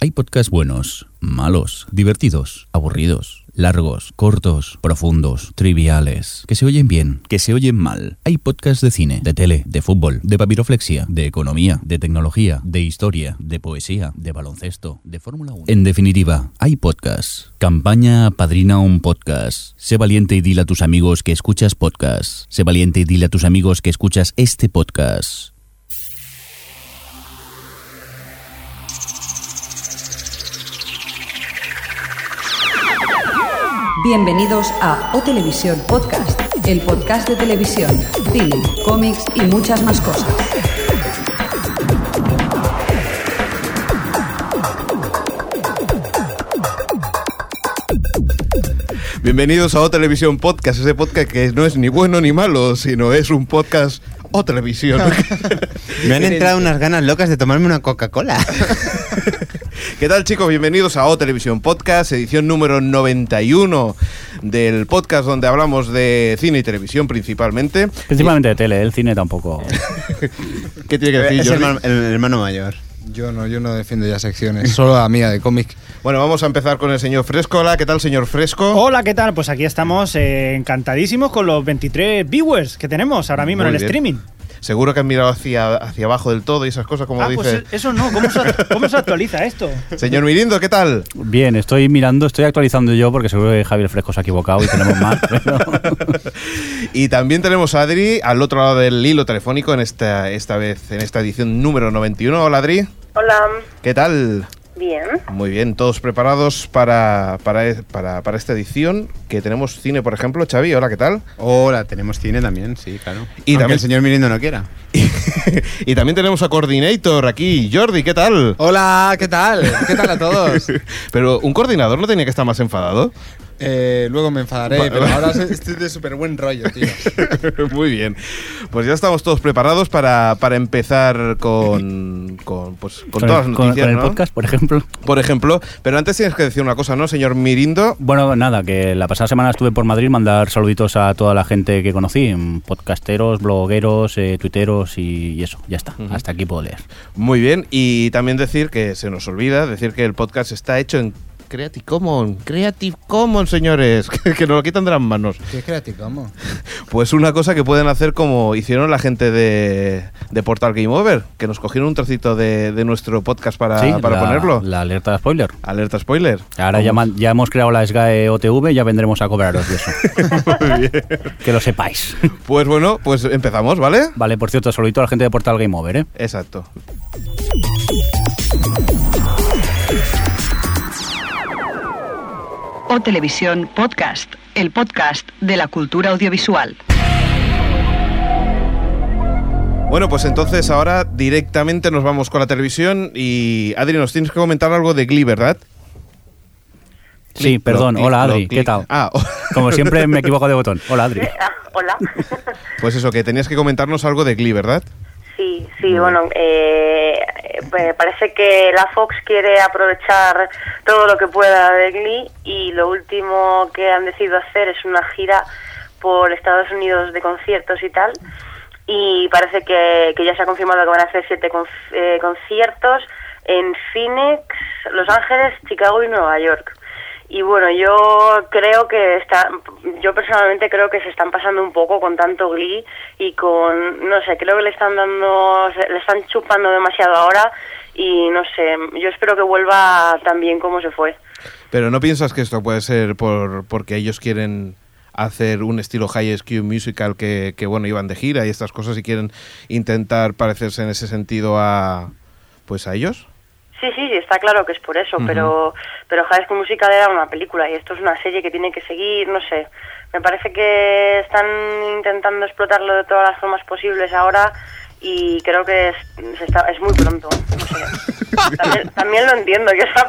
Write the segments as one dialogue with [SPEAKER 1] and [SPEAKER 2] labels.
[SPEAKER 1] Hay podcasts buenos, malos, divertidos, aburridos, largos, cortos, profundos, triviales, que se oyen bien, que se oyen mal. Hay podcasts de cine, de tele, de fútbol, de papiroflexia, de economía, de tecnología, de historia, de poesía, de baloncesto, de Fórmula 1. En definitiva, hay podcasts. Campaña Padrina un podcast. Sé valiente y dile a tus amigos que escuchas podcasts. Sé valiente y dile a tus amigos que escuchas este podcast.
[SPEAKER 2] Bienvenidos a O Televisión Podcast, el podcast de televisión, cine, cómics y muchas más cosas.
[SPEAKER 3] Bienvenidos a O Televisión Podcast, ese podcast que no es ni bueno ni malo, sino es un podcast O Televisión.
[SPEAKER 4] Ah. Me han entrado unas ganas locas de tomarme una Coca-Cola.
[SPEAKER 3] ¿Qué tal chicos? Bienvenidos a O Televisión Podcast, edición número 91 del podcast donde hablamos de cine y televisión principalmente.
[SPEAKER 5] Principalmente de tele, el cine tampoco.
[SPEAKER 3] ¿Qué tiene que decir
[SPEAKER 4] Es el
[SPEAKER 3] Jordi?
[SPEAKER 4] hermano, el hermano mayor.
[SPEAKER 6] Yo no, yo no defiendo ya secciones, solo la mía de cómic.
[SPEAKER 3] Bueno, vamos a empezar con el señor Fresco. Hola, ¿qué tal señor Fresco?
[SPEAKER 4] Oh.
[SPEAKER 7] Hola, ¿qué tal? Pues aquí estamos eh, encantadísimos con los 23 viewers que tenemos ahora mismo
[SPEAKER 3] Muy
[SPEAKER 7] en el
[SPEAKER 3] bien.
[SPEAKER 7] streaming.
[SPEAKER 3] Seguro que has mirado hacia, hacia abajo del todo y esas cosas como
[SPEAKER 7] ah, pues
[SPEAKER 3] dice...
[SPEAKER 7] e- eso no, ¿cómo se, cómo se actualiza esto?
[SPEAKER 3] Señor Mirindo, ¿qué tal?
[SPEAKER 5] Bien, estoy mirando, estoy actualizando yo porque seguro que Javier Fresco se ha equivocado y tenemos más. pero-
[SPEAKER 3] Y también tenemos a Adri al otro lado del hilo telefónico en esta, esta vez, en esta edición número 91. Hola Adri,
[SPEAKER 8] Hola,
[SPEAKER 3] ¿qué tal?
[SPEAKER 8] bien.
[SPEAKER 3] Muy bien, todos preparados para, para, para- para esta edición que tenemos cine, por ejemplo. Xavi, hola, ¿qué tal?
[SPEAKER 4] Hola, tenemos cine también, sí, claro.
[SPEAKER 3] Y
[SPEAKER 4] Y
[SPEAKER 3] también-
[SPEAKER 4] también el señor Mirindo no quiera.
[SPEAKER 3] y también tenemos a Coordinator aquí. Jordi, ¿qué tal?
[SPEAKER 6] Hola, ¿qué tal? ¿Qué tal a todos?
[SPEAKER 3] Pero un coordinador no tenía que estar más enfadado.
[SPEAKER 6] Eh, luego me enfadaré, pero ahora se- estoy de súper buen rollo, tío.
[SPEAKER 3] Muy bien. Pues ya estamos todos preparados para, para empezar con, con, pues, con todas
[SPEAKER 5] el-
[SPEAKER 3] las noticias.
[SPEAKER 5] con el
[SPEAKER 3] ¿no?
[SPEAKER 5] podcast, por ejemplo.
[SPEAKER 3] Por ejemplo, pero antes tienes que decir una cosa, ¿no, señor Mirindo?
[SPEAKER 5] Bueno, nada, que la pasada semana estuve por Madrid mandar saluditos a toda la gente que conocí, mm, podcasteros, blogueros, eh, tuiteros y, y eso. Ya está, hasta aquí puedo leer.
[SPEAKER 3] Muy bien, y también decir que se nos olvida, decir que el podcast está hecho en Creative Commons, Creative Commons, señores, que, que nos lo quitan de las manos.
[SPEAKER 6] Qué creativo, amo.
[SPEAKER 3] Pues una cosa que pueden hacer como hicieron la gente de, de Portal Game Over, que nos cogieron un trocito de, de nuestro podcast para,
[SPEAKER 5] Sí,
[SPEAKER 3] Ah, para
[SPEAKER 5] la-
[SPEAKER 3] ponerlo.
[SPEAKER 5] La alerta de spoiler.
[SPEAKER 3] Alerta spoiler.
[SPEAKER 5] Ahora ya, man- ya hemos creado la SGAE OTV, ya vendremos a cobraros de eso. Que lo sepáis.
[SPEAKER 3] Pues bueno, pues empezamos, ¿vale?
[SPEAKER 5] Vale, por cierto, saludito a la gente de Portal Game Over, ¿eh?
[SPEAKER 3] Exacto.
[SPEAKER 2] O Televisión Podcast, el podcast de la cultura audiovisual.
[SPEAKER 3] Bueno, pues entonces ahora directamente nos vamos con la televisión y Adri, nos tienes que comentar algo de Glee, ¿verdad?
[SPEAKER 5] Sí,
[SPEAKER 3] Clic, pro,
[SPEAKER 5] perdón.
[SPEAKER 3] clic,
[SPEAKER 5] Hola,
[SPEAKER 3] pro,
[SPEAKER 5] Adri. ¿Qué
[SPEAKER 3] clic.
[SPEAKER 5] tal?
[SPEAKER 3] Ah,
[SPEAKER 5] Como siempre me equivoco de botón. Hola, Adri.
[SPEAKER 8] Eh, ah, hola.
[SPEAKER 3] Pues eso, que tenías que comentarnos algo de Glee, ¿verdad?
[SPEAKER 8] sí, sí, bueno, eh, eh, parece que la Fox quiere aprovechar todo lo que pueda de Glee y lo último que han decidido hacer es una gira por Estados Unidos de conciertos y tal. Y parece que, que ya se ha confirmado que van a hacer siete conf- eh, conciertos en Phoenix, Los Ángeles, Chicago y Nueva York. Y bueno, yo creo que está, yo personalmente creo que se están pasando un poco con tanto glee y con, no sé, creo que le están dando, se- le están chupando demasiado ahora y no sé, yo espero que vuelva tan bien como se fue.
[SPEAKER 3] Pero no piensas que esto puede ser por, porque ellos quieren hacer un estilo High School Musical que, que, bueno, iban de gira y estas cosas y quieren intentar parecerse en ese sentido a, pues a ellos.
[SPEAKER 8] Sí, sí, sí, está claro que es por eso,
[SPEAKER 3] Ujú.
[SPEAKER 8] pero pero High School Musical era una película y esto es una serie que tiene que seguir, no sé. Me parece que están intentando explotarlo de todas las formas posibles ahora y creo que es, se está- es muy pronto. no sé. También, también lo entiendo, que os ha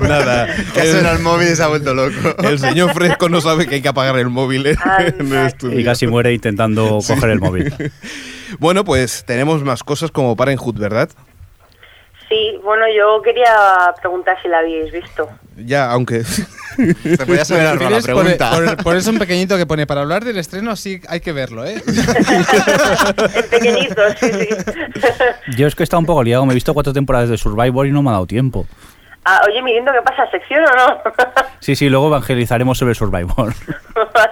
[SPEAKER 3] Nada.
[SPEAKER 4] Que suena el móvil y se ha vuelto loco.
[SPEAKER 3] El señor Fresco no sabe que hay que apagar el móvil en en el
[SPEAKER 8] Anda.
[SPEAKER 3] estudio.
[SPEAKER 5] Y casi muere intentando coger el móvil.
[SPEAKER 3] Bueno, pues tenemos más cosas como para Hood, ¿verdad?
[SPEAKER 8] Sí, bueno, yo quería preguntar si la habíais visto.
[SPEAKER 3] Ya, aunque
[SPEAKER 4] Te podías haber ahorrado la
[SPEAKER 6] ¿Prefieres por-
[SPEAKER 4] pregunta.
[SPEAKER 6] Por, por eso un pequeñito que pone, para hablar del estreno sí hay que verlo, ¿eh?
[SPEAKER 8] en pequeñito, sí, sí.
[SPEAKER 5] Yo es que he estado un poco liado, me he visto cuatro temporadas de Survivor y no me ha dado tiempo.
[SPEAKER 8] Ah, oye, midiendo qué pasa, ¿sección o no?
[SPEAKER 5] Sí, sí, luego evangelizaremos sobre Survivor.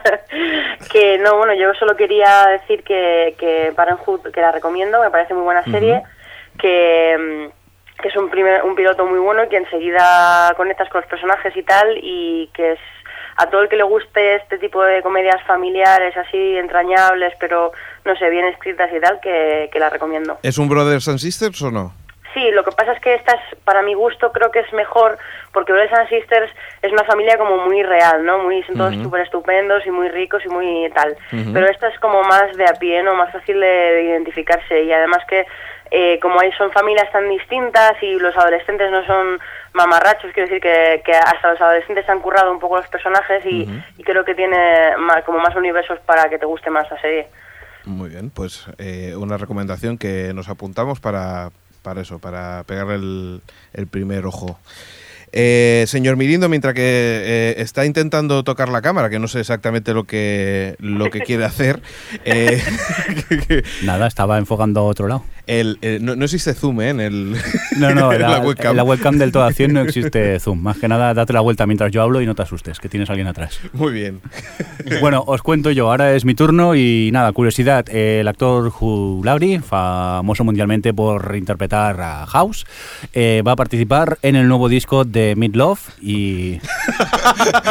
[SPEAKER 8] que no, bueno, yo solo quería decir que, que Parenthood, que la recomiendo, me parece muy buena serie, que, mm, que es un, primer, un piloto muy bueno y que enseguida conectas con los personajes y tal, y que es a todo el que le guste este tipo de comedias familiares, así entrañables, pero no sé, bien escritas y tal, que, que la recomiendo.
[SPEAKER 3] ¿Es un Brothers and Sisters o no?
[SPEAKER 8] Sí, lo que pasa es que esta, es, para mi gusto, creo que es mejor, porque Brothers and Sisters es una familia como muy real, ¿no? Muy, son todos súper estupendos y muy ricos y muy tal. Pero esta es como más de a pie, ¿no? Más fácil de, de identificarse. Y además que, eh, como ahí son familias tan distintas y los adolescentes no son mamarrachos, quiero decir que, que hasta los adolescentes han currado un poco los personajes y, y creo que tiene ma- como más universos para que te guste más la serie.
[SPEAKER 3] Muy bien, pues eh, una recomendación que nos apuntamos para, para eso, para pegarle el, el primer ojo. Eh, señor Mirindo, mientras que eh, está intentando tocar la cámara, que no sé exactamente lo que, lo que quiere hacer, eh,
[SPEAKER 5] Nada, estaba enfocando a otro lado.
[SPEAKER 3] el- el- no, no existe zoom ¿eh? en, el,
[SPEAKER 5] No, no,
[SPEAKER 3] en
[SPEAKER 5] la,
[SPEAKER 3] la webcam.
[SPEAKER 5] la webcam del Toda 100 no existe Zoom. Más que nada, date la vuelta mientras yo hablo y no te asustes, que tienes a alguien atrás.
[SPEAKER 3] Muy bien.
[SPEAKER 5] Bueno, os cuento yo, ahora es mi turno y nada, curiosidad, eh, el actor Hugh Laurie, famoso mundialmente por interpretar a House, eh, va a participar en el nuevo disco de Mid Love y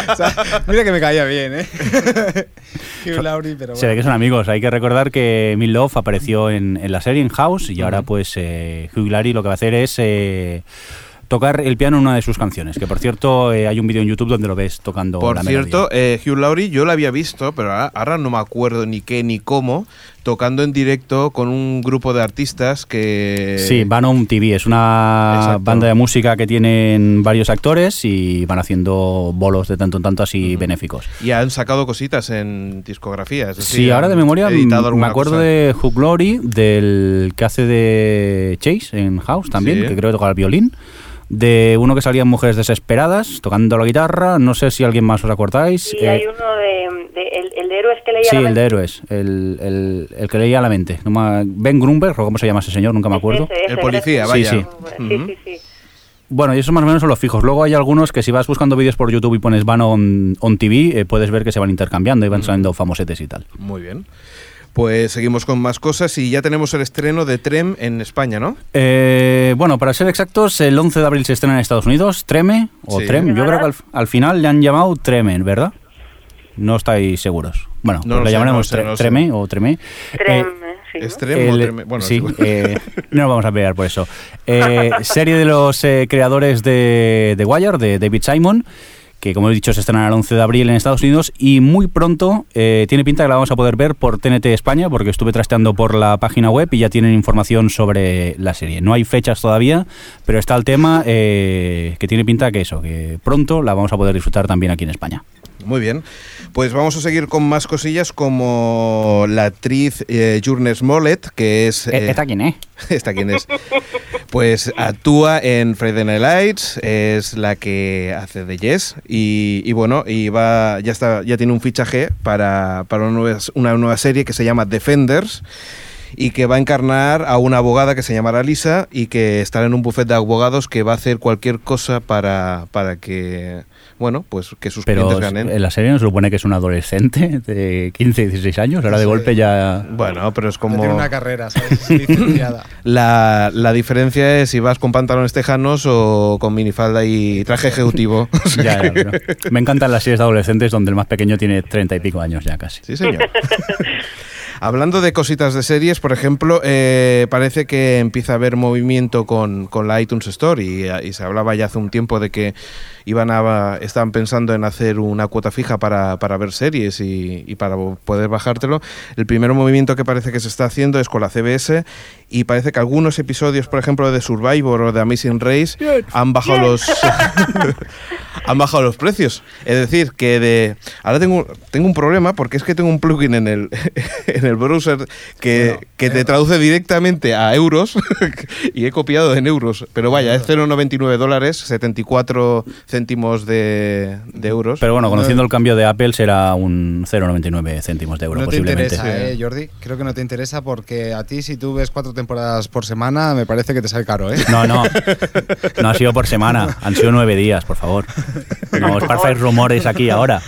[SPEAKER 6] O sea, mira que me caía bien, ¿eh? Hugh Laurie, pero
[SPEAKER 5] se ve
[SPEAKER 6] bueno.
[SPEAKER 5] que son amigos. Hay que recordar que Mid Love apareció en, en la serie en House y ahora pues eh, Hugh Laurie lo que va a hacer es... eh, Tocar el piano en una de sus canciones, que por cierto eh, hay un vídeo en YouTube donde lo ves tocando.
[SPEAKER 3] Por
[SPEAKER 5] la melodía.
[SPEAKER 3] cierto, eh, Hugh Laurie yo la había visto, pero ahora, ahora no me acuerdo ni qué ni cómo, tocando en directo con un grupo de artistas que...
[SPEAKER 5] Sí, Van On TV es una
[SPEAKER 3] Eh, Exacto.
[SPEAKER 5] banda de música que tienen varios actores y van haciendo bolos de tanto en tanto así benéficos.
[SPEAKER 3] Y han sacado cositas en discografías.
[SPEAKER 5] Sí, ahora de memoria me acuerdo de Hugh Glory, del que hace de Chase en House también,
[SPEAKER 3] Sí.
[SPEAKER 5] que creo que toca el violín. De uno que salía en Mujeres Desesperadas, tocando la guitarra. No sé si alguien más os acordáis.
[SPEAKER 8] Y
[SPEAKER 5] Eh,
[SPEAKER 8] hay uno de, de- el, el de héroes que leía
[SPEAKER 5] sí,
[SPEAKER 8] la
[SPEAKER 5] el de
[SPEAKER 8] noche.
[SPEAKER 5] héroes, el, el- el que leía la mente. No me- Ben Grunberg, o cómo se llama ese señor, nunca me acuerdo.
[SPEAKER 8] Ese, ese,
[SPEAKER 3] El policía,
[SPEAKER 8] gracias.
[SPEAKER 5] vaya.
[SPEAKER 8] Sí, sí. sí, sí.
[SPEAKER 5] Bueno, y esos más o menos son los fijos. Luego hay algunos que si vas buscando vídeos por YouTube y pones van on, on TV, eh, puedes ver que se van intercambiando
[SPEAKER 3] Mm.
[SPEAKER 5] y van saliendo famosetes y tal.
[SPEAKER 3] Muy bien. Pues seguimos con más cosas y ya tenemos el estreno de Trem en España, ¿no?
[SPEAKER 5] Eh, bueno, para ser exactos, el 11 de abril se estrena en Estados Unidos, Treme o
[SPEAKER 3] Sí.
[SPEAKER 5] Trem. Yo
[SPEAKER 8] ¿Verdad?
[SPEAKER 5] creo que al, al final le han llamado Tremen, ¿verdad? No estáis seguros. Bueno,
[SPEAKER 3] No
[SPEAKER 5] pues
[SPEAKER 3] lo
[SPEAKER 5] le
[SPEAKER 3] sé,
[SPEAKER 5] llamaremos
[SPEAKER 3] no lo sé,
[SPEAKER 5] Tre-
[SPEAKER 3] no lo sé.
[SPEAKER 5] Treme o Treme.
[SPEAKER 8] Trem,
[SPEAKER 5] Eh,
[SPEAKER 8] eh, sí, ¿no?
[SPEAKER 3] Es Trem o
[SPEAKER 5] El-
[SPEAKER 3] Trem- Bueno,
[SPEAKER 5] sí,
[SPEAKER 3] es igual.
[SPEAKER 5] eh, no nos vamos a pelear por eso. Eh, serie de los eh, creadores de The Wire, de David Simon, que como he dicho se estrenará el 11 de abril en Estados Unidos y muy pronto eh, tiene pinta que la vamos a poder ver por TNT España, porque estuve trasteando por la página web y ya tienen información sobre la serie. No hay fechas todavía, pero está el tema eh, que tiene pinta que eso, que pronto la vamos a poder disfrutar también aquí en España.
[SPEAKER 3] Muy bien. Pues vamos a seguir con más cosillas como la actriz eh, Jurnes Smollett, que es... eh,
[SPEAKER 5] E-, ¿Esta quién es?
[SPEAKER 3] ¿Esta quién es? Pues actúa en Friday Night Lights, es la que hace de Jess y, y bueno, y va, ya, está, ya tiene un fichaje para, para una, nueva, una nueva serie que se llama Defenders y que va a encarnar a una abogada que se llamará Lisa y que estará en un bufete de abogados que va a hacer cualquier cosa para, para que, bueno, pues que sus
[SPEAKER 5] Pero
[SPEAKER 3] clientes ganen.
[SPEAKER 5] en la serie nos supone que es un adolescente de 15, 16 años, ahora de golpe ya...
[SPEAKER 3] Bueno, pero es
[SPEAKER 6] Ya
[SPEAKER 3] como...
[SPEAKER 6] Tiene una carrera, ¿sabes? Es licenciada.
[SPEAKER 3] La, la diferencia es si vas con pantalones tejanos o con minifalda y traje ejecutivo.
[SPEAKER 5] Ya, ya, pero Me encantan las series de adolescentes donde el más pequeño tiene treinta y pico años ya casi.
[SPEAKER 3] Sí, señor. Hablando de cositas de series, por ejemplo, eh, parece que empieza a haber movimiento con, con la iTunes Store y, y se hablaba ya hace un tiempo de que iban a, estaban pensando en hacer una cuota fija para, para ver series y, y para poder bajártelo. El primer movimiento que parece que se está haciendo es con la CBS y parece que algunos episodios, por ejemplo, de Survivor o de Amazing Race han bajado los... han bajado los precios. Es decir, que de. Ahora tengo, tengo un problema porque es que tengo un plugin en el, en el browser que, que te traduce directamente a euros y he copiado en euros. Pero vaya, es 0,99 dólares, 74 céntimos de, de euros.
[SPEAKER 5] Pero bueno, conociendo el cambio de Apple, será un 0,99 céntimos de euro,
[SPEAKER 9] no te
[SPEAKER 5] posiblemente.
[SPEAKER 9] interesa, ¿eh, Jordi? Creo que no te interesa porque a ti, si tú ves cuatro temporadas por semana, me parece que te sale caro, ¿eh?
[SPEAKER 5] No, no. No ha sido por semana. Han sido nueve días, por favor. No os parzáis rumores aquí ahora.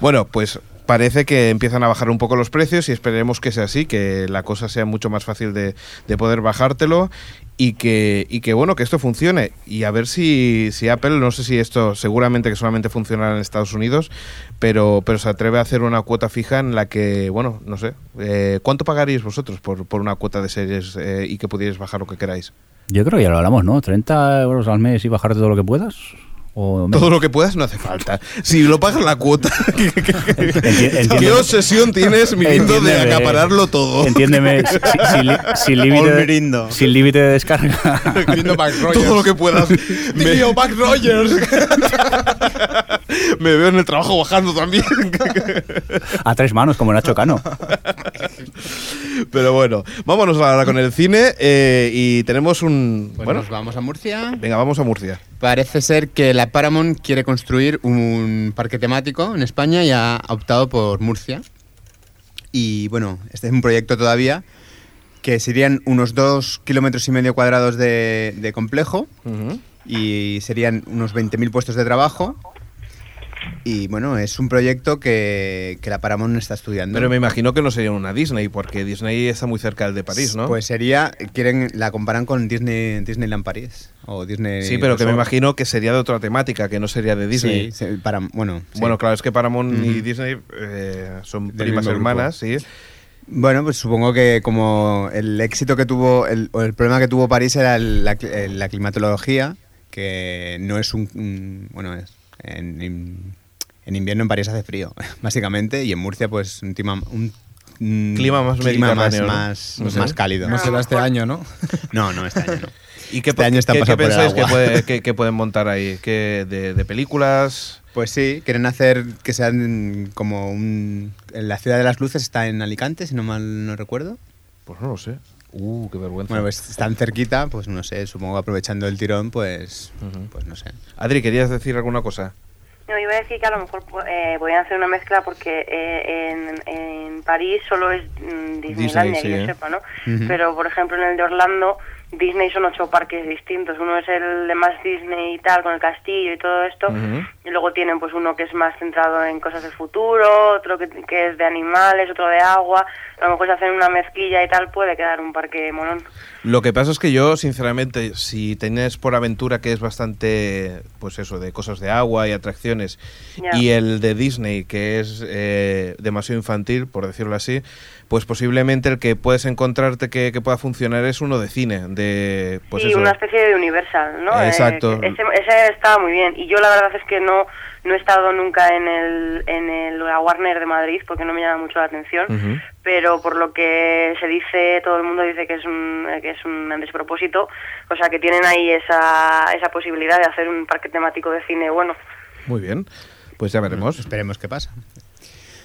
[SPEAKER 3] Bueno, pues parece que empiezan a bajar un poco los precios y esperemos que sea así, que la cosa sea mucho más fácil de, de poder bajártelo y que, y que bueno, que esto funcione. Y a ver si, si Apple, no sé si esto seguramente que solamente funcionará en Estados Unidos, pero, pero se atreve a hacer una cuota fija en la que, bueno, no sé, eh, ¿cuánto pagaríais vosotros por, por una cuota de series eh, y que pudierais bajar lo que queráis?
[SPEAKER 5] Yo creo que ya lo hablamos, ¿no? 30 euros al mes y bajarte todo lo que puedas. O menos.
[SPEAKER 3] Todo lo que puedas no hace falta. Si lo pagas la cuota, ¿qué, qué- qué-
[SPEAKER 5] Enti-
[SPEAKER 3] qué
[SPEAKER 5] entiéndeme-
[SPEAKER 3] obsesión tienes, Mirindo, de
[SPEAKER 5] Entiéndeme.
[SPEAKER 3] acapararlo todo?
[SPEAKER 5] Entiéndeme, si- si- sin li- sin límite de- sin límite de descarga.
[SPEAKER 9] Viendo Mac Rogers.
[SPEAKER 3] Todo lo que puedas. Me,
[SPEAKER 9] Tío, Mac Rogers.
[SPEAKER 3] me veo en el trabajo bajando también.
[SPEAKER 5] A tres manos, como Nacho Cano.
[SPEAKER 3] Pero bueno, vámonos ahora con el cine eh, y tenemos un...
[SPEAKER 9] Bueno,
[SPEAKER 3] bueno,
[SPEAKER 9] nos vamos a Murcia.
[SPEAKER 3] venga, vamos a Murcia.
[SPEAKER 9] Parece ser que la Paramount quiere construir un parque temático en España y ha optado por Murcia. Y bueno, este es un proyecto todavía que serían unos dos kilómetros y medio cuadrados de, de complejo y serían unos 20.000 puestos de trabajo. Y bueno, es un proyecto que, que la Paramount está estudiando.
[SPEAKER 3] Pero me imagino que no sería una Disney, porque Disney está muy cerca del de París, ¿no?
[SPEAKER 9] Pues sería, quieren, la comparan con Disney, Disneyland París o Disney.
[SPEAKER 3] sí, pero que me
[SPEAKER 9] Resort.
[SPEAKER 3] imagino que sería de otra temática, que no sería de Disney.
[SPEAKER 9] Sí, se- para, bueno, sí.
[SPEAKER 3] Bueno, claro, es que Paramount y
[SPEAKER 9] Mm.
[SPEAKER 3] Disney eh, son
[SPEAKER 9] Del
[SPEAKER 3] primas
[SPEAKER 9] mismo grupo.
[SPEAKER 3] hermanas, sí.
[SPEAKER 9] Bueno, pues supongo que como el éxito que tuvo, el, o el problema que tuvo París era el- la, cli- eh, la climatología, que no es un... un- bueno, es- en, in- en invierno en París hace frío, básicamente, y en Murcia pues un, clima- un- un
[SPEAKER 3] Clima más
[SPEAKER 9] más,
[SPEAKER 3] mediterráneo, ¿no?
[SPEAKER 9] más,
[SPEAKER 3] No sé.
[SPEAKER 9] más cálido.
[SPEAKER 8] No será este
[SPEAKER 9] año, ¿no? No, no, este año no.
[SPEAKER 3] ¿Y qué,
[SPEAKER 9] Este año están
[SPEAKER 3] qué- qué
[SPEAKER 9] pasando por el
[SPEAKER 3] pensáis que,
[SPEAKER 9] agua.
[SPEAKER 3] puede- que- que pueden montar ahí? ¿Qué- de, de películas?
[SPEAKER 9] Pues sí, quieren hacer que sean como un... en La ciudad de las luces está en Alicante, si no mal no recuerdo.
[SPEAKER 3] Pues no lo sé. Uh, qué vergüenza.
[SPEAKER 9] Bueno, pues están cerquita, pues no sé, supongo que aprovechando el tirón, pues,
[SPEAKER 3] Ujú.
[SPEAKER 9] pues no sé.
[SPEAKER 3] Adri, ¿querías decir alguna cosa?
[SPEAKER 8] No, iba a decir que a lo mejor pu- eh, podían hacer una mezcla porque eh, en, en París solo es mm, Disneylandia,
[SPEAKER 3] sí,
[SPEAKER 8] que
[SPEAKER 3] ¿eh?
[SPEAKER 8] yo sepa, ¿no?
[SPEAKER 9] Ujú.
[SPEAKER 8] Pero, por ejemplo, en el de Orlando, Disney son ocho parques distintos. Uno es el de más Disney y tal, con el castillo y todo esto.
[SPEAKER 3] Ujú.
[SPEAKER 8] Y luego tienen pues uno que es más centrado en cosas del futuro, otro que, que es de animales, otro de agua. A lo mejor si hacen una mezquilla y tal puede quedar un parque molón.
[SPEAKER 3] Lo que pasa es que yo, sinceramente, si tenés por aventura que es bastante, pues eso, de cosas de agua y atracciones,
[SPEAKER 8] Ya.
[SPEAKER 3] y el de Disney, que es eh, demasiado infantil, por decirlo así, pues posiblemente el que puedes encontrarte que, que pueda funcionar es uno de cine, de pues
[SPEAKER 8] sí,
[SPEAKER 3] eso.
[SPEAKER 8] una especie de Universal, ¿no?
[SPEAKER 3] Exacto.
[SPEAKER 8] Eh, ese, ese estaba muy bien. Y yo la verdad es que no, no he estado nunca en el, en el la Warner de Madrid porque no me llama mucho la atención.
[SPEAKER 3] Ujú.
[SPEAKER 8] Pero por lo que se dice, todo el mundo dice que es un, eh, que es un despropósito. O sea, que tienen ahí esa, esa posibilidad de hacer un parque temático de cine bueno.
[SPEAKER 3] Muy bien, pues ya veremos.
[SPEAKER 9] Esperemos qué pasa.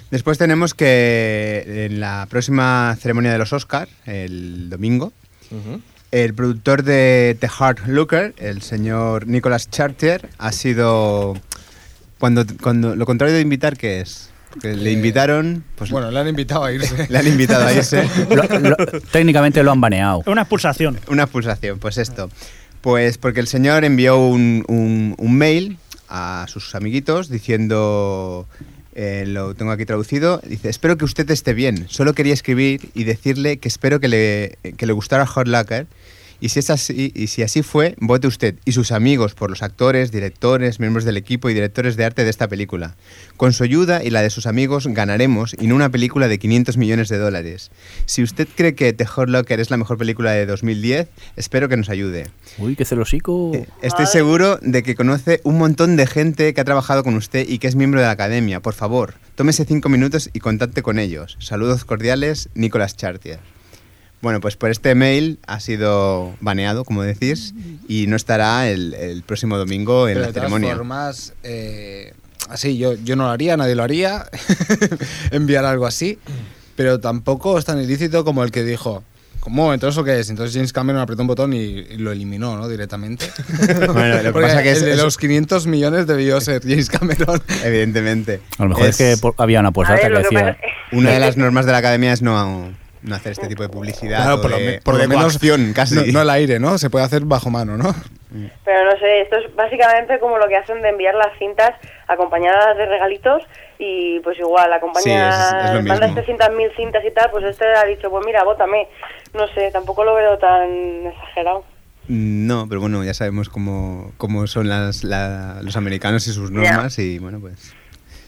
[SPEAKER 9] Después tenemos que en la próxima ceremonia de los Oscars, el domingo,
[SPEAKER 3] Ujú.
[SPEAKER 9] el productor de The Hard Looker, el señor Nicolas Chartier, ha sido... Cuando, cuando lo contrario de invitar, ¿qué es? Que le
[SPEAKER 6] Eh,
[SPEAKER 9] invitaron, pues
[SPEAKER 6] Bueno, le han invitado a irse.
[SPEAKER 9] le han invitado a irse.
[SPEAKER 5] Lo- lo- técnicamente lo han baneado.
[SPEAKER 7] Es una expulsación.
[SPEAKER 9] Una pulsación, pues esto. Pues porque el señor envió un, un- un mail a sus amiguitos diciendo, eh, lo tengo aquí traducido, dice, espero que usted esté bien, solo quería escribir y decirle que espero que le, que le gustara Hot Locker. Y si, es así, y si así fue, vote usted y sus amigos por los actores, directores, miembros del equipo y directores de arte de esta película. Con su ayuda y la de sus amigos ganaremos y no una película de 500 millones de dólares. Si usted cree que The Hurt Locker es la mejor película de 2010, espero que nos ayude.
[SPEAKER 5] Uy, qué celosico.
[SPEAKER 9] Eh, Estoy
[SPEAKER 8] Madre.
[SPEAKER 9] seguro de que conoce un montón de gente que ha trabajado con usted y que es miembro de la academia. Por favor, tómese cinco minutos y contacte con ellos. Saludos cordiales, Nicolás Chartier. Bueno, pues por este mail ha sido baneado, como decís, y no estará el, el próximo domingo en
[SPEAKER 10] Pero
[SPEAKER 9] la
[SPEAKER 10] de todas
[SPEAKER 9] ceremonia.
[SPEAKER 10] formas, eh, así, yo, yo no lo haría, nadie lo haría, enviar algo así, pero tampoco es tan ilícito como el que dijo. ¿Cómo? ¿Entonces eso qué es? Entonces James Cameron apretó un botón y, y lo eliminó, ¿no? Directamente.
[SPEAKER 9] Bueno, lo que
[SPEAKER 10] Porque
[SPEAKER 9] pasa que es-
[SPEAKER 10] el de
[SPEAKER 9] es-
[SPEAKER 10] los 500 millones debió ser James Cameron.
[SPEAKER 9] Evidentemente.
[SPEAKER 5] A lo mejor es, que por- había una
[SPEAKER 9] Pues
[SPEAKER 5] apuesta que decía.
[SPEAKER 9] Una de las normas de la academia es no, no hacer este tipo de publicidad.
[SPEAKER 10] Claro,
[SPEAKER 9] o
[SPEAKER 10] por lo,
[SPEAKER 9] de-
[SPEAKER 10] me-
[SPEAKER 9] o
[SPEAKER 10] Eh, por lo
[SPEAKER 9] de
[SPEAKER 10] menos
[SPEAKER 9] coacción, casi.
[SPEAKER 10] No, no al aire, ¿no? Se puede hacer bajo mano, ¿no?
[SPEAKER 8] Pero no sé, esto es básicamente como lo que hacen de enviar las cintas acompañadas de regalitos y pues igual, acompaña,
[SPEAKER 9] Sí, es- es lo mismo.
[SPEAKER 8] mandaste cintas, mil cintas y tal, pues este ha dicho, pues mira, bótame. No sé, tampoco lo veo tan exagerado.
[SPEAKER 9] No, pero bueno, ya sabemos cómo, cómo son las, la- los americanos y sus normas y bueno, pues...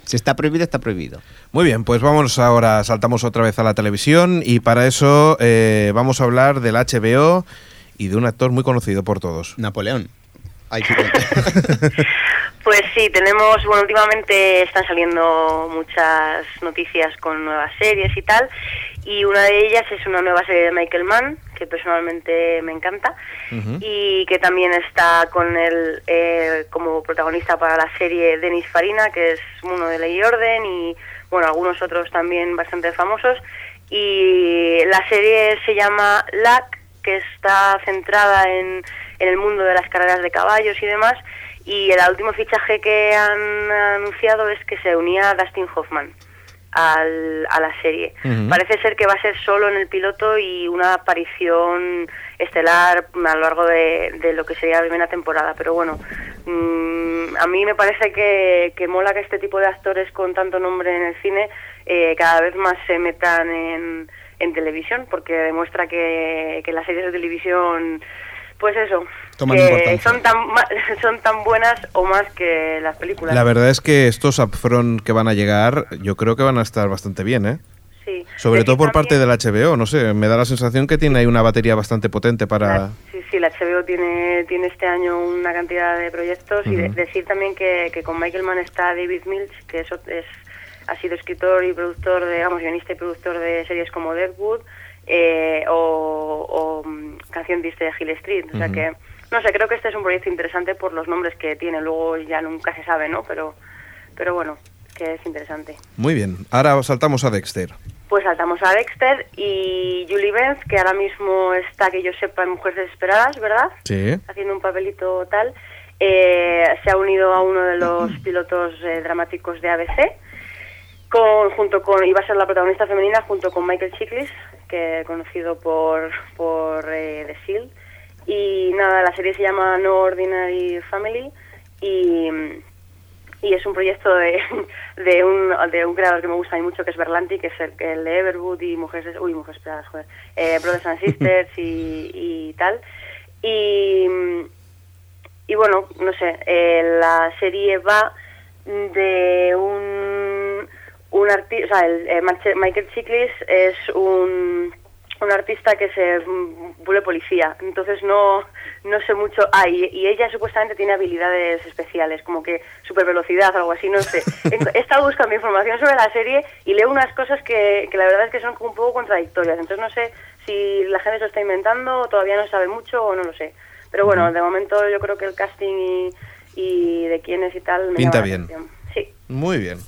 [SPEAKER 9] Si está prohibido, está prohibido.
[SPEAKER 3] Muy bien, pues vamos ahora, saltamos otra vez a la televisión y para eso eh, vamos a hablar del HBO y de un actor muy conocido por todos.
[SPEAKER 9] Napoleón. Ay,
[SPEAKER 8] Pues sí, tenemos, bueno, últimamente están saliendo muchas noticias con nuevas series y tal, y una de ellas es una nueva serie de Michael Mann, que personalmente me encanta, y que también está con él eh, como protagonista para la serie Denis Farina, que es uno de Ley y Orden, y bueno, algunos otros también bastante famosos. Y la serie se llama LAC, que está centrada en, en el mundo de las carreras de caballos y demás. Y el último fichaje que han anunciado es que se unía Dustin Hoffman al- a la serie.
[SPEAKER 11] Ujú.
[SPEAKER 8] Parece ser que va a ser solo en el piloto y una aparición estelar a lo largo de, de lo que sería la primera temporada. Pero bueno, mm, a mí me parece que, que mola que este tipo de actores con tanto nombre en el cine eh, cada vez más se metan en, en televisión porque demuestra que, que las series de televisión, pues eso,
[SPEAKER 3] Toman
[SPEAKER 8] que
[SPEAKER 3] importancia.
[SPEAKER 8] Eh, son tan, ma- son tan buenas o más que las películas.
[SPEAKER 3] La verdad es que estos upfront que van a llegar, yo creo que van a estar bastante bien, ¿eh?
[SPEAKER 8] Sí.
[SPEAKER 3] Sobre
[SPEAKER 8] Decir
[SPEAKER 3] todo por
[SPEAKER 8] también-
[SPEAKER 3] parte del HBO, no sé, me da la sensación que tiene ahí una batería bastante potente para...
[SPEAKER 8] Sí, sí, la HBO tiene, tiene este año una cantidad de proyectos y de-
[SPEAKER 3] Ujú.
[SPEAKER 8] decir también que, que con Michael Mann está David Milch, que eso es, ha sido escritor y productor, de, digamos, guionista y productor de series como Deadwood eh, o, o, mm, Canción Triste de Hill Street. O sea
[SPEAKER 12] Ujú.
[SPEAKER 8] que, no sé, creo que este es un proyecto interesante por los nombres que tiene. Luego ya nunca se sabe, ¿no? Pero, pero bueno, que es interesante.
[SPEAKER 3] Muy bien, ahora saltamos a Dexter.
[SPEAKER 8] Pues saltamos a Dexter y Julie Benz, que ahora mismo está, que yo sepa, en Mujeres Desesperadas, ¿verdad?
[SPEAKER 3] Sí.
[SPEAKER 8] haciendo un papelito tal, eh, se ha unido a uno de los pilotos eh, dramáticos de ABC, con, junto con, iba a ser la protagonista femenina junto con Michael Chiklis, que conocido por, por eh, The Shield. Y nada, la serie se llama No Ordinary Family y, y es un proyecto de, de, un, de un creador que me gusta a mí mucho, que es Berlanti, que es el, el de Everwood y Mujeres, uy, Mujeres Esperadas, joder, eh, Brothers and Sisters y, y tal. Y, y bueno, no sé, eh, la serie va de un, un artista, o sea, el, eh, Marche- Michael Chiklis es un, un artista que se mm, vuelve policía, entonces no, no sé mucho, ah, y, y ella supuestamente tiene habilidades especiales, como que super velocidad o algo así, no sé. He- He estado buscando información sobre la serie y leo unas cosas que, que la verdad es que son como un poco contradictorias, entonces no sé si la gente se lo está inventando, todavía no sabe mucho o no lo sé. Pero bueno, de momento yo creo que el casting y, y de quién es y tal... me
[SPEAKER 3] Pinta
[SPEAKER 8] llama la
[SPEAKER 3] bien.
[SPEAKER 8] atención. Sí.
[SPEAKER 3] Muy bien.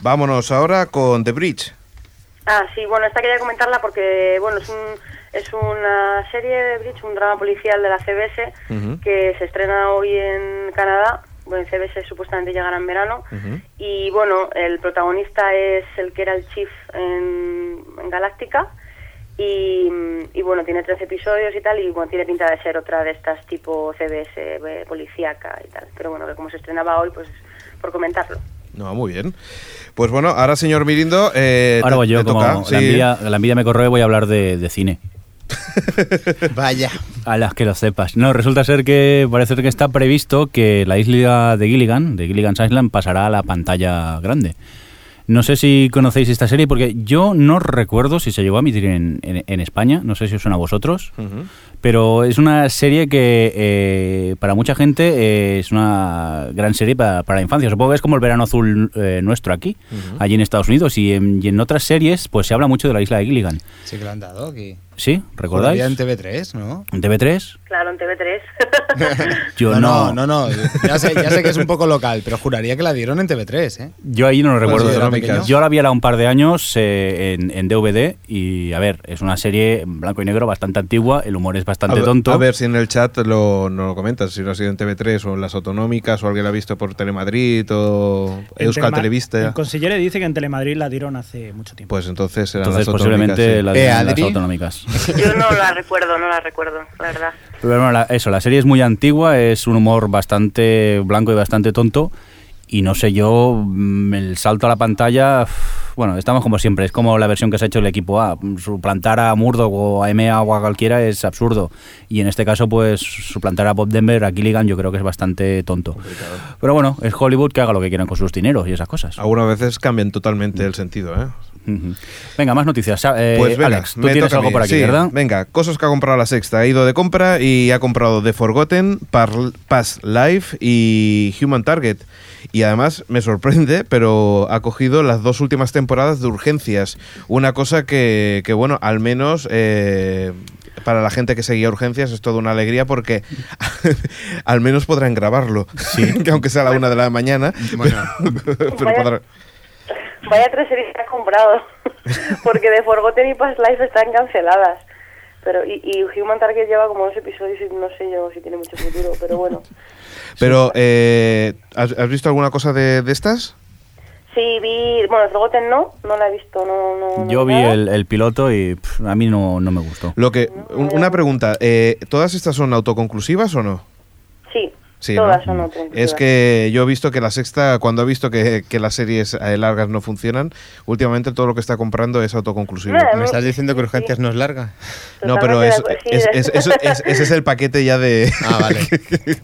[SPEAKER 3] Vámonos ahora con The Bridge.
[SPEAKER 8] Ah, sí, bueno, esta quería comentarla porque, bueno, es, un, es una serie de Bridge, un drama policial de la CBS que se estrena hoy en Canadá. Bueno, en CBS supuestamente llegará en verano. Y bueno, el protagonista es el que era el chief en, en Galáctica. Y, y, bueno, tiene tres episodios y tal. Y bueno, tiene pinta de ser otra de estas tipo CBS eh, policíaca y tal. Pero bueno, que como se estrenaba hoy, pues por comentarlo.
[SPEAKER 3] No, muy bien. Pues bueno, ahora señor Mirindo, eh,
[SPEAKER 5] Ahora
[SPEAKER 3] te-
[SPEAKER 5] voy yo,
[SPEAKER 3] te
[SPEAKER 5] como
[SPEAKER 3] toca,
[SPEAKER 5] la,
[SPEAKER 3] sí.
[SPEAKER 5] envidia, la envidia me corre, voy a hablar de, de cine.
[SPEAKER 9] Vaya.
[SPEAKER 5] A las que lo sepas. No, resulta ser que parece ser que está previsto que la isla de Gilligan, de Gilligan's Island, pasará a la pantalla grande. No sé si conocéis esta serie, porque yo no recuerdo si se llegó a emitir en, en- en España, no sé si os suena a vosotros, Pero es una serie que eh, para mucha gente eh, es una gran serie para, para la infancia. Supongo que es como el verano azul eh, nuestro aquí, allí en Estados Unidos. Y en, y en otras series, pues se habla mucho de la isla de Gilligan.
[SPEAKER 10] Sí que lo han dado aquí.
[SPEAKER 5] ¿Sí? ¿Recordáis?
[SPEAKER 10] Todavía en TV3, ¿no?
[SPEAKER 5] ¿En TV3?
[SPEAKER 8] Claro, en TV3.
[SPEAKER 5] Yo
[SPEAKER 10] no. No, no, Ya sé, ya sé que es un poco local, pero juraría que la dieron en TV3, ¿eh?
[SPEAKER 5] Yo ahí no lo
[SPEAKER 10] Pues
[SPEAKER 5] recuerdo.
[SPEAKER 10] yo era
[SPEAKER 5] Yo,
[SPEAKER 10] pequeño.
[SPEAKER 5] la vi ahora un par de años eh, en, en DVD y, a ver, es una serie en blanco y negro bastante antigua, el humor es
[SPEAKER 3] A
[SPEAKER 5] bastante
[SPEAKER 3] ver,
[SPEAKER 5] tonto.
[SPEAKER 3] a ver si en el chat lo, no lo comentas, si lo ha sido en TV3 o en las autonómicas o alguien lo ha visto por Telemadrid o
[SPEAKER 7] En
[SPEAKER 3] Euskal
[SPEAKER 7] Telema- En
[SPEAKER 3] Televista.
[SPEAKER 7] Consillere dice que en Telemadrid la dieron hace mucho tiempo.
[SPEAKER 3] Pues entonces serán
[SPEAKER 5] Entonces,
[SPEAKER 3] las
[SPEAKER 5] posiblemente
[SPEAKER 3] autonómicas.
[SPEAKER 5] la
[SPEAKER 3] sí. Eh,
[SPEAKER 5] de las autonómicas.
[SPEAKER 8] Yo no la recuerdo, no la recuerdo, la verdad.
[SPEAKER 5] Pero bueno, la- eso, la serie es muy antigua, es un humor bastante blanco y bastante tonto. Y no sé yo, mm, el salto a la pantalla, uf, bueno, estamos como siempre, es como la versión que se ha hecho el equipo A. Suplantar a Murdoch o a MA o a cualquiera es absurdo. Y en este caso, pues suplantar a Bob Denver, a Gilligan, yo creo que es bastante tonto. Pero bueno, es Hollywood que haga lo que quieran con sus dineros y esas cosas.
[SPEAKER 3] Algunas veces cambian totalmente el sentido, ¿eh?
[SPEAKER 5] Ujú. Venga, más noticias. Sa- eh,
[SPEAKER 3] Pues venga,
[SPEAKER 5] Alex, tú
[SPEAKER 3] me
[SPEAKER 5] tienes
[SPEAKER 3] toca a
[SPEAKER 5] algo
[SPEAKER 3] mí.
[SPEAKER 5] por aquí,
[SPEAKER 3] Sí,
[SPEAKER 5] ¿verdad?
[SPEAKER 3] Venga, cosas que ha comprado la sexta. Ha ido de compra y ha comprado The Forgotten, Par- Past Life y Human Target. Y además me sorprende, pero ha cogido las dos últimas temporadas de Urgencias. Una cosa que, que, bueno, al menos eh, para la gente que seguía Urgencias es toda una alegría porque al menos podrán grabarlo. que aunque sea a la una de la mañana. pero podrán-
[SPEAKER 8] Vaya tres series que has comprado, porque de Forgotten y Past Life están canceladas. Pero, y, y Human Target lleva como dos episodios y no sé yo si tiene mucho futuro, pero bueno.
[SPEAKER 3] Pero, eh, ¿has, has visto alguna cosa de, de estas?
[SPEAKER 8] Sí, vi, bueno, Forgotten no, no la he visto, no, no. no
[SPEAKER 5] Yo vi
[SPEAKER 8] nada.
[SPEAKER 5] el, el piloto y pff, a mí no, no me gustó.
[SPEAKER 3] Lo que un- una pregunta, eh, ¿todas estas son autoconclusivas o no?
[SPEAKER 8] Sí,
[SPEAKER 3] Sí,
[SPEAKER 8] todas
[SPEAKER 3] ¿no? Mm.
[SPEAKER 8] son otras.
[SPEAKER 3] Es que yo he visto que la sexta, cuando he visto que, que las series eh, largas no funcionan, últimamente todo lo que está comprando es autoconclusivo.
[SPEAKER 8] Nada, ¿Me no, estás
[SPEAKER 3] diciendo que urgencias no es larga? No,
[SPEAKER 8] Totalmente
[SPEAKER 3] pero
[SPEAKER 8] de
[SPEAKER 3] es,
[SPEAKER 8] acuerdo, sí,
[SPEAKER 3] es-
[SPEAKER 8] de-
[SPEAKER 3] es- eso- es- ese es el paquete ya de... Ah, vale.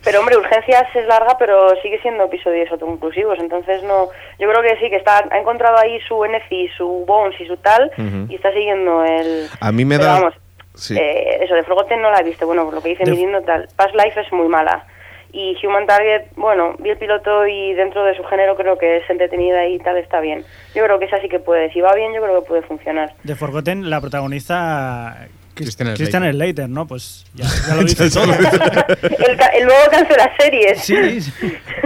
[SPEAKER 8] Pero hombre, Urgencias es larga, pero sigue siendo episodios autoconclusivos, entonces no... Yo creo que sí, que está, ha encontrado ahí su Nefi, su Bones y su tal,
[SPEAKER 3] Ujú.
[SPEAKER 8] y está siguiendo el...
[SPEAKER 3] A mí me
[SPEAKER 8] Pero
[SPEAKER 3] da...
[SPEAKER 8] vamos,
[SPEAKER 3] sí.
[SPEAKER 8] Eh, eso de Forgotten no la he visto, bueno, por lo que dice
[SPEAKER 3] De-
[SPEAKER 8] Mirindo tal. Past Life es muy mala. Y Human Target, bueno, vi el piloto y dentro de su género creo que es entretenida y tal, está bien. Yo creo que esa sí que puede, si va bien, yo creo que puede funcionar.
[SPEAKER 7] De Forgotten la protagoniza
[SPEAKER 10] Christian
[SPEAKER 7] Christian,
[SPEAKER 10] Slater.
[SPEAKER 7] Slater, ¿no? Pues ya, ya lo dice todo.
[SPEAKER 8] El, ca- el nuevo cancela series.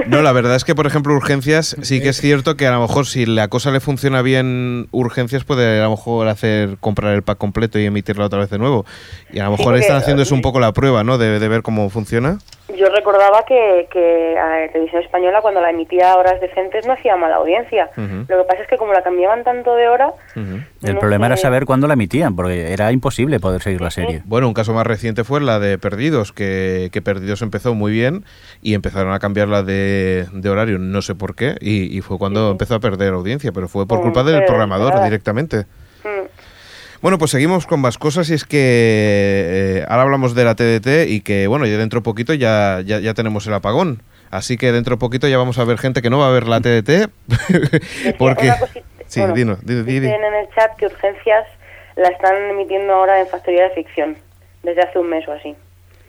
[SPEAKER 3] No, la verdad es que, por ejemplo, Urgencias sí que es cierto que a lo mejor si la cosa le funciona bien, Urgencias puede a lo mejor hacer comprar el pack completo y emitirlo otra vez de nuevo. Y a lo
[SPEAKER 8] Sí,
[SPEAKER 3] mejor
[SPEAKER 8] porque,
[SPEAKER 3] están haciendo es un poco la prueba, ¿no? De, de ver cómo funciona.
[SPEAKER 8] Yo recordaba que, que eh, Televisión Española cuando la emitía a horas decentes no hacía mala audiencia.
[SPEAKER 5] Ujú.
[SPEAKER 8] Lo que pasa es que como la cambiaban tanto de hora,
[SPEAKER 5] El
[SPEAKER 8] No
[SPEAKER 5] problema era
[SPEAKER 8] sé.
[SPEAKER 5] saber cuándo la emitían, porque era imposible poder seguir la serie.
[SPEAKER 3] Bueno, un caso más reciente fue la de Perdidos, que, que Perdidos empezó muy bien y empezaron a cambiarla de, de horario, no sé por qué, y, y fue cuando empezó a perder audiencia, pero fue por
[SPEAKER 8] Como
[SPEAKER 3] culpa del
[SPEAKER 8] ustedes,
[SPEAKER 3] programador
[SPEAKER 8] nada.
[SPEAKER 3] directamente.
[SPEAKER 8] mm,
[SPEAKER 3] Bueno, pues seguimos con más cosas y es que eh, ahora hablamos de la TDT y que, bueno, ya dentro poquito ya, ya, ya tenemos el apagón. Así que dentro poquito ya vamos a ver gente que no va a ver la TDT. porque...
[SPEAKER 8] una cosita-
[SPEAKER 3] Sí,
[SPEAKER 8] bueno,
[SPEAKER 3] dino, dino, dino.
[SPEAKER 8] Dicen en el chat que Urgencias la están emitiendo ahora en Factoría de Ficción, desde hace un mes o así.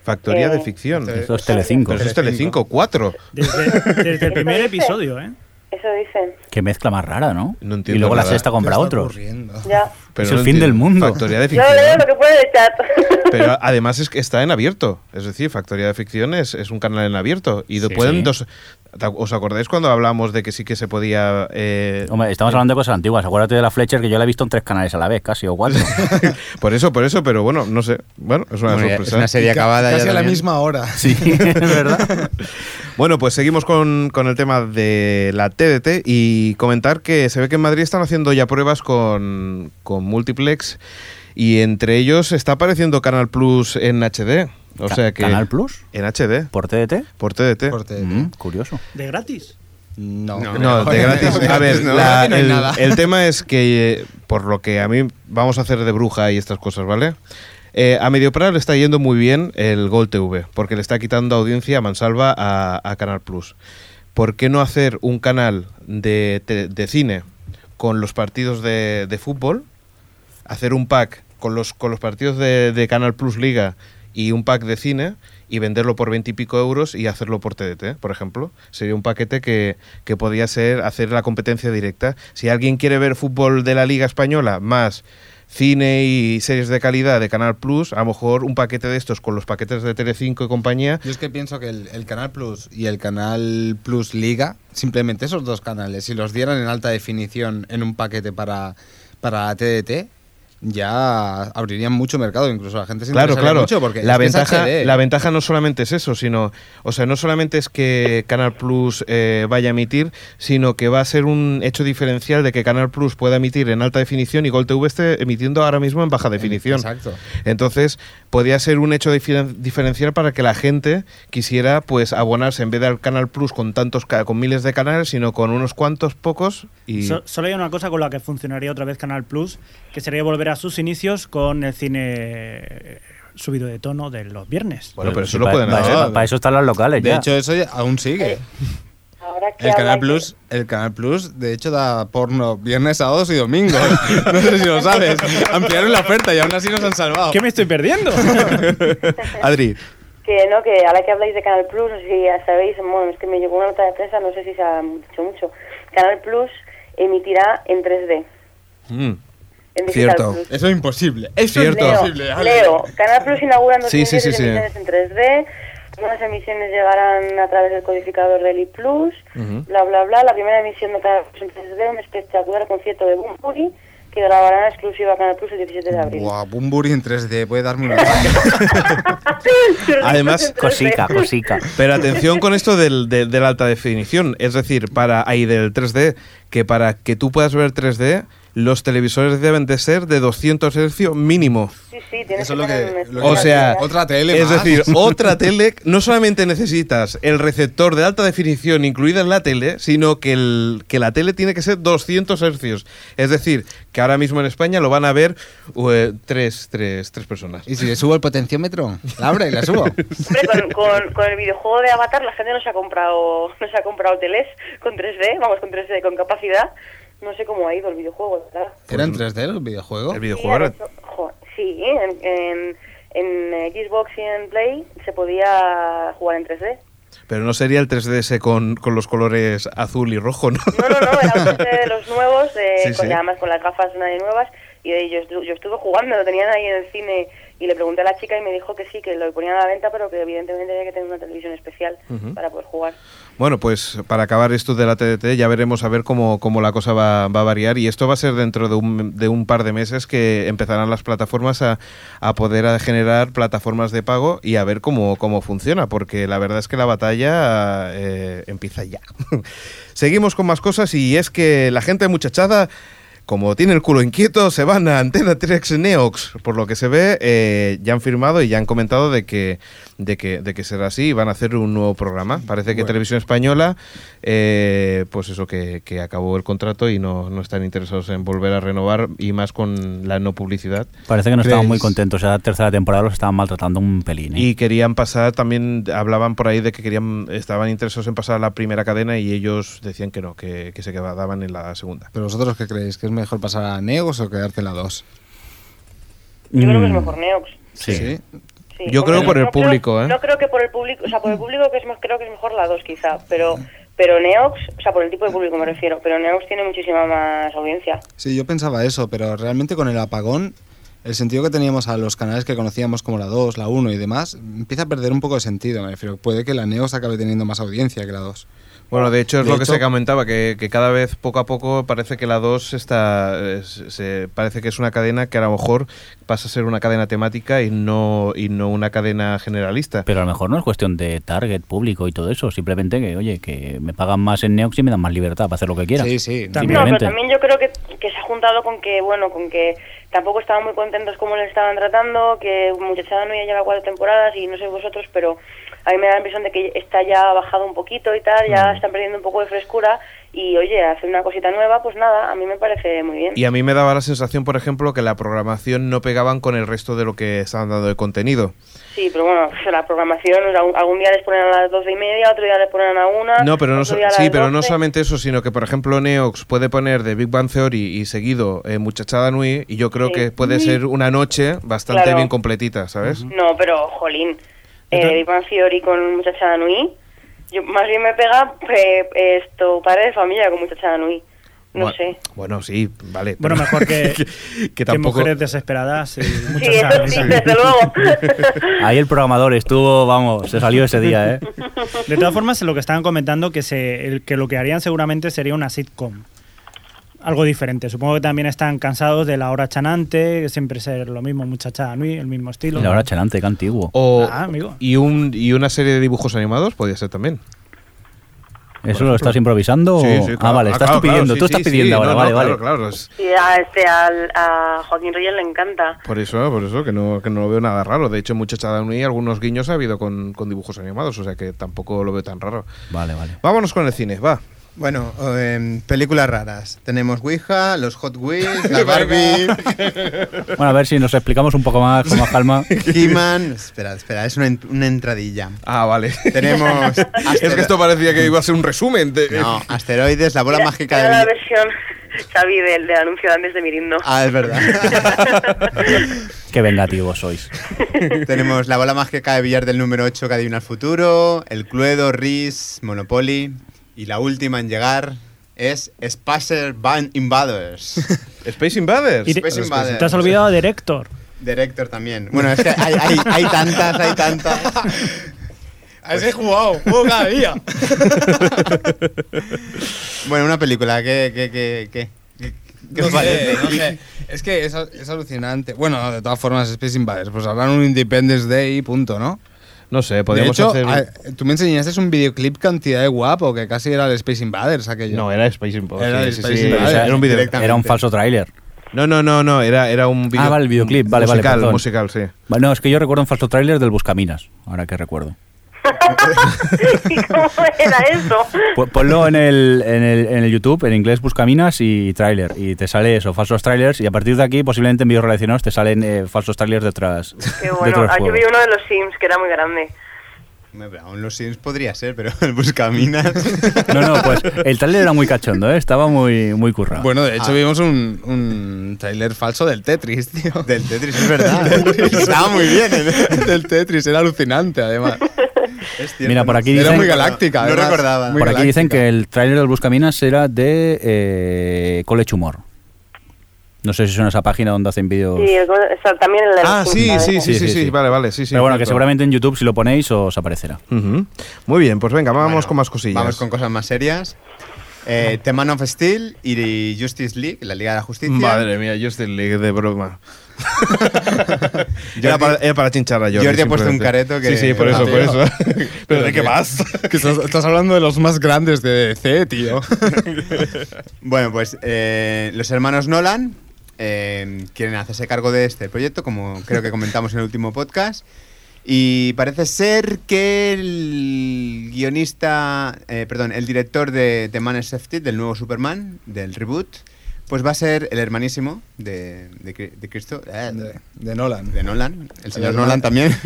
[SPEAKER 3] Factoría
[SPEAKER 8] eh,
[SPEAKER 3] de ficción.
[SPEAKER 5] Eso es Telecinco.
[SPEAKER 3] Pero eso es Telecinco 4.
[SPEAKER 7] Desde, desde el primer
[SPEAKER 8] dice?
[SPEAKER 7] episodio, ¿eh?
[SPEAKER 8] Eso dicen,
[SPEAKER 5] Qué mezcla más rara, ¿no?
[SPEAKER 3] entiendo
[SPEAKER 5] y luego la
[SPEAKER 3] nada.
[SPEAKER 5] sexta compra
[SPEAKER 3] ¿Qué está
[SPEAKER 5] otros.
[SPEAKER 8] ya.
[SPEAKER 3] Pero
[SPEAKER 5] es
[SPEAKER 3] no
[SPEAKER 5] el fin
[SPEAKER 3] entiendo.
[SPEAKER 5] del mundo.
[SPEAKER 3] Factoría de
[SPEAKER 8] Yo
[SPEAKER 3] ficción.
[SPEAKER 8] leo lo que puede el chat.
[SPEAKER 3] Pero además es que está en abierto. Es decir, Factoría de Ficción es, es un canal en abierto. Y de- pueden dos. ¿Os acordáis cuando hablamos de que sí que se podía. eh,
[SPEAKER 5] Hombre, estamos hablando de cosas antiguas. Acuérdate de la Fletcher, que yo la he visto en tres canales a la vez, casi, o cuatro.
[SPEAKER 3] Por eso, por eso, pero bueno, no sé. Bueno, es una
[SPEAKER 9] Bueno, ya-
[SPEAKER 3] sorpresa. ¿eh?
[SPEAKER 9] es una serie acabada
[SPEAKER 10] Casi
[SPEAKER 9] ya
[SPEAKER 10] a la
[SPEAKER 9] también.
[SPEAKER 10] misma hora.
[SPEAKER 5] sí, es verdad.
[SPEAKER 3] Bueno, pues seguimos con, con el tema de la TDT y comentar que se ve que en Madrid están haciendo ya pruebas con, con Multiplex y entre ellos está apareciendo Canal Plus en HD. O
[SPEAKER 5] Ca-
[SPEAKER 3] sea que
[SPEAKER 5] ¿Canal Plus?
[SPEAKER 3] En HD.
[SPEAKER 5] ¿Por TDT?
[SPEAKER 3] Por TDT.
[SPEAKER 5] Mm, curioso.
[SPEAKER 7] De gratis.
[SPEAKER 10] No,
[SPEAKER 3] No, de gratis. A ver,
[SPEAKER 10] no.
[SPEAKER 3] la-
[SPEAKER 10] No hay
[SPEAKER 3] el,
[SPEAKER 10] nada.
[SPEAKER 3] el tema es que, eh, por lo que a mí vamos a hacer de bruja y estas cosas, ¿vale? Eh, a Mediopral le está yendo muy bien el Gol TV, porque le está quitando audiencia a Mansalva a, a Canal Plus. ¿Por qué no hacer un canal de, te- de cine con los partidos de, de fútbol? Hacer un pack con los, con los partidos de, de Canal Plus Liga y un pack de cine y venderlo por 20 y pico euros y hacerlo por TDT, por ejemplo. Sería un paquete que, que podría ser hacer la competencia directa. Si alguien quiere ver fútbol de la Liga Española más cine y series de calidad de Canal Plus, a lo mejor un paquete de estos con los paquetes de Telecinco y compañía.
[SPEAKER 10] Yo es que pienso que el, el Canal Plus y el Canal Plus Liga, simplemente esos dos canales, si los dieran en alta definición en un paquete para, para TDT, ya abrirían mucho mercado, incluso a la gente se
[SPEAKER 3] Claro,
[SPEAKER 10] interesaría
[SPEAKER 3] claro.
[SPEAKER 10] mucho porque
[SPEAKER 3] la,
[SPEAKER 10] es que es
[SPEAKER 3] ventaja,
[SPEAKER 10] HD.
[SPEAKER 3] la ventaja no solamente es eso, sino, o sea, no solamente es que Canal Plus eh, vaya a emitir, sino que va a ser un hecho diferencial de que Canal Plus pueda emitir en alta definición y Gol TV esté emitiendo ahora mismo en baja definición.
[SPEAKER 10] Exacto.
[SPEAKER 3] Entonces, podría ser un hecho difer- diferencial para que la gente quisiera pues abonarse en vez del Canal Plus con tantos ca- con miles de canales, sino con unos cuantos pocos y
[SPEAKER 7] So- solo hay una cosa con la que funcionaría otra vez Canal Plus, que sería volver a sus inicios con el cine subido de tono de los viernes.
[SPEAKER 3] Bueno, pero
[SPEAKER 5] Sí,
[SPEAKER 3] eso lo
[SPEAKER 5] pa-
[SPEAKER 3] pueden
[SPEAKER 5] pa-
[SPEAKER 3] hacer.
[SPEAKER 5] Para, eso están las locales
[SPEAKER 10] De
[SPEAKER 5] ya.
[SPEAKER 10] hecho, eso ya- aún
[SPEAKER 8] Eh,
[SPEAKER 10] sigue. El Canal Plus, el Canal Plus, de hecho, da porno viernes, sábados y domingos. no sé si lo sabes. Ampliaron la oferta y aún así nos han salvado.
[SPEAKER 7] ¿Qué me estoy perdiendo?
[SPEAKER 10] Adri,
[SPEAKER 8] Que no, que ahora que habláis de Canal Plus, no sé si ya sabéis, bueno, es que me llegó una nota de prensa, no sé si se ha dicho mucho. Canal Plus emitirá en 3D. En Digital Plus.
[SPEAKER 10] Mm. Eso es imposible. Eso
[SPEAKER 3] Cierto.
[SPEAKER 10] es
[SPEAKER 8] Leo,
[SPEAKER 10] imposible. Adri.
[SPEAKER 8] Leo, Canal Plus inaugura en
[SPEAKER 3] Sí, sí,
[SPEAKER 8] 2017
[SPEAKER 3] sí, sí.
[SPEAKER 8] emisiones en 3D. Nuevas emisiones llegarán a través del codificador del iPlus.
[SPEAKER 3] Ujú.
[SPEAKER 8] Bla, bla, bla. La primera emisión de Canal Plus en 3D, un espectacular concierto de Bumburi que grabarán en exclusiva Canal Plus el 17 de abril.
[SPEAKER 10] Buah, Bumburi en 3D, puede darme un ataque.
[SPEAKER 8] Pero
[SPEAKER 3] Además-
[SPEAKER 8] en 3D.
[SPEAKER 5] Cosica, cosica.
[SPEAKER 3] Pero atención con esto del, del- de la alta definición. Es decir, para ahí del 3D, que para que tú puedas ver 3D, los televisores deben de ser de 200 hercios mínimo.
[SPEAKER 8] Sí, sí, tienes
[SPEAKER 10] Eso es lo
[SPEAKER 8] tener
[SPEAKER 10] que.
[SPEAKER 8] un
[SPEAKER 10] lo
[SPEAKER 3] O
[SPEAKER 10] que-
[SPEAKER 3] sea,
[SPEAKER 10] otra tele.
[SPEAKER 3] Es
[SPEAKER 10] más.
[SPEAKER 3] decir, otra tele, no solamente necesitas el receptor de alta definición incluida en la tele, sino que, el, que la tele tiene que ser 200 hercios. Es decir, que ahora mismo en España lo van a ver eh, tres, tres- tres personas.
[SPEAKER 10] ¿Y si le subo el potenciómetro? La abro y la subo.
[SPEAKER 8] Hombre, con, con- con el videojuego de Avatar la gente no se ha comprado, no se ha comprado teles con 3D, vamos, con 3D, con capacidad. No sé cómo ha ido el videojuego, la verdad.
[SPEAKER 10] ¿Era en 3D el videojuego?
[SPEAKER 3] El
[SPEAKER 8] Sí,
[SPEAKER 3] videojuego
[SPEAKER 8] han
[SPEAKER 3] ahora-
[SPEAKER 8] hecho- jo- sí, en, en- en, eh, Xbox y en Play se podía jugar en 3D.
[SPEAKER 3] Pero no sería el 3DS con, con los colores azul y rojo, ¿no?
[SPEAKER 8] No, no, no, era un 3D de los nuevos, eh,
[SPEAKER 3] Sí,
[SPEAKER 8] con-
[SPEAKER 3] sí.
[SPEAKER 8] además con las gafas nadie nuevas. Y eh, yo, estu- yo estuve jugando, lo tenían ahí en el cine y le pregunté a la chica y me dijo que sí, que lo ponían a la venta, pero que evidentemente había que tener una televisión especial
[SPEAKER 3] Ujú.
[SPEAKER 8] para poder jugar.
[SPEAKER 3] Bueno, pues para acabar esto de la TDT ya veremos a ver cómo, cómo la cosa va, va a variar y esto va a ser dentro de un, de un par de meses que empezarán las plataformas a, a poder a generar plataformas de pago y a ver cómo, cómo funciona, porque la verdad es que la batalla eh, empieza ya. Seguimos con más cosas y es que la gente muchachada... Como tiene el culo inquieto, se van a Antena 3 Neox. Por lo que se ve, eh, ya han firmado y ya han comentado de que, de que, de que será así y van a hacer un nuevo programa. Parece que Televisión Española, eh, pues eso, que, que acabó el contrato y no, no están interesados en volver a renovar y más con la no publicidad.
[SPEAKER 5] Parece que no estaban
[SPEAKER 10] ¿Crees?
[SPEAKER 5] muy contentos. La tercera temporada los estaban maltratando un pelín. ¿eh?
[SPEAKER 3] Y querían pasar, también hablaban por ahí de que querían estaban interesados en pasar a la primera cadena y ellos decían que no, que, que se quedaban en la segunda.
[SPEAKER 10] ¿Pero vosotros qué creéis? ¿Que es mejor pasar a Neos o quedarte en la 2?
[SPEAKER 8] Yo creo que es
[SPEAKER 5] Mm,
[SPEAKER 8] mejor Neox.
[SPEAKER 5] Sí.
[SPEAKER 8] Sí,
[SPEAKER 3] Yo
[SPEAKER 8] hombre,
[SPEAKER 3] creo por el público, ¿eh?
[SPEAKER 8] No creo que por el público, o sea, por el público que es, más- creo que es mejor la 2 quizá, pero pero Neox, o sea, por el tipo de público me refiero, pero Neox tiene muchísima más audiencia.
[SPEAKER 10] Sí, yo pensaba eso, pero realmente con el apagón, el sentido que teníamos a los canales que conocíamos como la 2, la 1 y demás, empieza a perder un poco de sentido, me refiero. Puede que la Neos acabe teniendo más audiencia que la 2.
[SPEAKER 3] Bueno, de hecho es
[SPEAKER 10] De
[SPEAKER 3] lo que
[SPEAKER 10] hecho-
[SPEAKER 3] se comentaba, que, que cada vez poco a poco parece que la 2 está, eh, se, se- parece que es una cadena que a lo mejor pasa a ser una cadena temática y no, y no una cadena generalista.
[SPEAKER 5] Pero a lo mejor no es cuestión de target, público y todo eso. Simplemente que, oye, que me pagan más en Neox y me dan más libertad para hacer lo que quiera.
[SPEAKER 10] Sí, sí.
[SPEAKER 8] No,
[SPEAKER 5] También.
[SPEAKER 8] pero
[SPEAKER 5] Simplemente.
[SPEAKER 8] también yo creo que, que se ha juntado con que, bueno, con que tampoco estaban muy contentos cómo les estaban tratando, que Muchachada no ya lleva cuatro temporadas y no sé vosotros, pero a mí me da la impresión de que está ya bajado un poquito y tal, ya están perdiendo un poco de frescura Y oye, hacer una cosita nueva, pues nada, a mí me parece muy bien.
[SPEAKER 3] Y a mí me daba la sensación, por ejemplo, que la programación no pegaban con el resto de lo que estaban dando de contenido.
[SPEAKER 8] Sí, pero bueno, o sea, la programación, o sea, un- algún día les ponen a las doce y media, otro día les ponen a una.
[SPEAKER 3] No, pero no,
[SPEAKER 8] otro
[SPEAKER 3] so-
[SPEAKER 8] día a las
[SPEAKER 3] sí, pero no
[SPEAKER 8] 12.
[SPEAKER 3] solamente eso, sino que por ejemplo Neox puede poner de Big Bang Theory y seguido eh, Muchachada Nui y yo creo
[SPEAKER 8] Sí.
[SPEAKER 3] que puede ser una noche bastante
[SPEAKER 8] Claro.
[SPEAKER 3] bien completita, ¿sabes?
[SPEAKER 8] No, pero jolín, eh,
[SPEAKER 3] Entonces-
[SPEAKER 8] Big Bang Theory con Muchacha Danui, yo más bien me pega eh, esto, padre de familia con Muchacha Danui. No
[SPEAKER 3] Bueno,
[SPEAKER 8] sé.
[SPEAKER 3] Bueno, sí, vale. pero-
[SPEAKER 7] Bueno, mejor que,
[SPEAKER 3] que,
[SPEAKER 7] que
[SPEAKER 3] tampoco...
[SPEAKER 7] mujeres desesperadas y muchas
[SPEAKER 8] eso
[SPEAKER 7] ganas.
[SPEAKER 8] sí, desde luego.
[SPEAKER 5] Ahí el programador estuvo, vamos, se salió ese día, ¿eh?
[SPEAKER 7] De todas formas, lo que estaban comentando, que, se, el- que lo que harían seguramente sería una sitcom. Algo diferente. Supongo que también están cansados de la hora chanante, que siempre ser lo mismo, muchacha Nui, el mismo estilo.
[SPEAKER 5] La hora chelante, que antiguo.
[SPEAKER 3] O,
[SPEAKER 7] Ah, amigo.
[SPEAKER 3] y, un, y una serie de dibujos animados podría ser también.
[SPEAKER 5] ¿Eso lo estás improvisando? o-
[SPEAKER 3] Sí, sí,
[SPEAKER 5] ah,
[SPEAKER 3] claro.
[SPEAKER 5] vale,
[SPEAKER 3] Ah,
[SPEAKER 5] estás
[SPEAKER 3] claro,
[SPEAKER 5] tú pidiendo,
[SPEAKER 3] claro,
[SPEAKER 5] tú
[SPEAKER 3] sí,
[SPEAKER 5] estás
[SPEAKER 3] sí,
[SPEAKER 5] pidiendo
[SPEAKER 3] sí,
[SPEAKER 5] ahora,
[SPEAKER 3] no,
[SPEAKER 5] vale,
[SPEAKER 3] no,
[SPEAKER 5] vale.
[SPEAKER 3] Claro, claro, es-
[SPEAKER 8] Y a, este, al- a Joaquín Reyes le encanta.
[SPEAKER 3] Por eso, por eso, que no, que no lo veo nada raro. De hecho, Muchachada Nui algunos guiños ha habido con, con dibujos animados, o sea que tampoco lo veo tan raro.
[SPEAKER 5] Vale, vale.
[SPEAKER 3] Vámonos con el cine, va.
[SPEAKER 9] Bueno, em, películas raras. Tenemos Ouija, los Hot Wheels, la Barbie,
[SPEAKER 5] Bueno, a ver si nos explicamos un poco más con más calma.
[SPEAKER 9] He-Man. Espera, espera, es una, ent- una entradilla.
[SPEAKER 3] Ah, vale.
[SPEAKER 9] Tenemos.
[SPEAKER 3] Es que esto parecía que iba a ser un resumen. de- eh,
[SPEAKER 9] No, asteroides, la bola
[SPEAKER 8] Era-
[SPEAKER 9] mágica
[SPEAKER 8] era la
[SPEAKER 9] de.
[SPEAKER 8] versión, Xavi, del, del anuncio de antes de Mirindo.
[SPEAKER 9] Ah, es verdad.
[SPEAKER 5] Qué vengativos sois.
[SPEAKER 9] Tenemos la bola mágica de billar del número 8 que adivina el futuro, el Cluedo, Riz, Monopoly y la última en llegar es Spacer Van Invaders.
[SPEAKER 3] Space Invaders.
[SPEAKER 7] Y te-
[SPEAKER 9] Space Invaders.
[SPEAKER 7] Te has olvidado de Rector.
[SPEAKER 9] Director también. Bueno, es que hay, hay- hay tantas, hay tantas.
[SPEAKER 10] A ese he jugado, juego cada día.
[SPEAKER 9] Bueno, una película, ¿qué, qué, qué, qué? ¿Qué- qué
[SPEAKER 10] No
[SPEAKER 9] os
[SPEAKER 10] sé,
[SPEAKER 9] parece?
[SPEAKER 10] no sé. Es que es, al- es alucinante. Bueno, de todas formas, Space Invaders, pues harán un Independence Day y punto, ¿no?
[SPEAKER 3] No sé,
[SPEAKER 10] De
[SPEAKER 3] podríamos
[SPEAKER 10] hecho,
[SPEAKER 3] hacer.
[SPEAKER 10] a- tú me enseñaste un videoclip cantidad de guapo, que casi era el Space Invaders aquello.
[SPEAKER 3] No, era Space Invaders.
[SPEAKER 10] Era
[SPEAKER 3] sí,
[SPEAKER 10] el
[SPEAKER 3] sí,
[SPEAKER 10] Space
[SPEAKER 3] sí,
[SPEAKER 10] Invaders.
[SPEAKER 3] o sea, era un video.
[SPEAKER 9] Directamente.
[SPEAKER 5] Era un falso tráiler.
[SPEAKER 3] No, no, no, no, era, era un video.
[SPEAKER 5] Ah, vale, el videoclip, vale, vale,
[SPEAKER 3] musical,
[SPEAKER 5] perdón.
[SPEAKER 3] musical, sí.
[SPEAKER 5] Bueno, es que yo recuerdo un falso tráiler del Buscaminas, ahora que recuerdo.
[SPEAKER 8] ¿Y cómo era eso?
[SPEAKER 5] Po- Ponlo en el, en, el, en el YouTube, en inglés Buscaminas y tráiler. Y te sale eso, falsos trailers. Y a partir de aquí, posiblemente en vídeos relacionados, te salen eh, falsos trailers detrás.
[SPEAKER 8] Qué bueno. Ah, yo vi uno de los Sims que era muy grande.
[SPEAKER 9] Hombre, pero Aún los Sims podría ser, pero el Buscaminas.
[SPEAKER 5] No, no, pues el tráiler era muy cachondo, ¿eh? estaba muy, muy currado.
[SPEAKER 10] Bueno, de hecho, vimos un, un trailer falso del Tetris, tío.
[SPEAKER 9] Del Tetris, es verdad. Estaba muy bien. ¿eh?
[SPEAKER 10] del Tetris, era alucinante, además.
[SPEAKER 9] Es cierto,
[SPEAKER 5] Mira, por aquí
[SPEAKER 10] Era
[SPEAKER 5] dicen-
[SPEAKER 10] muy galáctica,
[SPEAKER 9] No
[SPEAKER 10] además.
[SPEAKER 9] recordaba.
[SPEAKER 10] Muy
[SPEAKER 5] Por aquí dicen
[SPEAKER 10] galáctica.
[SPEAKER 5] que el tráiler del Buscaminas era de eh, College Humor. No sé si son esa página donde hacen vídeos.
[SPEAKER 8] Sí, el- o sea, también el de ¿eh? los
[SPEAKER 3] Ah,
[SPEAKER 8] Sims,
[SPEAKER 3] sí,
[SPEAKER 8] ¿sabes?
[SPEAKER 3] sí, sí,
[SPEAKER 5] Sí,
[SPEAKER 3] sí,
[SPEAKER 5] sí,
[SPEAKER 3] sí,
[SPEAKER 5] sí.
[SPEAKER 3] vale, vale, sí, sí.
[SPEAKER 5] Pero bueno, que
[SPEAKER 3] cierto.
[SPEAKER 5] seguramente en YouTube si lo ponéis os aparecerá.
[SPEAKER 3] Ujú. Muy bien, pues venga, vamos
[SPEAKER 9] Bueno,
[SPEAKER 3] con más cosillas.
[SPEAKER 9] Vamos con cosas más serias. Eh, The Man of Steel y Justice League, la Liga de la Justicia.
[SPEAKER 3] Madre mía, yo estoy le- de broma.
[SPEAKER 9] Jordi-
[SPEAKER 3] era, para, era para chinchar a Jordi.
[SPEAKER 9] Jordi ha puesto un
[SPEAKER 3] simplemente.
[SPEAKER 9] careto que-
[SPEAKER 3] Sí, sí, por
[SPEAKER 9] Ah,
[SPEAKER 3] eso, por
[SPEAKER 9] tío.
[SPEAKER 3] eso. ¿Pero de
[SPEAKER 9] Pero
[SPEAKER 3] qué
[SPEAKER 9] que-
[SPEAKER 3] más?
[SPEAKER 10] Que estás, estás hablando de los más grandes de DC, tío.
[SPEAKER 9] Bueno, pues eh, los hermanos Nolan eh, quieren hacerse cargo de este proyecto, como creo que comentamos en el último podcast. Y parece ser que el guionista, eh, perdón, el director de The Man is Steel, del nuevo Superman, del reboot, pues va a ser el hermanísimo de, de, Cri- de Cristo. eh,
[SPEAKER 10] De, de Nolan.
[SPEAKER 9] de Nolan, el señor
[SPEAKER 10] hermano.
[SPEAKER 9] Nolan también.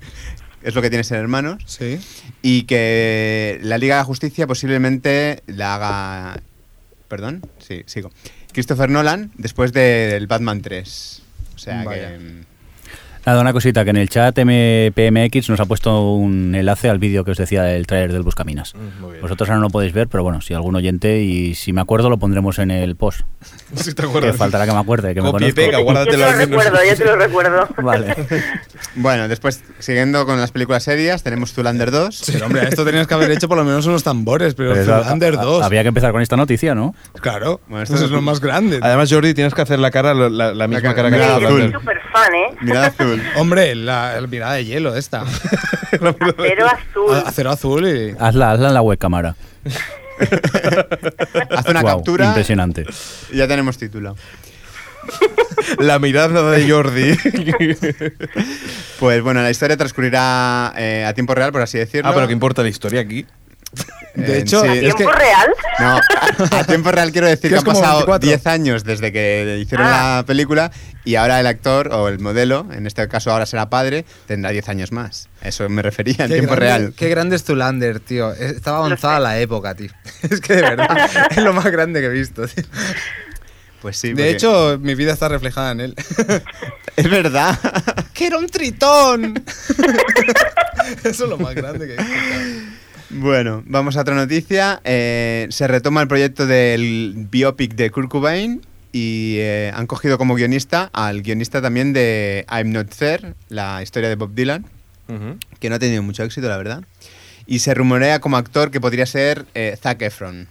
[SPEAKER 9] es lo que tiene ser hermanos.
[SPEAKER 10] Sí.
[SPEAKER 9] Y que la Liga de la Justicia posiblemente la haga. Perdón, sí, sigo. Christopher Nolan después de- del Batman 3. O sea
[SPEAKER 10] Vaya.
[SPEAKER 9] que. mm,
[SPEAKER 5] Nada, una cosita, que en el chat MPMX nos ha puesto un enlace al vídeo que os decía del tráiler del Buscaminas.
[SPEAKER 3] Mm,
[SPEAKER 5] Vosotros ahora no lo podéis ver, pero bueno, si algún oyente y si me acuerdo lo pondremos en el post.
[SPEAKER 3] Si te
[SPEAKER 5] Que
[SPEAKER 3] acuerdas.
[SPEAKER 5] faltará que me acuerde, que me
[SPEAKER 3] Copia y
[SPEAKER 5] conozco.
[SPEAKER 3] pega,
[SPEAKER 8] Yo te
[SPEAKER 3] guárdatelo
[SPEAKER 8] lo
[SPEAKER 3] al menos.
[SPEAKER 8] recuerdo, yo te lo recuerdo.
[SPEAKER 5] Vale.
[SPEAKER 9] Bueno, después, siguiendo con las películas serias, tenemos Zulander 2.
[SPEAKER 10] Pero hombre, a esto tenías que haber hecho por lo menos unos tambores, pero,
[SPEAKER 5] Pero eso-
[SPEAKER 10] Under
[SPEAKER 5] a- a-
[SPEAKER 10] 2.
[SPEAKER 5] Había que empezar con esta noticia, ¿no?
[SPEAKER 10] Claro,
[SPEAKER 9] Bueno, esto
[SPEAKER 10] esto es
[SPEAKER 9] es-
[SPEAKER 10] lo más grande.
[SPEAKER 3] Además, Jordi, tienes que hacer la cara, la, la- la misma cara,
[SPEAKER 9] cara-
[SPEAKER 3] que
[SPEAKER 9] la
[SPEAKER 3] haces
[SPEAKER 9] cara
[SPEAKER 8] Sí, yo soy
[SPEAKER 3] durante-
[SPEAKER 9] azul.
[SPEAKER 8] súper fan, ¿eh?
[SPEAKER 9] Mirada azul.
[SPEAKER 10] Hombre, la, la mirada de hielo esta.
[SPEAKER 8] Acero azul.
[SPEAKER 3] Ah,
[SPEAKER 10] A- Acero azul y...
[SPEAKER 5] Hazla, hazla en la webcámara.
[SPEAKER 9] Hace una
[SPEAKER 5] Guau,
[SPEAKER 9] captura
[SPEAKER 5] Impresionante.
[SPEAKER 9] y ya tenemos título.
[SPEAKER 3] La mirada de Jordi.
[SPEAKER 9] Pues bueno, la historia transcurrirá eh, a tiempo real, por así decirlo. Eh,
[SPEAKER 3] ah, pero ¿qué importa la historia aquí?
[SPEAKER 13] De hecho,
[SPEAKER 9] sí,
[SPEAKER 13] ¿A
[SPEAKER 9] es
[SPEAKER 13] tiempo
[SPEAKER 9] que-
[SPEAKER 8] real?
[SPEAKER 9] No, a tiempo real quiero decir
[SPEAKER 13] Que
[SPEAKER 9] que
[SPEAKER 13] es
[SPEAKER 9] han
[SPEAKER 13] como
[SPEAKER 9] pasado
[SPEAKER 13] 24.
[SPEAKER 9] 10 años desde que hicieron la película y ahora el actor o el modelo, en este caso ahora será padre, tendrá 10 años más. A Eso me refería, en
[SPEAKER 13] Qué
[SPEAKER 9] tiempo
[SPEAKER 13] grande-
[SPEAKER 9] real.
[SPEAKER 13] Qué grande es Tulander, tío. Estaba avanzada la época, tío. Es que de verdad, es lo más grande que he visto, tío.
[SPEAKER 9] Pues sí.
[SPEAKER 13] De
[SPEAKER 9] porque-
[SPEAKER 13] hecho, mi vida está reflejada en él.
[SPEAKER 9] es verdad.
[SPEAKER 13] ¡Que era un tritón! Eso es lo más grande que he visto.
[SPEAKER 9] Bueno, vamos a otra noticia. Eh, se retoma el proyecto del biopic de Kurt Cobain y eh, han cogido como guionista al guionista también de I'm Not There, la historia de Bob Dylan, que no ha tenido mucho éxito, la verdad. Y se rumorea como actor que podría ser eh, Zac Efron.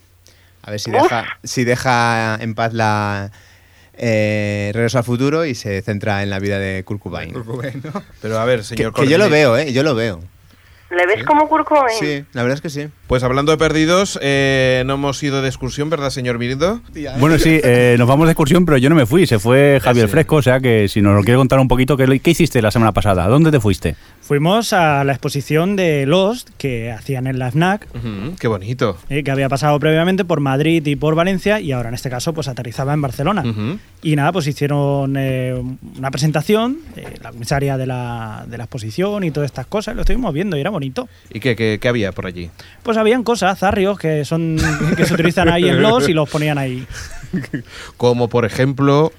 [SPEAKER 9] A ver si deja, si deja en paz la eh, Regreso al Futuro y se centra en la vida de Kurt Cobain.
[SPEAKER 3] Pero a ver,
[SPEAKER 9] Que,
[SPEAKER 3] señor
[SPEAKER 9] que yo lo
[SPEAKER 3] Cornet.
[SPEAKER 9] veo, ¿eh? Yo lo veo.
[SPEAKER 8] ¿Le ves como Kurt Cobain?
[SPEAKER 9] Sí, la verdad es que sí.
[SPEAKER 3] Pues hablando de perdidos, eh, no hemos ido de excursión, ¿verdad, señor Mirindo?
[SPEAKER 5] Bueno, sí, eh, nos vamos de excursión, pero yo no me fui, se fue Javier
[SPEAKER 3] sí.
[SPEAKER 5] Fresco, o sea que si nos lo quiere contar un poquito, ¿qué, qué hiciste la semana pasada? ¿A dónde te fuiste?
[SPEAKER 7] Fuimos a la exposición de Lost que hacían en la FNAC,
[SPEAKER 3] Ujú, qué bonito.
[SPEAKER 7] eh, que había pasado previamente por Madrid y por Valencia y ahora en este caso pues aterrizaba en Barcelona.
[SPEAKER 3] Ujú.
[SPEAKER 7] Y nada, pues hicieron eh, una presentación, eh, la comisaria de la, de la exposición y todas estas cosas, lo estuvimos viendo y era bonito.
[SPEAKER 3] ¿Y qué, qué- qué había por allí?
[SPEAKER 7] Pues habían cosas, zarrios, que son que se utilizan ahí en Lost y los ponían ahí.
[SPEAKER 3] Como por ejemplo.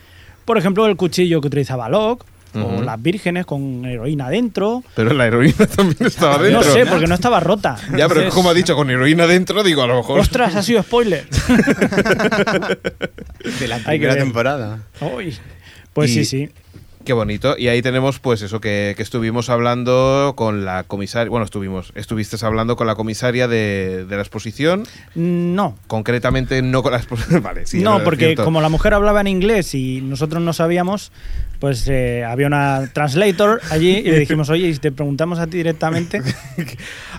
[SPEAKER 7] Por ejemplo, el cuchillo que utilizaba Locke, o
[SPEAKER 3] Ujú.
[SPEAKER 7] las vírgenes con heroína dentro.
[SPEAKER 3] Pero la heroína también estaba dentro.
[SPEAKER 7] No sé, porque no estaba rota.
[SPEAKER 3] Ya, pero
[SPEAKER 7] Entonces,
[SPEAKER 3] como ha dicho, con heroína dentro, digo, a lo mejor.
[SPEAKER 7] Ostras, ha sido spoiler.
[SPEAKER 9] De la
[SPEAKER 7] que
[SPEAKER 9] primera
[SPEAKER 7] ver.
[SPEAKER 9] temporada.
[SPEAKER 7] Uy. Pues
[SPEAKER 3] Y-
[SPEAKER 7] sí, sí.
[SPEAKER 3] Qué bonito. Y ahí tenemos, pues, eso que, que estuvimos hablando con la comisaria. Bueno, estuvimos. Estuviste hablando con la comisaria de, de la exposición.
[SPEAKER 7] No.
[SPEAKER 3] Concretamente, no con la exposición. Vale, sí.
[SPEAKER 7] no,
[SPEAKER 3] es
[SPEAKER 7] porque
[SPEAKER 3] cierto.
[SPEAKER 7] como la mujer hablaba en inglés y nosotros no sabíamos, pues eh, había una translator allí y le dijimos, oye, y si te preguntamos a ti directamente,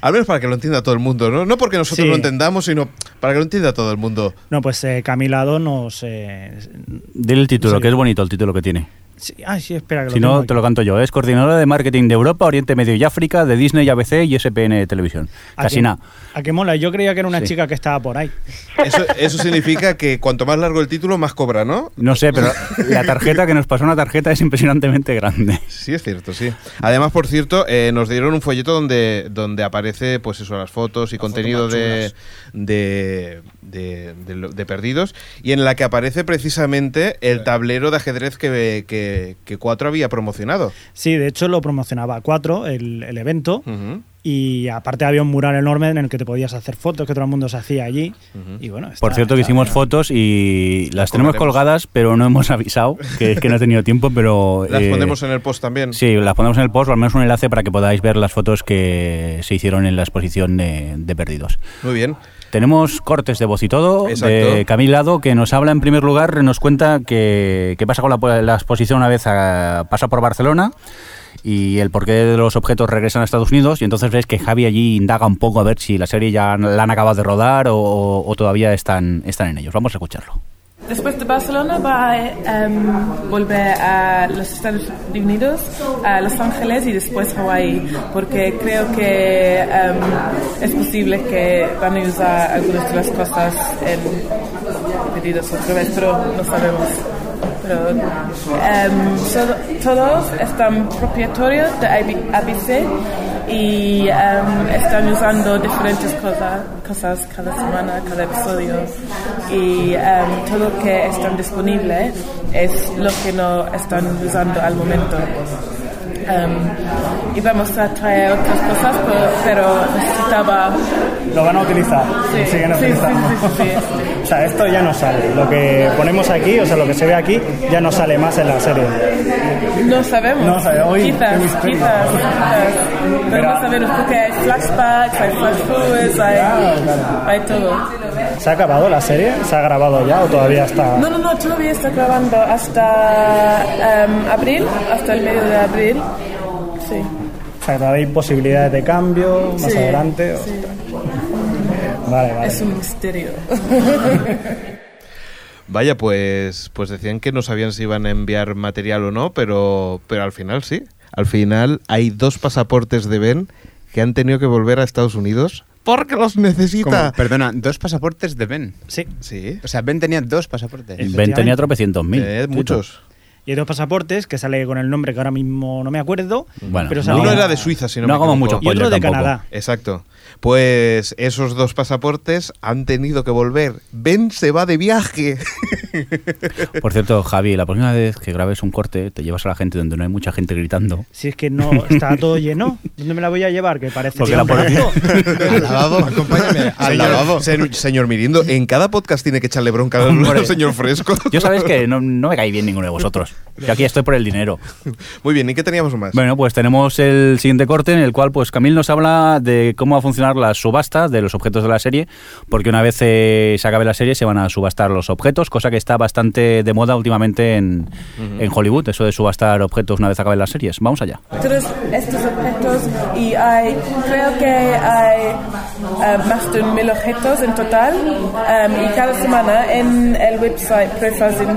[SPEAKER 3] Al menos para que lo entienda todo el mundo, ¿no? No porque nosotros
[SPEAKER 7] Sí.
[SPEAKER 3] lo entendamos, sino para que lo entienda todo el mundo.
[SPEAKER 7] no, pues eh, Camilado nos... eh,
[SPEAKER 5] Dile el título,
[SPEAKER 7] Sí.
[SPEAKER 5] que es bonito el título que tiene.
[SPEAKER 7] sí, ah, sí, espera que
[SPEAKER 5] Si
[SPEAKER 7] lo tengo
[SPEAKER 5] no,
[SPEAKER 7] aquí.
[SPEAKER 5] te lo canto yo. Es coordinadora de marketing de Europa, Oriente Medio y África, de Disney, y ABC y SPN de televisión.
[SPEAKER 7] ¿A
[SPEAKER 5] Casi
[SPEAKER 7] que-
[SPEAKER 5] nada.
[SPEAKER 7] A que mola, yo creía que era una
[SPEAKER 5] Sí.
[SPEAKER 7] chica que estaba por ahí.
[SPEAKER 3] Eso, eso significa que cuanto más largo el título, más cobra, ¿no?
[SPEAKER 5] No sé, pero la tarjeta que nos pasó una tarjeta es impresionantemente grande.
[SPEAKER 3] Sí, es cierto, sí. Además, por cierto, eh, nos dieron un folleto donde, donde aparece, pues eso, las fotos y contenido de, de, de- de lo- de perdidos, y en la que aparece precisamente el tablero de ajedrez que, que, que Cuatro había promocionado.
[SPEAKER 7] Sí, de hecho lo promocionaba a cuatro el, el evento
[SPEAKER 3] Ujú,
[SPEAKER 7] y aparte había un mural enorme en el que te podías hacer fotos que todo el mundo se hacía allí.
[SPEAKER 3] ujú.
[SPEAKER 7] Y bueno, está-
[SPEAKER 5] Por cierto, que
[SPEAKER 7] está
[SPEAKER 5] hicimos
[SPEAKER 7] bien.
[SPEAKER 5] fotos y las tenemos
[SPEAKER 3] colgaremos.
[SPEAKER 5] colgadas, pero no hemos avisado, que es que no he tenido tiempo, pero...
[SPEAKER 3] Las
[SPEAKER 5] eh,
[SPEAKER 3] pondremos en el post también.
[SPEAKER 5] Sí, las pondremos en el post o al menos un enlace para que podáis ver las fotos que se hicieron en la exposición de, de Perdidos.
[SPEAKER 3] Muy bien.
[SPEAKER 5] Tenemos cortes de voz y todo de
[SPEAKER 3] Exacto.
[SPEAKER 5] Camilado que nos habla en primer lugar, nos cuenta que, que pasa con la, la exposición una vez a- pasa por Barcelona y el porqué de los objetos regresan a Estados Unidos y entonces ves que Javi allí indaga un poco a ver si la serie ya la han acabado de rodar o, o todavía están, están en ellos. Vamos a escucharlo.
[SPEAKER 14] Después de Barcelona va a em, volver a los Estados Unidos, a Los Ángeles y después Hawái, porque creo que em, es posible que van a usar algunas de las cosas en pedidos otra vez, pero no sabemos. Pero, em, so- todos están propietarios de AB- ABC y em, están usando diferentes cosas, cosas cada semana, cada episodio y em, todo lo que están disponible es lo que no están usando al momento. Em, y vamos a traer otras cosas, pero, pero necesitaba...
[SPEAKER 7] Lo van a utilizar.
[SPEAKER 14] Sí,
[SPEAKER 7] lo siguen
[SPEAKER 14] sí, sí,
[SPEAKER 7] utilizando.
[SPEAKER 14] sí, sí, sí.
[SPEAKER 7] O sea, esto ya no sale. Lo que ponemos aquí, o sea, lo que se ve aquí, ya no sale más en la serie.
[SPEAKER 14] No sabemos.
[SPEAKER 7] No sabemos. Hoy,
[SPEAKER 14] quizás,
[SPEAKER 7] qué
[SPEAKER 14] quizás,
[SPEAKER 7] misterio.
[SPEAKER 14] quizás. Pero no sabemos porque hay flashbacks, hay flash forwards, hay, hay todo.
[SPEAKER 7] ¿Se ha acabado la serie? ¿Se ha grabado ya o todavía está?
[SPEAKER 14] No, no, no, todavía está grabando hasta em, abril, hasta el medio de abril. Sí.
[SPEAKER 7] O sea, todavía hay posibilidades de cambio más
[SPEAKER 14] Sí,
[SPEAKER 7] adelante. o-
[SPEAKER 14] sí.
[SPEAKER 7] Vale, vale.
[SPEAKER 14] Es un misterio.
[SPEAKER 3] Vaya, pues, pues decían que no sabían si iban a enviar material o no, pero, pero al final sí. Al final hay dos pasaportes de Ben que han tenido que volver a Estados Unidos porque los necesita.
[SPEAKER 9] Como, perdona, dos pasaportes de Ben.
[SPEAKER 7] Sí.
[SPEAKER 3] Sí.
[SPEAKER 9] O sea, Ben tenía dos pasaportes.
[SPEAKER 5] Ben tenía tropecientos mil.
[SPEAKER 3] Eh, muchos.
[SPEAKER 7] Y hay dos pasaportes que sale con el nombre que ahora mismo no me acuerdo.
[SPEAKER 5] Bueno,
[SPEAKER 7] pero sale-
[SPEAKER 3] Uno era de Suiza, si no,
[SPEAKER 5] No
[SPEAKER 3] me
[SPEAKER 5] hagamos
[SPEAKER 3] equivoco.
[SPEAKER 5] mucho spoiler
[SPEAKER 7] Y otro de
[SPEAKER 5] tampoco.
[SPEAKER 7] Canadá.
[SPEAKER 3] Exacto. Pues esos dos pasaportes han tenido que volver. Ben se va de viaje.
[SPEAKER 5] Por cierto, Javi, la próxima vez que grabes un corte, te llevas a la gente donde no hay mucha gente gritando.
[SPEAKER 7] Si es que no está todo lleno, ¿dónde me la voy a llevar? Que parece
[SPEAKER 5] Porque
[SPEAKER 7] que
[SPEAKER 5] la
[SPEAKER 7] un
[SPEAKER 5] policía-
[SPEAKER 7] gato.
[SPEAKER 3] Acompáñame
[SPEAKER 9] al
[SPEAKER 3] señor,
[SPEAKER 9] lavabo.
[SPEAKER 3] sen- señor Mirindo, en cada podcast tiene que echarle bronca al
[SPEAKER 5] Hombre.
[SPEAKER 3] señor Fresco.
[SPEAKER 5] Yo sabéis que no, no me cae bien ninguno de vosotros. Yo aquí estoy por el dinero.
[SPEAKER 3] Muy bien, ¿y qué teníamos más?
[SPEAKER 5] Bueno, pues tenemos el siguiente corte en el cual pues Camil nos habla de cómo va a funcionar la subasta de los objetos de la serie, porque una vez eh, se acabe la serie se van a subastar los objetos, cosa que está bastante de moda últimamente en, en Hollywood, eso de subastar objetos una vez acaben las series. Vamos allá.
[SPEAKER 14] Todos estos objetos y hay, creo que hay eh, más de mil objetos en total Em, y cada semana en el website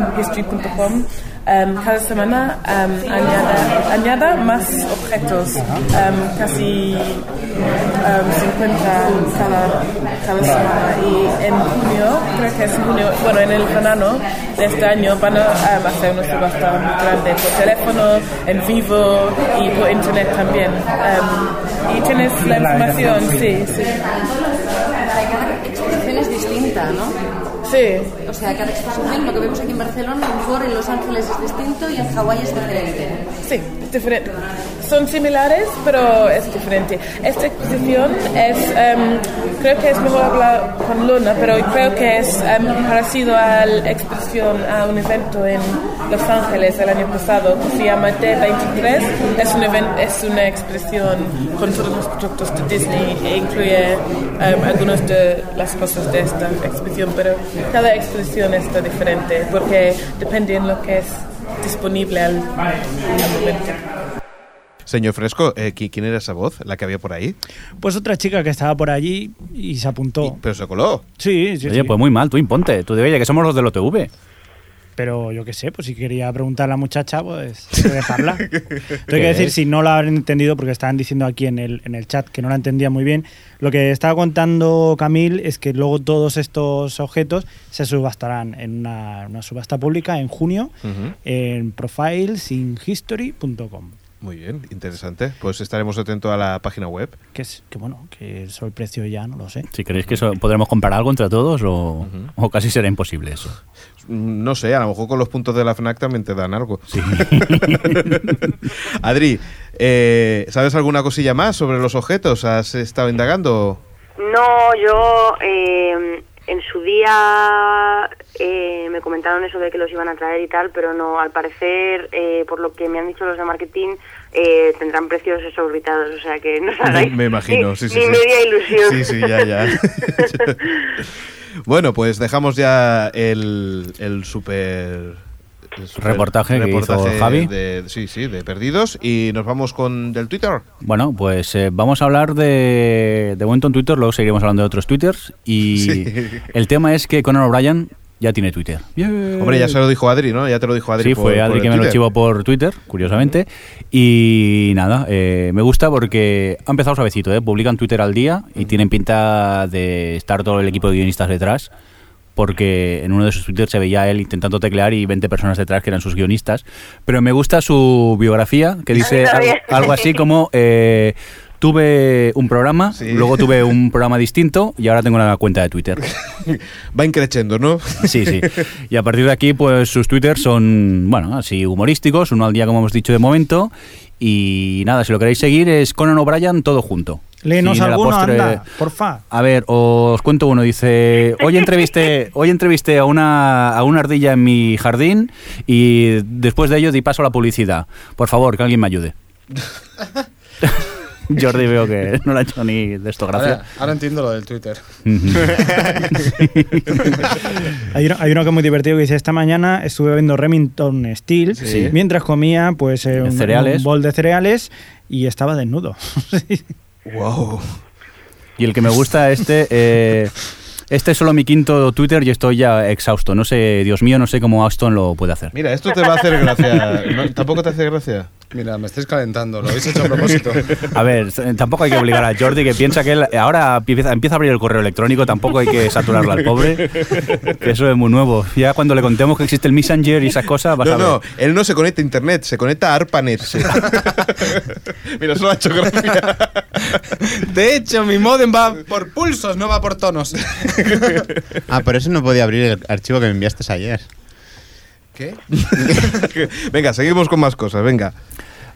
[SPEAKER 14] profilesinhistory.com em, cada semana em, añada, añada más objetos, Em, casi em, 50 cada, cada semana y en junio, creo que es en junio, bueno en el verano de este año van a em, hacer una subasta muy grande por teléfono, en vivo y por internet también. Em, y tienes la información, sí, sí.
[SPEAKER 2] Cada exposición es distinta, ¿no?
[SPEAKER 14] Sí.
[SPEAKER 2] O sea, cada exposición, lo que vemos aquí en Barcelona, a lo mejor en Los Ángeles es distinto y en Hawái es diferente.
[SPEAKER 14] Sí, es diferente. Son similares, pero es diferente. Esta exposición es, em, creo que es mejor hablar con Luna, pero creo que es em, parecido a la exposición, a un evento en Los Ángeles el año pasado que se llama D23. Es, un event- es una exposición con todos los productos de Disney e incluye em, algunas de las cosas de esta exposición, pero cada exposición está diferente porque depende en lo que es disponible al, al momento.
[SPEAKER 3] Señor Fresco, eh, ¿qui- ¿quién era esa voz? ¿La que había por ahí?
[SPEAKER 7] Pues otra chica que estaba por allí y se apuntó.
[SPEAKER 3] Oh. Pero se coló.
[SPEAKER 7] Sí, sí,
[SPEAKER 5] Oye,
[SPEAKER 7] sí.
[SPEAKER 5] pues muy mal, tú imponte, tú de oye, que somos los del OTV.
[SPEAKER 7] Pero yo qué sé, pues si quería preguntar a la muchacha, pues hay que dejarla. Tengo
[SPEAKER 5] ¿Qué
[SPEAKER 7] que decir
[SPEAKER 5] es?
[SPEAKER 7] si no la han entendido, porque estaban diciendo aquí en el, en el chat que no la entendía muy bien. Lo que estaba contando Camil es que luego todos estos objetos se subastarán en una, una subasta pública en junio en profilesinhistory.com.
[SPEAKER 3] Muy bien, interesante. Pues estaremos atentos a la página web.
[SPEAKER 7] Que es que bueno, que sobre el precio ya no lo sé.
[SPEAKER 5] Si creéis que eso- podremos comprar algo entre todos o, o casi será imposible eso.
[SPEAKER 3] Mm, No sé, a lo mejor con los puntos de la FNAC también te dan algo. Adri, eh, ¿sabes alguna cosilla más sobre los objetos? ¿Has estado indagando?
[SPEAKER 8] No, yo eh, en su día eh, me comentaron eso de que los iban a traer y tal, pero no, al parecer, eh, por lo que me han dicho los de marketing, eh, tendrán precios exorbitados, o sea que no os hagáis
[SPEAKER 3] Me imagino,
[SPEAKER 8] ni,
[SPEAKER 3] sí, sí.
[SPEAKER 8] ni
[SPEAKER 3] sí.
[SPEAKER 8] media ilusión.
[SPEAKER 3] Sí, sí, ya, ya. bueno, pues dejamos ya el, el super... el super
[SPEAKER 5] Reportaje que hizo Javi.
[SPEAKER 3] de- sí, sí, de Perdidos. Y nos vamos con del Twitter.
[SPEAKER 5] Bueno, pues eh, vamos a hablar de, de momento en Twitter, luego seguiremos hablando de otros Twitters. Y el tema es que Conan O'Brien ya tiene Twitter.
[SPEAKER 3] Hombre, ya se lo dijo Adri, ¿no? Ya te lo dijo Adri.
[SPEAKER 5] sí,
[SPEAKER 3] por-
[SPEAKER 5] fue
[SPEAKER 3] por
[SPEAKER 5] Adri
[SPEAKER 3] el
[SPEAKER 5] que me lo
[SPEAKER 3] Twitter.
[SPEAKER 5] chivó por Twitter, curiosamente. Y nada, eh, me gusta porque ha empezado suavecito, ¿eh? Publican Twitter al día y tienen pinta de estar todo el equipo de guionistas detrás. Porque en uno de sus Twitter se veía él intentando teclear y 20 personas detrás que eran sus guionistas. Pero me gusta su biografía que dice
[SPEAKER 15] está
[SPEAKER 5] al-
[SPEAKER 15] bien.
[SPEAKER 5] algo así como. eh, Tuve un programa, luego tuve un programa distinto y ahora tengo una cuenta de Twitter.
[SPEAKER 3] Va increciendo, ¿no?
[SPEAKER 5] Sí, sí. Y a partir de aquí, pues sus Twitter son, bueno, así humorísticos, uno al día, como hemos dicho de momento. Y nada, si lo queréis seguir, es Conan O'Brien todo junto.
[SPEAKER 7] Léenos
[SPEAKER 5] Y en la
[SPEAKER 7] alguno,
[SPEAKER 5] postre-
[SPEAKER 7] anda, porfa.
[SPEAKER 5] A ver, os cuento uno. Dice, hoy entrevisté, hoy entrevisté a, una, a una ardilla en mi jardín y después de ello di paso a la publicidad. Por favor, que alguien me ayude. Jordi veo que no le ha hecho ni de esto gracia.
[SPEAKER 16] Ahora, ahora entiendo lo del Twitter.
[SPEAKER 7] Hay uno, hay uno que es muy divertido que dice, esta mañana estuve bebiendo Remington Steel
[SPEAKER 5] Sí.
[SPEAKER 7] mientras comía pues eh, un,
[SPEAKER 5] Cereales.
[SPEAKER 7] un bol de cereales y estaba desnudo.
[SPEAKER 3] wow.
[SPEAKER 5] Y el que me gusta este, eh, este es solo mi quinto Twitter y estoy ya exhausto. No sé, Dios mío, no sé cómo Austin lo puede hacer.
[SPEAKER 3] Mira, esto te va a hacer gracia. ¿No? ¿Tampoco te hace gracia?
[SPEAKER 10] Mira, me estáis calentando, lo habéis hecho a propósito.
[SPEAKER 5] A ver, s- tampoco hay que obligar a Jordi que piensa que él ahora empieza, empieza a abrir el correo electrónico, tampoco hay que saturarlo al pobre, que eso es muy nuevo. Ya cuando le contemos que existe el Messenger y esas cosas, vas a
[SPEAKER 3] No,
[SPEAKER 5] ver.
[SPEAKER 3] no, él no se conecta a internet, se conecta a ARPANET. Mira, eso lo ha hecho gracia.
[SPEAKER 10] De hecho, mi modem va por pulsos, no va por tonos.
[SPEAKER 4] Ah, por eso no podía abrir el archivo que me enviaste ayer.
[SPEAKER 10] ¿Qué?
[SPEAKER 3] venga, seguimos con más cosas, venga.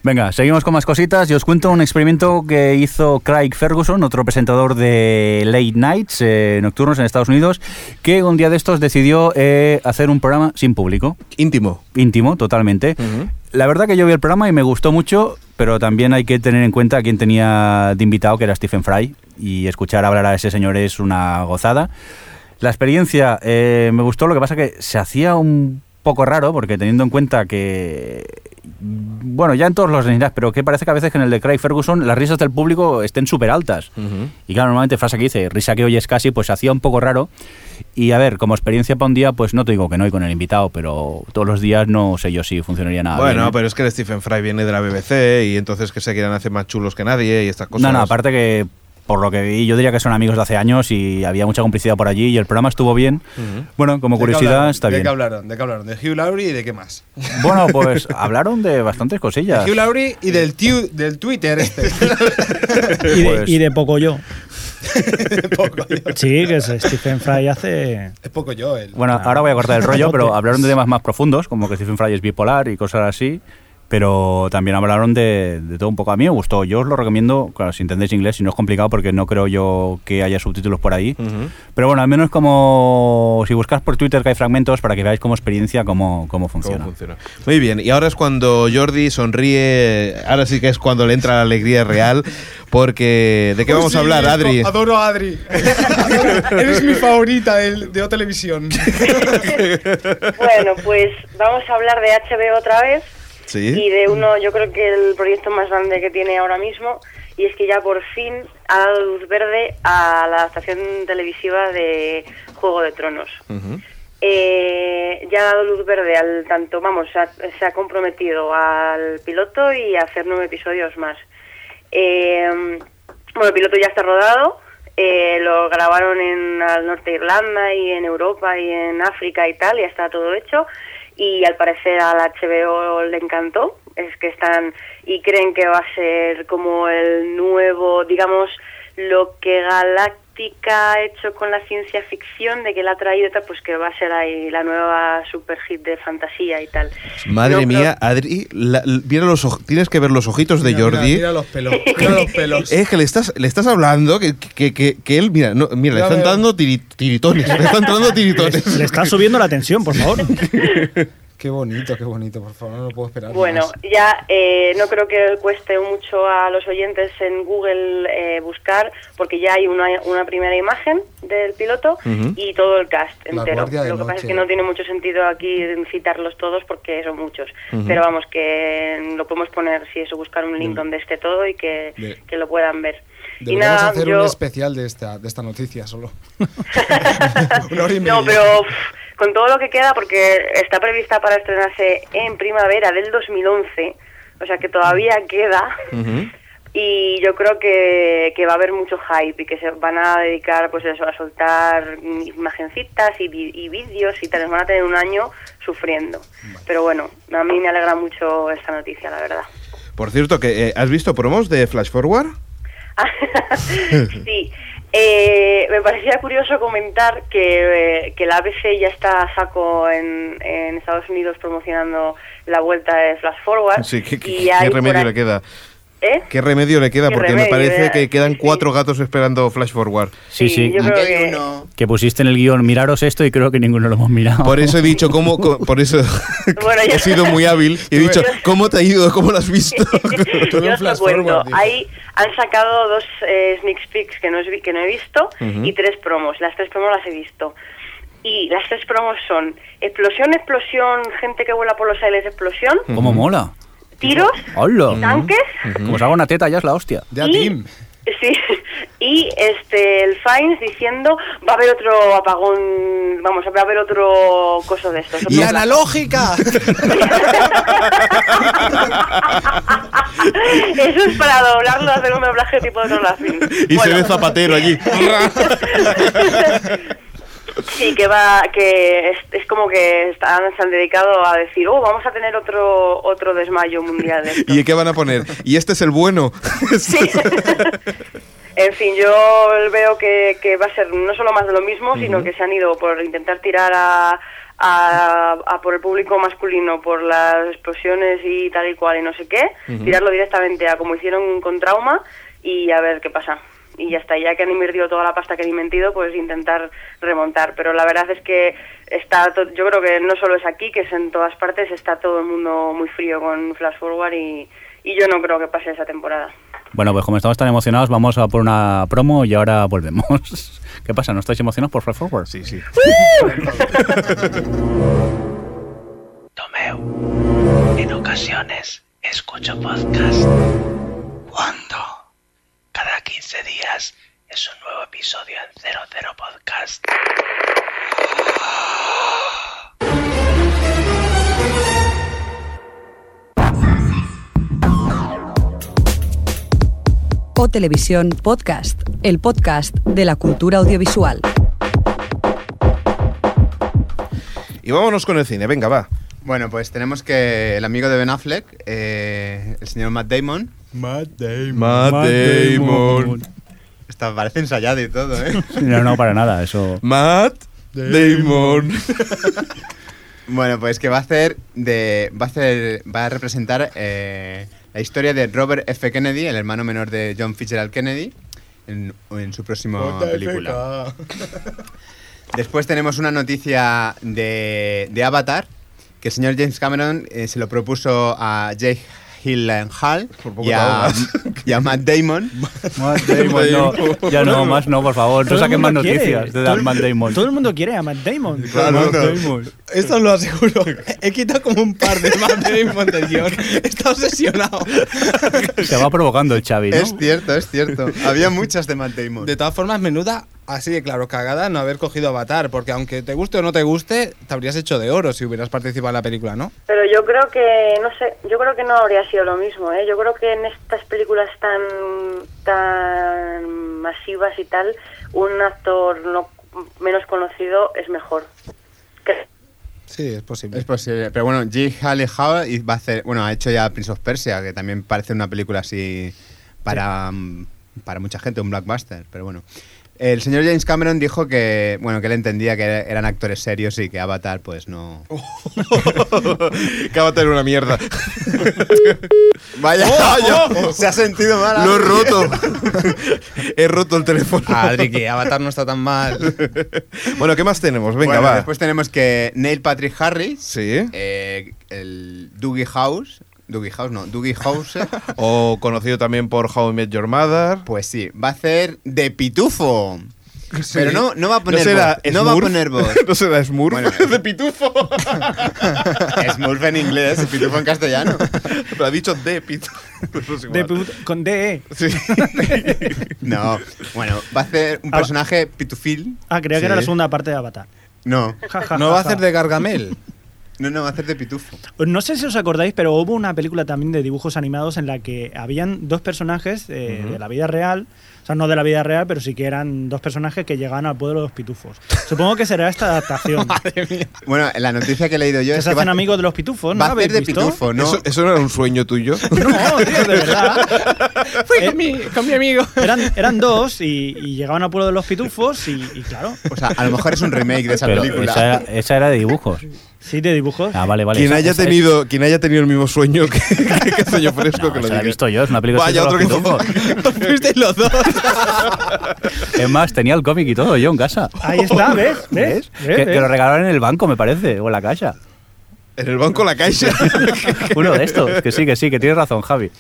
[SPEAKER 5] Venga, seguimos con más cositas y os cuento un experimento que hizo Craig Ferguson, otro presentador de late nights eh, nocturnos en Estados Unidos, que un día de estos decidió eh, hacer un programa sin público.
[SPEAKER 3] Íntimo.
[SPEAKER 5] Íntimo, totalmente. La verdad que yo vi el programa y me gustó mucho, pero también hay que tener en cuenta a quien tenía de invitado, que era Stephen Fry, y escuchar hablar a ese señor es una gozada. La experiencia eh, me gustó, lo que pasa que se hacía un poco raro, porque teniendo en cuenta que... Bueno, ya en todos los necesitas, pero que parece que a veces que en el de Craig Ferguson las risas del público estén súper altas. Y claro, normalmente frase que dice, risa que oyes casi, pues se hacía un poco raro. Y a ver, como experiencia para un día, pues no te digo que no y con el invitado, pero todos los días no sé yo si funcionaría nada.
[SPEAKER 3] bueno,
[SPEAKER 5] bien, ¿eh?
[SPEAKER 3] pero es que el Stephen Fry viene de la BBC y entonces que se quieran hacer más chulos que nadie y estas cosas.
[SPEAKER 5] No, no, aparte que por lo que vi, yo diría que son amigos de hace años y había mucha complicidad por allí y el programa estuvo bien. Bueno, como
[SPEAKER 10] ¿De qué
[SPEAKER 5] curiosidad,
[SPEAKER 10] hablaron?
[SPEAKER 5] está
[SPEAKER 10] ¿De
[SPEAKER 5] bien.
[SPEAKER 10] qué hablaron? ¿De qué hablaron? ¿De Hugh Laurie y de qué más?
[SPEAKER 5] Bueno, pues hablaron de bastantes
[SPEAKER 10] De
[SPEAKER 3] Ah.
[SPEAKER 5] cosillas.
[SPEAKER 10] Hugh Laurie y del, tiu- del Twitter este.
[SPEAKER 7] Y de,
[SPEAKER 5] Pues-
[SPEAKER 7] y de poco yo. Sí, que es Stephen Fry hace.
[SPEAKER 10] Es poco yo, él.
[SPEAKER 5] Bueno, ahora voy a cortar el rollo, pero hablaron de temas más profundos, como que Stephen Fry es bipolar y cosas así. Pero también hablaron de, de todo un poco. A mí me gustó, yo os lo recomiendo, claro, si entendéis inglés, si no es complicado, porque no creo yo que haya subtítulos por ahí. Pero bueno, al menos como si buscas por Twitter que hay fragmentos para que veáis como experiencia cómo, cómo funciona.
[SPEAKER 3] Muy bien, y ahora es cuando Jordi sonríe, ahora sí que es cuando le entra la alegría real, porque ¿de qué
[SPEAKER 10] Uy,
[SPEAKER 3] vamos a
[SPEAKER 10] Pues sí,
[SPEAKER 3] hablar,
[SPEAKER 10] esto-
[SPEAKER 3] Adri?
[SPEAKER 10] Adoro a Adri. Eres mi favorita del- de O Televisión.
[SPEAKER 8] Bueno, pues vamos a hablar de HBO otra vez y de uno, yo creo que el proyecto más grande que tiene ahora mismo, y es que ya por fin ha dado luz verde a la adaptación televisiva de Juego de Tronos. Eh, ya ha dado luz verde al tanto, vamos, se ha, se ha comprometido al piloto y a hacer nueve episodios más. Eh, bueno, el piloto ya está rodado, eh, lo grabaron en al norte de Irlanda y en Europa y en África y tal, ya está todo hecho y al parecer al HBO le encantó, es que están y creen que va a ser como el nuevo, digamos, lo que Galáctica ha hecho con la ciencia ficción, de que la ha traído y tal, pues que va a ser ahí la nueva super hit de fantasía y tal.
[SPEAKER 3] Madre
[SPEAKER 8] No,
[SPEAKER 3] mía, Adri, la- l- mira los oj- tienes que ver los ojitos de Jordi. Eh.
[SPEAKER 10] Mira los pelos. Mira los pelos.
[SPEAKER 3] Es que le estás, le estás hablando que, que, que- que él, mira, no, mira, le
[SPEAKER 10] Ya
[SPEAKER 3] están
[SPEAKER 10] veo.
[SPEAKER 3] dando tiri- tiritones, le están dando tiritones.
[SPEAKER 7] Le está subiendo la tensión, por favor.
[SPEAKER 10] Qué bonito, qué bonito, por favor, no lo puedo esperar.
[SPEAKER 8] Bueno,
[SPEAKER 10] más.
[SPEAKER 8] ya eh, no creo que cueste mucho a los oyentes en Google eh, buscar, porque ya hay una, una primera imagen del piloto
[SPEAKER 14] Ujú.
[SPEAKER 8] y todo el cast
[SPEAKER 14] La
[SPEAKER 8] entero.
[SPEAKER 14] Guardia de
[SPEAKER 8] Lo que pasa es
[SPEAKER 14] Noche.
[SPEAKER 8] que no tiene mucho sentido aquí citarlos todos porque son muchos.
[SPEAKER 14] Ujú.
[SPEAKER 8] Pero vamos, que lo podemos poner, si eso, buscar un link
[SPEAKER 10] Bien.
[SPEAKER 8] donde esté todo y que,
[SPEAKER 10] Bien.
[SPEAKER 8] que lo puedan ver. Y
[SPEAKER 10] Deberíamos
[SPEAKER 8] nada,
[SPEAKER 10] hacer
[SPEAKER 8] yo...
[SPEAKER 10] un especial de esta, de esta noticia solo. Una hora y media.
[SPEAKER 8] No, pero uf, con todo lo que queda, porque está prevista para estrenarse en primavera del 2011, o sea que todavía queda. Y yo creo que, que va a haber mucho hype y que se van a dedicar pues eso, a soltar imagencitas y, vi- y vídeos y tal. Nos Van a tener un año sufriendo. Pero bueno, a mí me alegra mucho esta noticia, la verdad.
[SPEAKER 3] Por cierto, que eh, ¿has visto promos de Flash Forward?
[SPEAKER 8] Sí, eh, me parecía curioso comentar que, eh, que la ABC ya está a saco en, en Estados Unidos promocionando la vuelta de Flash Forward.
[SPEAKER 3] Sí, ¿qué, qué-
[SPEAKER 8] Ah, y
[SPEAKER 3] qué
[SPEAKER 8] hay por
[SPEAKER 3] remedio
[SPEAKER 8] ahí-
[SPEAKER 3] le queda?
[SPEAKER 8] ¿Eh?
[SPEAKER 3] ¿Qué remedio le queda?
[SPEAKER 8] ¿Qué
[SPEAKER 3] Porque me
[SPEAKER 8] remedio,
[SPEAKER 3] parece
[SPEAKER 8] verdad?
[SPEAKER 3] que quedan cuatro gatos esperando Flash Forward.
[SPEAKER 5] Sí, sí.
[SPEAKER 8] Yo creo que-
[SPEAKER 5] Que pusiste en el guión, miraros esto y creo que ninguno lo hemos mirado.
[SPEAKER 3] Por eso he dicho cómo, co- por eso
[SPEAKER 8] Bueno, yo-
[SPEAKER 3] he sido muy hábil y he dicho cómo te ha ido, cómo lo has visto.
[SPEAKER 8] Yo os lo cuento. Ahí han sacado dos eh, sneak peeks que no, es vi- que no he visto
[SPEAKER 14] Ujú.
[SPEAKER 8] y tres promos. Las tres promos las he visto. Y las tres promos son explosión, explosión, gente que vuela por los aires, explosión,
[SPEAKER 3] Mm.
[SPEAKER 5] ¿Cómo mola?
[SPEAKER 8] tiros,
[SPEAKER 5] ¡Hola!
[SPEAKER 8] tanques
[SPEAKER 5] Como os hago una teta ya es la hostia.
[SPEAKER 8] Ya, Y- Tim. Sí, y este el Fines diciendo va a haber otro apagón, vamos, va a haber otro coso de estos. otro
[SPEAKER 10] ¡Y
[SPEAKER 8] plan".
[SPEAKER 10] analógica!
[SPEAKER 8] Eso es para doblarlo, hacer un doblaje tipo de Fines.
[SPEAKER 14] Y
[SPEAKER 9] pues
[SPEAKER 14] se ve zapatero allí.
[SPEAKER 8] Sí, que va, que es, es como que están, se han dedicado a decir, oh, vamos a tener otro otro desmayo mundial. de esto".
[SPEAKER 3] ¿Y qué van a poner? Y este es el bueno.
[SPEAKER 8] En fin, yo veo que, que va a ser no solo más de lo mismo, sino que se han ido por intentar tirar a, a- a por el público masculino, por las explosiones y tal y cual y no sé qué,
[SPEAKER 17] Ujú.
[SPEAKER 8] tirarlo directamente a como hicieron con trauma y a ver qué pasa. Y ya está, ya que han invertido toda la pasta que han invertido, pues intentar remontar. Pero la verdad es que está, to- yo creo que no solo es aquí, que es en todas partes, está todo el mundo muy frío con Flash Forward y, y yo no creo que pase esa temporada.
[SPEAKER 5] Bueno, pues como estamos tan emocionados, vamos a por una promo y ahora volvemos. ¿Qué pasa? ¿No estáis emocionados por Flash Forward?
[SPEAKER 3] Sí, sí.
[SPEAKER 18] En ocasiones escucho podcast. ¿Cuándo? Cada 15 días es un nuevo episodio en 00 Podcast.
[SPEAKER 2] O Televisión Podcast, el podcast de la cultura audiovisual.
[SPEAKER 3] Y vámonos con el cine, venga, va.
[SPEAKER 9] Bueno, pues tenemos que el amigo de Ben Affleck, eh, el señor Matt Damon. Matt Damon.
[SPEAKER 3] Matt Matt Damon.
[SPEAKER 9] Está, parece ensayado y todo, ¿eh?
[SPEAKER 5] No, no, para nada, eso.
[SPEAKER 3] Matt Damon.
[SPEAKER 9] bueno, pues que va a hacer de. Va a hacer. Va a representar eh, la historia de Robert F. Kennedy, el hermano menor de John Fitzgerald Kennedy, en, en su próxima película. Después tenemos una noticia de, de Avatar, que el señor James Cameron eh, se lo propuso a Jake Gyllenhaal y
[SPEAKER 5] te
[SPEAKER 9] a,
[SPEAKER 5] ahogas.
[SPEAKER 9] y a Matt Damon.
[SPEAKER 5] Matt Damon, no. Ya no, más no, por favor. No
[SPEAKER 7] Todo el
[SPEAKER 5] saquen más
[SPEAKER 7] mundo quiere.
[SPEAKER 5] noticias de
[SPEAKER 7] Todo el-
[SPEAKER 5] Matt Damon.
[SPEAKER 7] Todo el mundo quiere a Matt Damon.
[SPEAKER 5] Claro. Matt Damon.
[SPEAKER 10] Esto lo aseguro. He quitado como un par de más de mi montañón. Está obsesionado.
[SPEAKER 5] Se va provocando el Xavi, ¿no?
[SPEAKER 9] Es cierto, es cierto. Había muchas de Matt Damon.
[SPEAKER 10] De todas formas, menuda, así de claro, cagada no haber cogido Avatar, porque aunque te guste o no te guste, te habrías hecho de oro si hubieras participado en la película, ¿no?
[SPEAKER 8] Pero yo creo que, no sé, yo creo que no habría sido lo mismo, ¿eh? Yo creo que en estas películas tan, tan masivas y tal, un actor no, menos conocido es mejor.
[SPEAKER 10] Sí, es posible.
[SPEAKER 9] Es posible. Pero bueno, Jake Gyllenhaal y va a hacer, bueno, ha hecho ya Prince of Persia, que también parece una película así para, mm, para mucha gente, un blockbuster, pero bueno. El señor James Cameron dijo que, bueno, que él entendía que eran actores serios y que Avatar pues no...
[SPEAKER 3] que Avatar era una mierda.
[SPEAKER 9] Vaya,
[SPEAKER 3] Oh,
[SPEAKER 9] vaya,
[SPEAKER 3] oh, oh.
[SPEAKER 9] se ha sentido mal.
[SPEAKER 3] Lo he
[SPEAKER 9] Adri.
[SPEAKER 3] roto. He roto el teléfono.
[SPEAKER 9] Adri, que Avatar no está tan mal.
[SPEAKER 3] Bueno, ¿qué más tenemos? Venga,
[SPEAKER 9] Bueno,
[SPEAKER 3] va.
[SPEAKER 9] Después tenemos que Neil Patrick Harris,
[SPEAKER 3] Sí.
[SPEAKER 9] eh, el Dougie House, Dougie House no, Dougie House,
[SPEAKER 3] O conocido también por How I Met Your Mother.
[SPEAKER 9] Pues sí, va a hacer de pitufo. Pero no, no va a poner
[SPEAKER 3] será
[SPEAKER 9] voz. No va a
[SPEAKER 3] Smurf?
[SPEAKER 9] poner voz.
[SPEAKER 3] no será Smurf. de pitufo.
[SPEAKER 9] Smurf en inglés y pitufo en castellano.
[SPEAKER 3] Pero ha dicho de pitufo.
[SPEAKER 7] De put- con E. DE.
[SPEAKER 9] No, bueno, va a hacer un
[SPEAKER 7] Ah, va-
[SPEAKER 9] personaje pitufil.
[SPEAKER 7] Ah, creía que era la segunda parte de Avatar.
[SPEAKER 9] No.
[SPEAKER 7] Ja, ja, ¿No va a ja, ja. hacer de
[SPEAKER 9] Gargamel? No, no, va a hacer de pitufo.
[SPEAKER 7] No sé si os acordáis, pero hubo una película también de dibujos animados en la que habían dos personajes eh, de la vida real, o sea, no de la vida real, pero sí que eran dos personajes que llegaban al pueblo de los pitufos. Supongo que será esta adaptación.
[SPEAKER 9] Bueno, la noticia que he leído yo
[SPEAKER 7] que
[SPEAKER 9] es
[SPEAKER 7] se
[SPEAKER 9] que va
[SPEAKER 7] hacen amigos de los pitufos, ¿no?
[SPEAKER 9] va a
[SPEAKER 7] ¿Lo
[SPEAKER 9] hacer
[SPEAKER 7] habéis
[SPEAKER 9] de
[SPEAKER 7] visto?
[SPEAKER 9] pitufo, ¿no?
[SPEAKER 3] ¿Eso, eso no era un sueño tuyo?
[SPEAKER 10] Fui con mi, con mi amigo.
[SPEAKER 7] Eran, eran dos y, y llegaban al pueblo de los pitufos y, y claro.
[SPEAKER 9] O sea, a lo mejor es un remake de esa
[SPEAKER 5] Pero
[SPEAKER 9] película.
[SPEAKER 5] esa era, esa era de dibujos.
[SPEAKER 7] Sí, de dibujos.
[SPEAKER 5] Ah, vale, vale.
[SPEAKER 3] quien,
[SPEAKER 5] esa-
[SPEAKER 3] haya
[SPEAKER 5] esa-
[SPEAKER 3] tenido, quien haya tenido el mismo sueño que, que- que sueño fresco que lo
[SPEAKER 5] esa la he
[SPEAKER 3] diga.
[SPEAKER 5] visto yo, es una película
[SPEAKER 3] Vaya,
[SPEAKER 5] sobre
[SPEAKER 3] otro que
[SPEAKER 5] los pitufos.
[SPEAKER 10] Fuisteis los dos.
[SPEAKER 5] Es más, tenía el cómic y todo yo en casa.
[SPEAKER 7] Ahí está, ¿ves? ¿Ves? ¿Ves?
[SPEAKER 5] Que,
[SPEAKER 7] ¿Ves?
[SPEAKER 5] que lo regalaron en el banco, me parece, o en la caixa.
[SPEAKER 3] En el banco la caixa.
[SPEAKER 5] Uno de estos. Que sí, que sí, que tienes razón, Javi.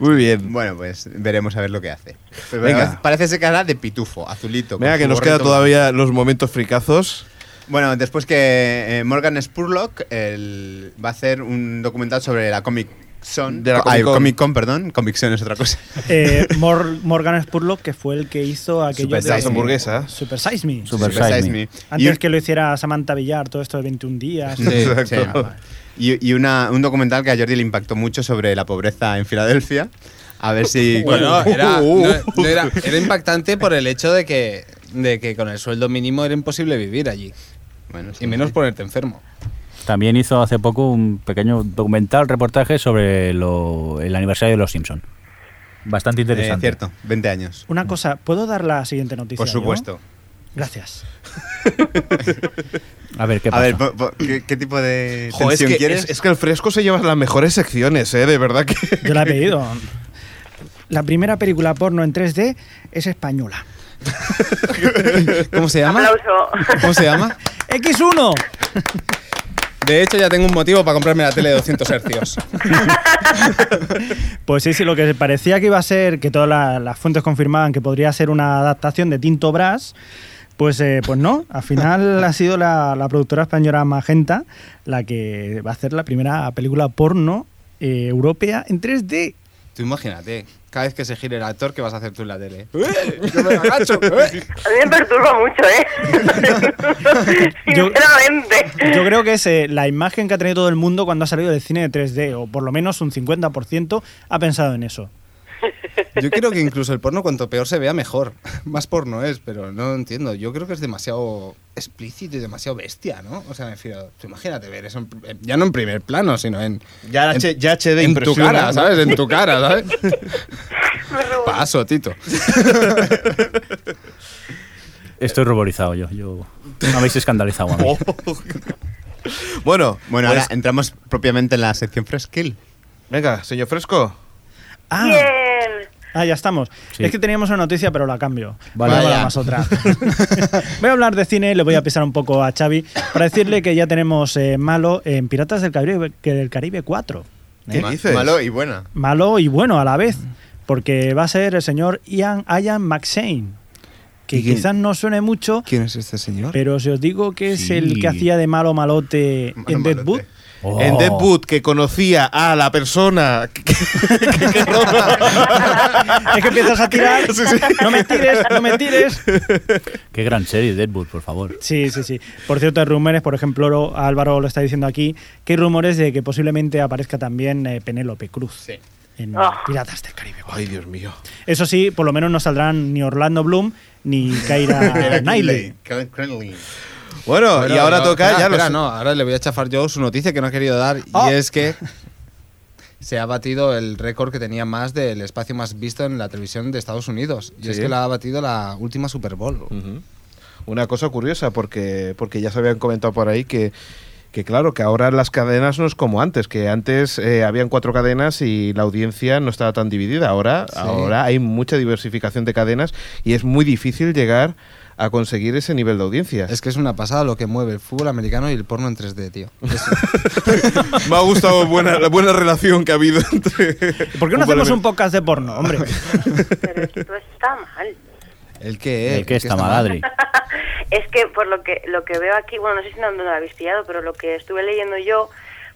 [SPEAKER 3] Muy bien. Pues
[SPEAKER 9] Bueno, pues veremos a ver lo que hace. Pero
[SPEAKER 3] Venga.
[SPEAKER 9] Parece ser que hará de pitufo, azulito. con
[SPEAKER 3] Venga, que
[SPEAKER 9] su
[SPEAKER 3] nos queda
[SPEAKER 9] gorrito.
[SPEAKER 3] todavía los momentos fricazos.
[SPEAKER 9] Bueno, después que eh, Morgan Spurlock el- va a hacer un documental sobre la comic Son.
[SPEAKER 3] De la
[SPEAKER 9] Ay,
[SPEAKER 3] Comic Con.
[SPEAKER 9] Comic Con, perdón. Comic Con es otra cosa.
[SPEAKER 7] Eh, Mor- Morgan Spurlock, que fue el que hizo aquello
[SPEAKER 9] Super
[SPEAKER 7] de-
[SPEAKER 9] Size Me. hamburguesa.
[SPEAKER 7] Super Size Me.
[SPEAKER 9] Super Super Size Size Me. Me.
[SPEAKER 7] Antes
[SPEAKER 9] Y-
[SPEAKER 7] que lo hiciera Samantha Villar, todo esto de 21 días.
[SPEAKER 9] Sí, exacto. Y, y una- un documental que a Jordi le impactó mucho sobre la pobreza en Filadelfia. A ver si. Uh,
[SPEAKER 10] Bueno, era, no- no
[SPEAKER 9] Eh,
[SPEAKER 10] era, era impactante por el hecho de que, de que con el sueldo mínimo era imposible vivir allí. y menos ponerte enfermo.
[SPEAKER 5] También hizo hace poco un pequeño documental, reportaje sobre lo- el aniversario de Los Simpson. Eh, Bastante interesante.
[SPEAKER 9] cierto, 20 años.
[SPEAKER 7] Una cosa, ¿puedo dar la siguiente noticia?
[SPEAKER 5] Por
[SPEAKER 7] yo?
[SPEAKER 5] supuesto.
[SPEAKER 7] Gracias.
[SPEAKER 5] A ver, ¿qué
[SPEAKER 9] A
[SPEAKER 3] pasa?
[SPEAKER 9] ver, po- po- ¿qué, qué tipo de
[SPEAKER 3] Jo, es,
[SPEAKER 9] tensión
[SPEAKER 3] que,
[SPEAKER 9] quieres?
[SPEAKER 3] es- es que el fresco se lleva las mejores secciones, ¿eh? De verdad que.
[SPEAKER 7] Yo la he pedido. La primera película porno en 3D es española.
[SPEAKER 10] ¿Cómo se llama? ¿Cómo se llama?
[SPEAKER 7] X1.
[SPEAKER 10] De hecho, ya tengo un motivo para comprarme la tele de 200 hercios.
[SPEAKER 7] Pues sí, sí, lo que parecía que iba a ser, que todas la- las fuentes confirmaban que podría ser una adaptación de Tinto Brass, pues, eh, pues no. Al final ha sido la, la productora española Magenta la que va a hacer la primera película porno eh, europea en 3D.
[SPEAKER 10] Tú imagínate, cada vez que se gire el actor, ¿qué vas a hacer tú en la tele? ¡Eh! ¡Yo me agacho! ¡Eh!
[SPEAKER 8] A mí me perturba mucho, ¿eh?
[SPEAKER 7] Yo-
[SPEAKER 8] Sinceramente.
[SPEAKER 7] Yo creo que es eh, la imagen que ha tenido todo el mundo cuando ha salido del cine de 3D, o por lo menos un 50% ha pensado en eso.
[SPEAKER 10] Yo creo que incluso el porno, cuanto peor se vea, mejor. Más porno es, pero no entiendo. Yo creo que es demasiado explícito y demasiado bestia, ¿no? O sea, me refiero, tú imagínate ver eso en pr- eh, ya no en primer plano, sino en.
[SPEAKER 3] Ya,
[SPEAKER 10] en,
[SPEAKER 3] H- ya HD
[SPEAKER 10] En tu
[SPEAKER 3] impresiona,
[SPEAKER 10] cara,
[SPEAKER 3] ¿no?
[SPEAKER 10] ¿sabes? En tu cara, ¿sabes? Paso, Tito.
[SPEAKER 5] Estoy ruborizado yo. yo me habéis escandalizado a mí.
[SPEAKER 9] bueno, bueno
[SPEAKER 5] pues-
[SPEAKER 9] ahora entramos propiamente en la sección Freskill.
[SPEAKER 3] Venga, señor Fresco.
[SPEAKER 7] Ah. Ah, ya estamos.
[SPEAKER 9] Sí.
[SPEAKER 7] Es que teníamos una noticia, pero la cambio.
[SPEAKER 9] Vale.
[SPEAKER 7] Voy a hablar
[SPEAKER 9] Vaya.
[SPEAKER 7] más otra. voy a hablar de cine, le voy a pisar un poco a Xavi para decirle que ya tenemos eh, malo en Piratas del Caribe, que del Caribe 4. ¿eh?
[SPEAKER 9] Ma- Malo y buena.
[SPEAKER 7] Malo y bueno a la vez, porque va a ser el señor Ian Ian McShane, que
[SPEAKER 10] ¿Y quién-
[SPEAKER 7] quizás no suene mucho,
[SPEAKER 10] ¿Quién es este señor?
[SPEAKER 7] pero si os digo que es
[SPEAKER 3] Sí.
[SPEAKER 7] el que hacía de malo malote en Deadwood.
[SPEAKER 3] Oh,
[SPEAKER 10] Oh.
[SPEAKER 3] En Deadwood, que conocía a la persona.
[SPEAKER 7] Es que empiezas a tirar. No me tires, no me tires.
[SPEAKER 5] Qué gran serie, Deadwood, por favor. Eh,
[SPEAKER 7] Sí, sí, sí. Por cierto, hay rumores, por ejemplo, lo- Álvaro lo está diciendo aquí, que hay rumores de que posiblemente aparezca también eh, Penélope Cruz en Piratas del Caribe.
[SPEAKER 3] Ay, Dios mío.
[SPEAKER 7] Eso sí, por lo menos no saldrán ni Orlando Bloom ni Keira Knightley.
[SPEAKER 3] Bueno, y ahora
[SPEAKER 10] no,
[SPEAKER 3] toca
[SPEAKER 10] espera,
[SPEAKER 3] ya Ah. los-
[SPEAKER 10] espera, no, ahora le voy a chafar yo su noticia que no ha querido dar y es que se ha batido el récord que tenía más del espacio más visto en la televisión de Estados Unidos y es
[SPEAKER 3] Sí.
[SPEAKER 10] que la ha batido la última Super Bowl.
[SPEAKER 3] Una cosa curiosa, porque, porque ya se habían comentado por ahí que, que claro, que ahora las cadenas no es como antes, que antes eh, habían cuatro cadenas y la audiencia no estaba tan dividida. Ahora, ahora hay mucha diversificación de cadenas y es muy difícil llegar a conseguir ese nivel de audiencia.
[SPEAKER 10] Es que es una pasada lo que mueve el fútbol americano y el porno en 3D, tío.
[SPEAKER 3] Me ha gustado buena, la buena relación que ha habido entre...
[SPEAKER 7] ¿Por qué no hacemos un podcast de porno, hombre?
[SPEAKER 8] Esto está mal.
[SPEAKER 10] ¿El qué?
[SPEAKER 5] El que está maladri.
[SPEAKER 8] Es que por lo que lo que veo aquí, bueno, no sé si no, no lo habéis pillado, pero lo que estuve leyendo yo,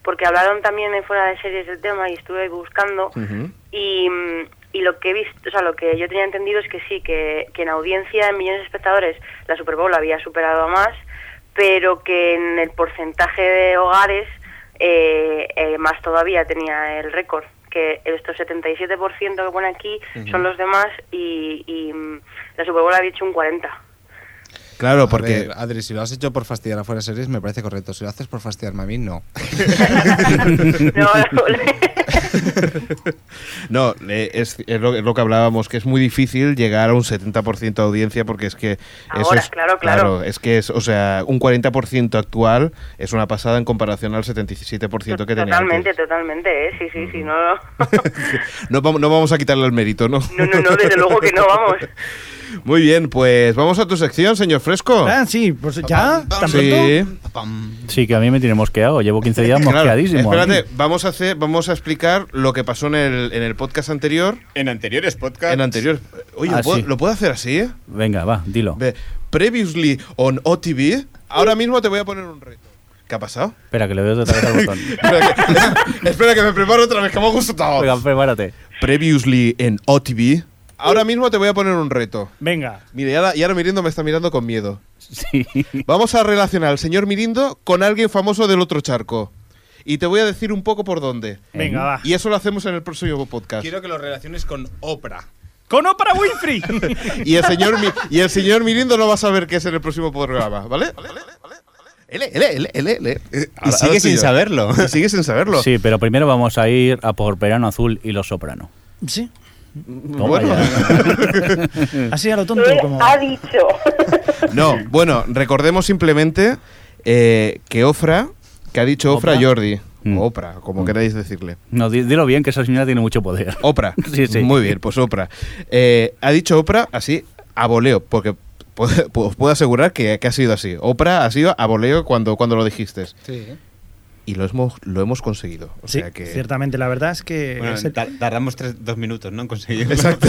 [SPEAKER 8] porque hablaron también en fuera de series del tema y estuve buscando y, mm, y lo que he visto, o sea, lo que yo tenía entendido es que sí, que, que en audiencia, en millones de espectadores, la Super Bowl había superado a más, pero que en el porcentaje de hogares eh, eh, más todavía tenía el récord, que estos 77% que pone aquí son los demás y, y, mm, la Super Bowl había hecho un 40%.
[SPEAKER 3] Claro,
[SPEAKER 10] porque Adri, si lo has hecho por fastidiar afuera de series me parece correcto, si lo haces por fastidiarme a mí no.
[SPEAKER 3] No, eh, es, es lo, es lo que hablábamos, que es muy difícil llegar a un 70% de audiencia porque es que...
[SPEAKER 8] Ahora, claro, claro.
[SPEAKER 3] Es que es, o sea, un 40% actual es una pasada en comparación al 77% que tenía Mm.
[SPEAKER 8] Totalmente, totalmente, ¿eh? Sí, sí, sí, no, no,
[SPEAKER 3] antes. No, vamos- no vamos a quitarle el mérito, ¿no?
[SPEAKER 8] no, no, no, desde luego que no, vamos.
[SPEAKER 3] Muy bien, pues vamos a tu sección, señor Fresco.
[SPEAKER 7] Ah, sí, pues ya, tan
[SPEAKER 3] Sí.
[SPEAKER 7] pronto.
[SPEAKER 5] Sí, que a mí me tiene mosqueado. Llevo 15 días
[SPEAKER 3] Claro,
[SPEAKER 5] mosqueadísimo.
[SPEAKER 3] espérate, vamos a, hacer, vamos a explicar lo que pasó en el, en el podcast anterior.
[SPEAKER 9] En anteriores podcasts.
[SPEAKER 3] En anterior. Oye,
[SPEAKER 5] Ah,
[SPEAKER 3] ¿lo, puedo,
[SPEAKER 5] sí.
[SPEAKER 3] lo puedo hacer así? eh?
[SPEAKER 5] Venga, va, dilo.
[SPEAKER 3] Ve, Previously on OTV. Ahora mismo te voy a poner un reto. ¿Qué ha pasado?
[SPEAKER 5] Espera, que le doy otra vez al botón.
[SPEAKER 3] Espera que me preparo otra vez, que me ha gustado.
[SPEAKER 5] Venga, prepárate.
[SPEAKER 3] Previously en OTV. Ahora mismo te voy a poner un reto.
[SPEAKER 7] Venga.
[SPEAKER 3] Mira, y ahora, y ahora Mirindo me está mirando con miedo. Sí. Vamos a relacionar al señor Mirindo con alguien famoso del otro charco. Y te voy a decir un poco por dónde.
[SPEAKER 7] Venga,
[SPEAKER 5] Ah.
[SPEAKER 7] va.
[SPEAKER 3] Y eso lo hacemos en el próximo podcast.
[SPEAKER 6] Quiero que lo relaciones con Oprah.
[SPEAKER 7] ¡Con Oprah Winfrey!
[SPEAKER 3] y, el señor, Mi- y el señor Mirindo no va a saber qué es en el próximo programa, ¿vale? ¿Vale? ¿Vale? ¿Vale? L, L, L, L,
[SPEAKER 10] Eh,
[SPEAKER 3] L.
[SPEAKER 9] Y sigue sin saberlo.
[SPEAKER 3] Y sigue sin saberlo.
[SPEAKER 5] Sí, pero primero vamos a ir a por Verano Azul y Los Soprano.
[SPEAKER 7] Sí.
[SPEAKER 5] Toma
[SPEAKER 3] Bueno.
[SPEAKER 7] ya. Así a lo tonto. Como...
[SPEAKER 8] Ha dicho.
[SPEAKER 3] No, bueno, recordemos simplemente eh, que Ofra, que ha dicho Ofra,
[SPEAKER 5] ¿Oprah?
[SPEAKER 3] Jordi.
[SPEAKER 5] Mm.
[SPEAKER 3] Opra, como queráis decirle.
[SPEAKER 5] No, di- dilo bien, que esa señora tiene mucho poder.
[SPEAKER 3] Opra.
[SPEAKER 5] Sí, sí.
[SPEAKER 3] Muy bien, pues Opra. Eh, ha dicho Opra así a voleo, porque puedo- os puedo asegurar que, que ha sido así. Opra ha sido a voleo cuando, cuando lo dijiste.
[SPEAKER 10] Sí.
[SPEAKER 3] Y lo hemos, lo hemos conseguido. O
[SPEAKER 7] Sí,
[SPEAKER 3] sea que.
[SPEAKER 7] ciertamente. La verdad es que
[SPEAKER 9] Bueno,
[SPEAKER 7] es, el,
[SPEAKER 9] tar- tardamos tres- dos minutos, ¿no? En conseguirlo.
[SPEAKER 3] Exacto.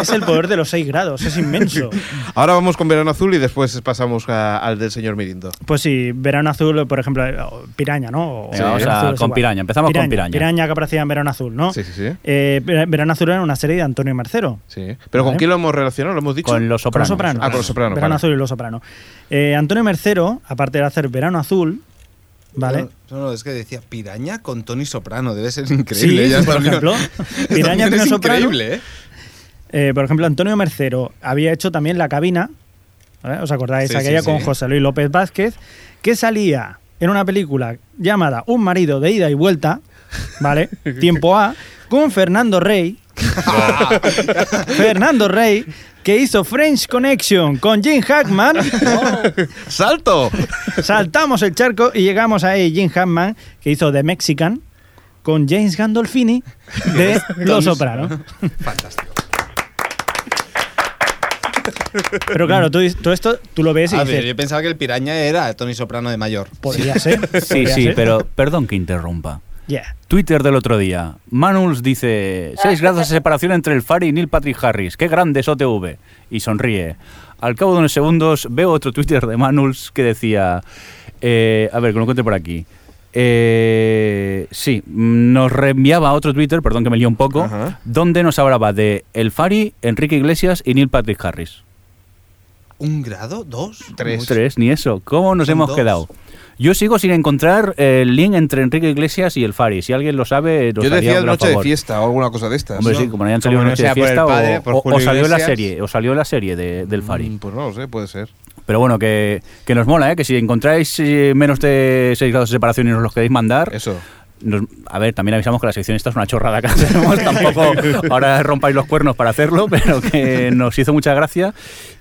[SPEAKER 7] es el poder de los 6 grados, es inmenso.
[SPEAKER 3] Ahora vamos con Verano Azul y después pasamos a- al del señor Mirindo.
[SPEAKER 7] Pues sí, verano azul, por ejemplo, eh, o piraña, ¿no? O-
[SPEAKER 3] Venga, vamos
[SPEAKER 7] Verano
[SPEAKER 3] a-
[SPEAKER 7] Azul es
[SPEAKER 3] con
[SPEAKER 7] igual.
[SPEAKER 3] Piraña, empezamos con Piraña.
[SPEAKER 7] Piraña que aparecía en verano azul, ¿no?
[SPEAKER 3] Sí, sí, sí.
[SPEAKER 7] Eh, Ver- verano azul era una serie de Antonio Marcero.
[SPEAKER 3] Sí. ¿Pero con
[SPEAKER 7] Vale.
[SPEAKER 3] quién lo hemos relacionado? ¿Lo hemos dicho?
[SPEAKER 5] Con Los
[SPEAKER 7] Los Soprano.
[SPEAKER 3] Ah, con los sopranos.
[SPEAKER 7] Verano
[SPEAKER 3] vale.
[SPEAKER 7] azul y los soprano. Eh, Antonio Mercero, aparte de hacer verano azul, ¿vale?
[SPEAKER 10] No, no, es que decía piraña con Tony Soprano. Debe ser increíble.
[SPEAKER 7] Sí,
[SPEAKER 10] ya
[SPEAKER 7] por
[SPEAKER 10] está, mira.
[SPEAKER 7] ejemplo. Piraña
[SPEAKER 10] También
[SPEAKER 7] con
[SPEAKER 10] es
[SPEAKER 7] Soprano.
[SPEAKER 10] increíble, ¿eh?
[SPEAKER 7] Eh, por ejemplo, Antonio Mercero había hecho también la cabina, ¿eh? ¿os acordáis?
[SPEAKER 10] Sí,
[SPEAKER 7] aquella
[SPEAKER 10] sí,
[SPEAKER 7] con
[SPEAKER 10] sí.
[SPEAKER 7] José Luis López Vázquez, que salía en una película llamada Un marido de ida y vuelta, ¿vale? Tiempo A, con Fernando Rey. Fernando Rey, que hizo French Connection con Jim Hackman.
[SPEAKER 3] ¡Salto!
[SPEAKER 7] Saltamos el charco y llegamos a Jim Hackman, que hizo The Mexican con James Gandolfini de Los Soprano.
[SPEAKER 10] Fantástico.
[SPEAKER 7] Pero claro, tú, dices- todo esto tú lo ves y
[SPEAKER 10] A
[SPEAKER 7] dices,
[SPEAKER 10] ver, yo pensaba que el piraña era Tony Soprano de mayor.
[SPEAKER 7] Podría ser.
[SPEAKER 5] Sí, sí, pero perdón que interrumpa.
[SPEAKER 7] Yeah.
[SPEAKER 5] Twitter del otro día. Manuls dice: 6 grados de separación entre el Fari y Neil Patrick Harris. ¡Qué grande es OTV! Y sonríe. Al cabo de unos segundos veo otro Twitter de Manuls que decía: eh, A ver, que lo encuentre por aquí. Eh, sí, mm, nos reenviaba otro Twitter, perdón que me lío un poco, donde nos hablaba de El Fari, Enrique Iglesias y Neil Patrick Harris.
[SPEAKER 10] ¿Un grado? ¿Dos?
[SPEAKER 3] Pues
[SPEAKER 5] Tres. ni eso. ¿Cómo nos hemos
[SPEAKER 10] dos.
[SPEAKER 5] quedado? Yo sigo sin encontrar el link entre Enrique Iglesias y el Fari. Si alguien lo sabe, nos
[SPEAKER 3] Yo
[SPEAKER 5] haría
[SPEAKER 3] decía
[SPEAKER 5] un gran
[SPEAKER 3] noche de
[SPEAKER 5] favor.
[SPEAKER 3] fiesta o alguna cosa de estas.
[SPEAKER 5] Hombre,
[SPEAKER 3] ¿no?
[SPEAKER 5] sí, como no hayan salido
[SPEAKER 3] Como no
[SPEAKER 5] noche
[SPEAKER 3] sea
[SPEAKER 5] de
[SPEAKER 3] por el
[SPEAKER 5] fiesta, o-
[SPEAKER 3] padre,
[SPEAKER 5] o,
[SPEAKER 3] por
[SPEAKER 5] o
[SPEAKER 3] Julio
[SPEAKER 5] salió la
[SPEAKER 3] Iglesias.
[SPEAKER 5] serie, o salió la serie de- del Fari.
[SPEAKER 3] Mm, Pues no lo sé, puede ser.
[SPEAKER 5] Pero bueno, que, que nos mola, ¿eh? que si encontráis eh, menos de 6 grados de separación y nos los queréis mandar.
[SPEAKER 3] Eso.
[SPEAKER 5] a ver, también avisamos que la sección esta es una chorrada que hacemos, tampoco ahora rompáis los cuernos para hacerlo, pero que nos hizo mucha gracia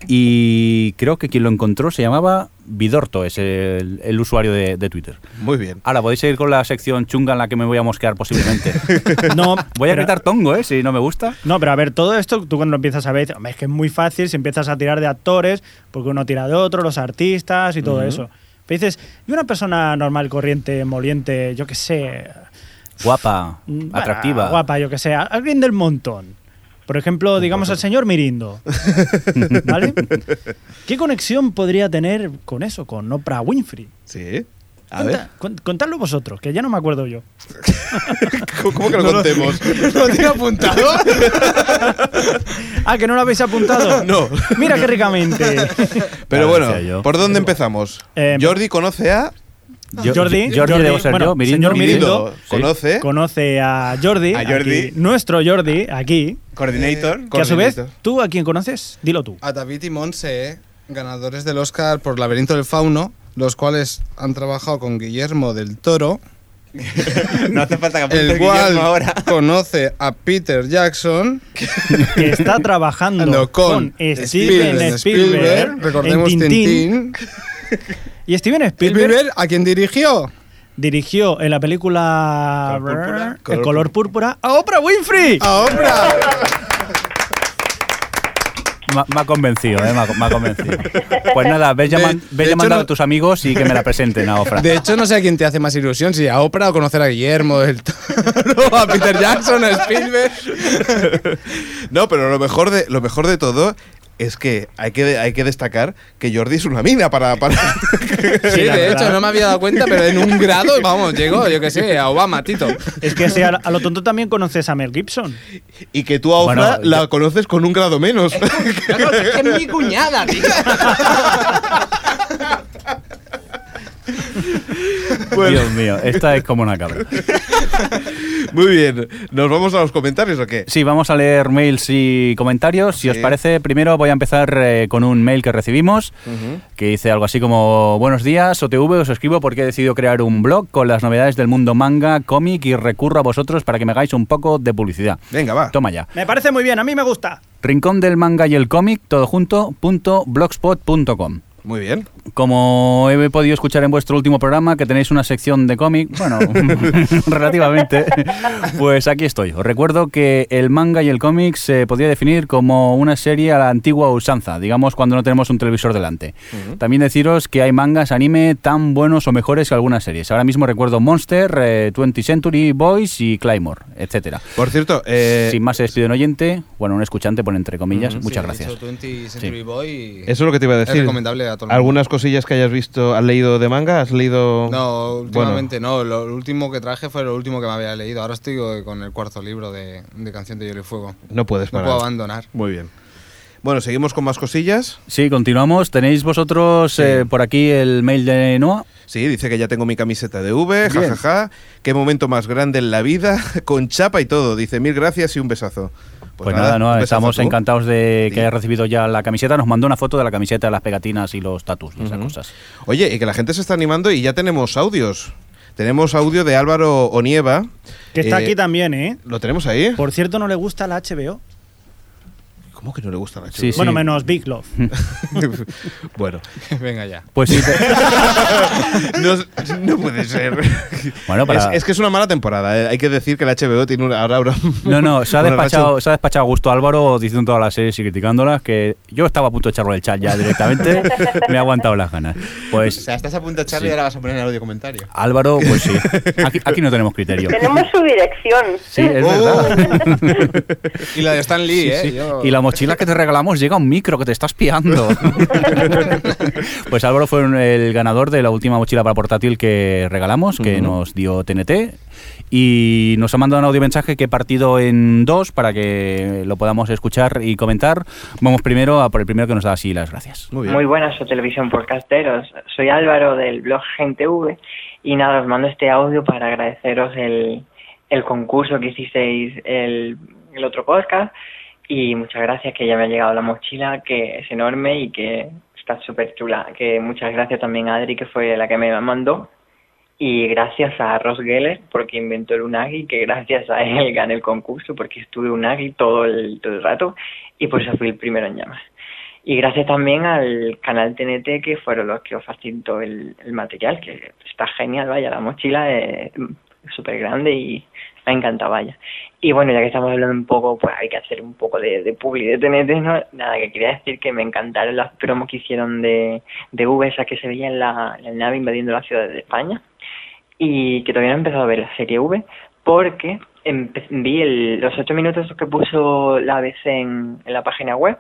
[SPEAKER 5] y creo que quien lo encontró se llamaba Vidorto, es el, el usuario de, de Twitter.
[SPEAKER 3] Muy bien.
[SPEAKER 5] Ahora, podéis seguir con la sección chunga en la que me voy a mosquear posiblemente.
[SPEAKER 7] No,
[SPEAKER 5] Voy a
[SPEAKER 7] pero-
[SPEAKER 5] gritar tongo, ¿eh? Si no me gusta.
[SPEAKER 7] No, pero a ver, todo esto, tú cuando lo empiezas a ver, dices, "Hombre, es que es muy fácil si empiezas a tirar de actores, porque uno tira de otro, los artistas y todo
[SPEAKER 5] Ujú.
[SPEAKER 7] eso. Pero dices, y una persona normal, corriente, moliente, yo qué sé,
[SPEAKER 5] Guapa,
[SPEAKER 7] mm, bueno,
[SPEAKER 5] atractiva.
[SPEAKER 7] guapa, yo qué sé, a- alguien del montón. Por ejemplo, digamos al señor Mirindo. ¿Vale? ¿Qué conexión podría tener con eso, con Oprah Winfrey?
[SPEAKER 3] Sí. A
[SPEAKER 7] Conta-
[SPEAKER 3] ver.
[SPEAKER 7] con- contadlo vosotros, que ya no me acuerdo yo.
[SPEAKER 3] ¿Cómo que lo contemos?
[SPEAKER 10] ¿Lo tiene apuntado?
[SPEAKER 7] Ah, que no lo habéis apuntado.
[SPEAKER 3] No.
[SPEAKER 7] Mira qué ricamente.
[SPEAKER 3] Pero
[SPEAKER 5] Claro,
[SPEAKER 3] bueno,
[SPEAKER 5] decía yo.
[SPEAKER 3] ¿por dónde empezamos?
[SPEAKER 7] Eh,
[SPEAKER 3] Jordi conoce a.
[SPEAKER 5] Yo-
[SPEAKER 7] Jordi,
[SPEAKER 5] Jordi, debo ser
[SPEAKER 7] bueno,
[SPEAKER 5] yo, Mirindo.
[SPEAKER 7] señor
[SPEAKER 3] Mirindo,
[SPEAKER 7] Mirindo,
[SPEAKER 3] conoce.
[SPEAKER 7] conoce a Jordi,
[SPEAKER 9] A Jordi.
[SPEAKER 7] aquí, nuestro Jordi, aquí,
[SPEAKER 10] Eh,
[SPEAKER 9] Coordinator.
[SPEAKER 7] que a su vez,
[SPEAKER 3] Coordinator.
[SPEAKER 7] ¿tú a quién conoces? Dilo tú.
[SPEAKER 10] A David y Monse, ¿eh? ganadores del Oscar por Laberinto del Fauno, los cuales han trabajado con Guillermo del Toro,
[SPEAKER 9] No hace falta que apunte
[SPEAKER 10] el
[SPEAKER 9] el Guillermo
[SPEAKER 10] cual
[SPEAKER 9] ahora.
[SPEAKER 10] conoce a Peter Jackson.
[SPEAKER 7] Que está trabajando
[SPEAKER 10] Ando
[SPEAKER 7] con,
[SPEAKER 10] con
[SPEAKER 7] Steven Spielberg,
[SPEAKER 10] Spielberg, Spielberg, recordemos
[SPEAKER 7] en Tintín.
[SPEAKER 10] Tintín.
[SPEAKER 7] Y Steven Spielberg
[SPEAKER 10] Spielberg, ¿a quién dirigió?
[SPEAKER 7] dirigió en la película
[SPEAKER 10] Color púrpura.
[SPEAKER 7] El color, púrpura a Oprah Winfrey.
[SPEAKER 14] Ah.
[SPEAKER 10] ¡A Oprah!
[SPEAKER 5] Me, me ha convencido, ¿eh? me, ha, me ha convencido. Pues nada, ves, llaman-
[SPEAKER 10] De-
[SPEAKER 5] ves
[SPEAKER 10] de
[SPEAKER 5] llamando
[SPEAKER 10] hecho, no-
[SPEAKER 5] a tus amigos y que me la presenten a Ofra.
[SPEAKER 10] De hecho, no sé a quién te hace más ilusión, si a Oprah o conocer a Guillermo del Toro, a Peter Jackson, a Spielberg.
[SPEAKER 3] No, pero lo mejor de, lo mejor de todo es que hay que, hay que destacar que Jordi es una mina para. para...
[SPEAKER 10] Sí, de hecho, no me había dado cuenta, pero en un grado, vamos, llegó, yo qué sé, a Obama, Tito.
[SPEAKER 7] Es que si a, a lo tonto también conoces a Mel Gibson.
[SPEAKER 3] Y que tú a Ofra
[SPEAKER 7] Bueno,
[SPEAKER 3] la conoces con un grado menos.
[SPEAKER 10] Es mi cuñada, tío.
[SPEAKER 5] Dios mío, esta es como una cabra.
[SPEAKER 3] Muy bien, ¿nos vamos a los comentarios o qué?
[SPEAKER 5] Sí, vamos a leer mails y comentarios. Si os parece, primero voy a empezar eh, con un mail que recibimos que dice algo así como Buenos días, OTV, os escribo porque he decidido crear un blog con las novedades del mundo manga, cómic y recurro a vosotros para que me hagáis un poco de publicidad.
[SPEAKER 3] Venga, va.
[SPEAKER 5] Toma ya.
[SPEAKER 7] Me parece muy bien, a mí me gusta.
[SPEAKER 5] Rincón del manga y el cómic, todo junto, punto blogspot.com.
[SPEAKER 3] Muy bien.
[SPEAKER 5] Como he podido escuchar en vuestro último programa, que tenéis una sección de cómic, bueno, relativamente, pues aquí estoy. Os recuerdo que el manga y el cómic se podría definir como una serie a la antigua usanza, digamos cuando no tenemos un televisor delante. También deciros que hay mangas anime tan buenos o mejores que algunas series. Ahora mismo recuerdo Monster, eh, 20th Century Boys y Claymore, etcétera.
[SPEAKER 3] Por cierto,
[SPEAKER 5] sin más se despide un oyente, bueno, un escuchante, pone entre comillas.
[SPEAKER 3] Eh, Ujú.
[SPEAKER 5] Muchas
[SPEAKER 3] Sí,
[SPEAKER 5] gracias.
[SPEAKER 3] Eso es lo que te iba a decir.
[SPEAKER 10] Es recomendable a todo el mundo.
[SPEAKER 3] ¿Algunas cosillas que hayas visto, has leído de manga? ¿Has leído.?
[SPEAKER 10] No,
[SPEAKER 3] Bueno,
[SPEAKER 10] últimamente no. Lo lo último que traje fue lo último que me había leído. Ahora estoy eh, con el cuarto libro de, de Canción de Hielo y Fuego.
[SPEAKER 3] no puedes
[SPEAKER 10] No
[SPEAKER 3] parar.
[SPEAKER 10] puedo abandonar.
[SPEAKER 3] Muy bien. Bueno, seguimos con más cosillas.
[SPEAKER 5] Sí, continuamos. ¿Tenéis vosotros eh, por aquí el mail de Noah?
[SPEAKER 3] Sí, dice que ya tengo mi camiseta de V, jajaja.
[SPEAKER 5] Bien.
[SPEAKER 3] Qué momento más grande en la vida, con chapa y todo. Dice mil gracias y un besazo.
[SPEAKER 5] Pues, nada, Noah,
[SPEAKER 3] un besazo
[SPEAKER 5] estamos
[SPEAKER 3] tú.
[SPEAKER 5] encantados de que hayas recibido ya la camiseta. Nos mandó una foto de la camiseta, las pegatinas y los tatus y esas cosas.
[SPEAKER 3] Oye, y que la gente se está animando y ya tenemos audios. Tenemos audio de Álvaro Onieva.
[SPEAKER 7] Que está
[SPEAKER 3] Eh,
[SPEAKER 7] aquí también, ¿eh?
[SPEAKER 3] ¿Lo tenemos ahí?
[SPEAKER 7] Por cierto, no le gusta la HBO.
[SPEAKER 3] ¿Cómo que no le gusta la
[SPEAKER 5] Sí,
[SPEAKER 7] Bueno,
[SPEAKER 5] sí.
[SPEAKER 7] menos Big Love.
[SPEAKER 3] bueno.
[SPEAKER 10] Venga ya.
[SPEAKER 5] Pues sí.
[SPEAKER 3] no, no puede ser.
[SPEAKER 5] Bueno, para-
[SPEAKER 3] es, es que es una mala temporada. eh. Hay que decir que la HBO tiene una, ahora habrá-
[SPEAKER 5] No, no, se ha,
[SPEAKER 3] una
[SPEAKER 5] despachado,
[SPEAKER 3] racha-
[SPEAKER 5] se ha despachado Augusto Álvaro diciendo todas las series y criticándolas, que yo estaba a punto de echarlo del chat ya directamente, me ha aguantado las ganas.
[SPEAKER 9] O
[SPEAKER 5] Pues
[SPEAKER 9] sea, estás a punto de echarle y
[SPEAKER 5] Sí.
[SPEAKER 9] ahora vas a poner el audio comentario.
[SPEAKER 5] Álvaro, pues sí, aquí, aquí no tenemos criterio.
[SPEAKER 8] Tenemos su dirección.
[SPEAKER 5] Sí, es
[SPEAKER 9] Oh.
[SPEAKER 5] verdad.
[SPEAKER 10] Y la de Stan Lee, ¿eh? Yo-
[SPEAKER 5] Y la mochila que te regalamos llega un micro que te está espiando. pues Álvaro fue un- el ganador de la última mochila para portátil que regalamos, que nos dio TNT. Y nos ha mandado un audio mensaje que he partido en dos para que lo podamos escuchar y comentar. Vamos primero a por el primero que nos da así las gracias.
[SPEAKER 3] Muy
[SPEAKER 14] Muy buenas o televisión podcasteros. Soy Álvaro del blog Gente V y nada, os mando este audio para agradeceros el, el concurso que hicisteis el, el otro podcast y muchas gracias que ya me ha llegado la mochila que es enorme y que está súper chula. Que muchas gracias también a Adri que fue la que me la mandó y gracias a Ross Geller porque inventó el Unagi que gracias a él gané el concurso porque estuve Unagi todo el, todo el rato y por eso fui el primero en llamar. Y gracias también al canal TNT, que fueron los que os facilitó el, el material, que está genial, vaya, la mochila es súper grande y me encanta, vaya. Y bueno, ya que estamos hablando un poco, pues hay que hacer un poco de, de publi de TNT, ¿no? Nada, que quería decir que me encantaron las promos que hicieron de, de V, esa que se veía en la, la nave invadiendo la ciudad de España, y que todavía no he empezado a ver la serie V, porque empe- vi el- los ocho minutos que puso la ABC en- en la página web,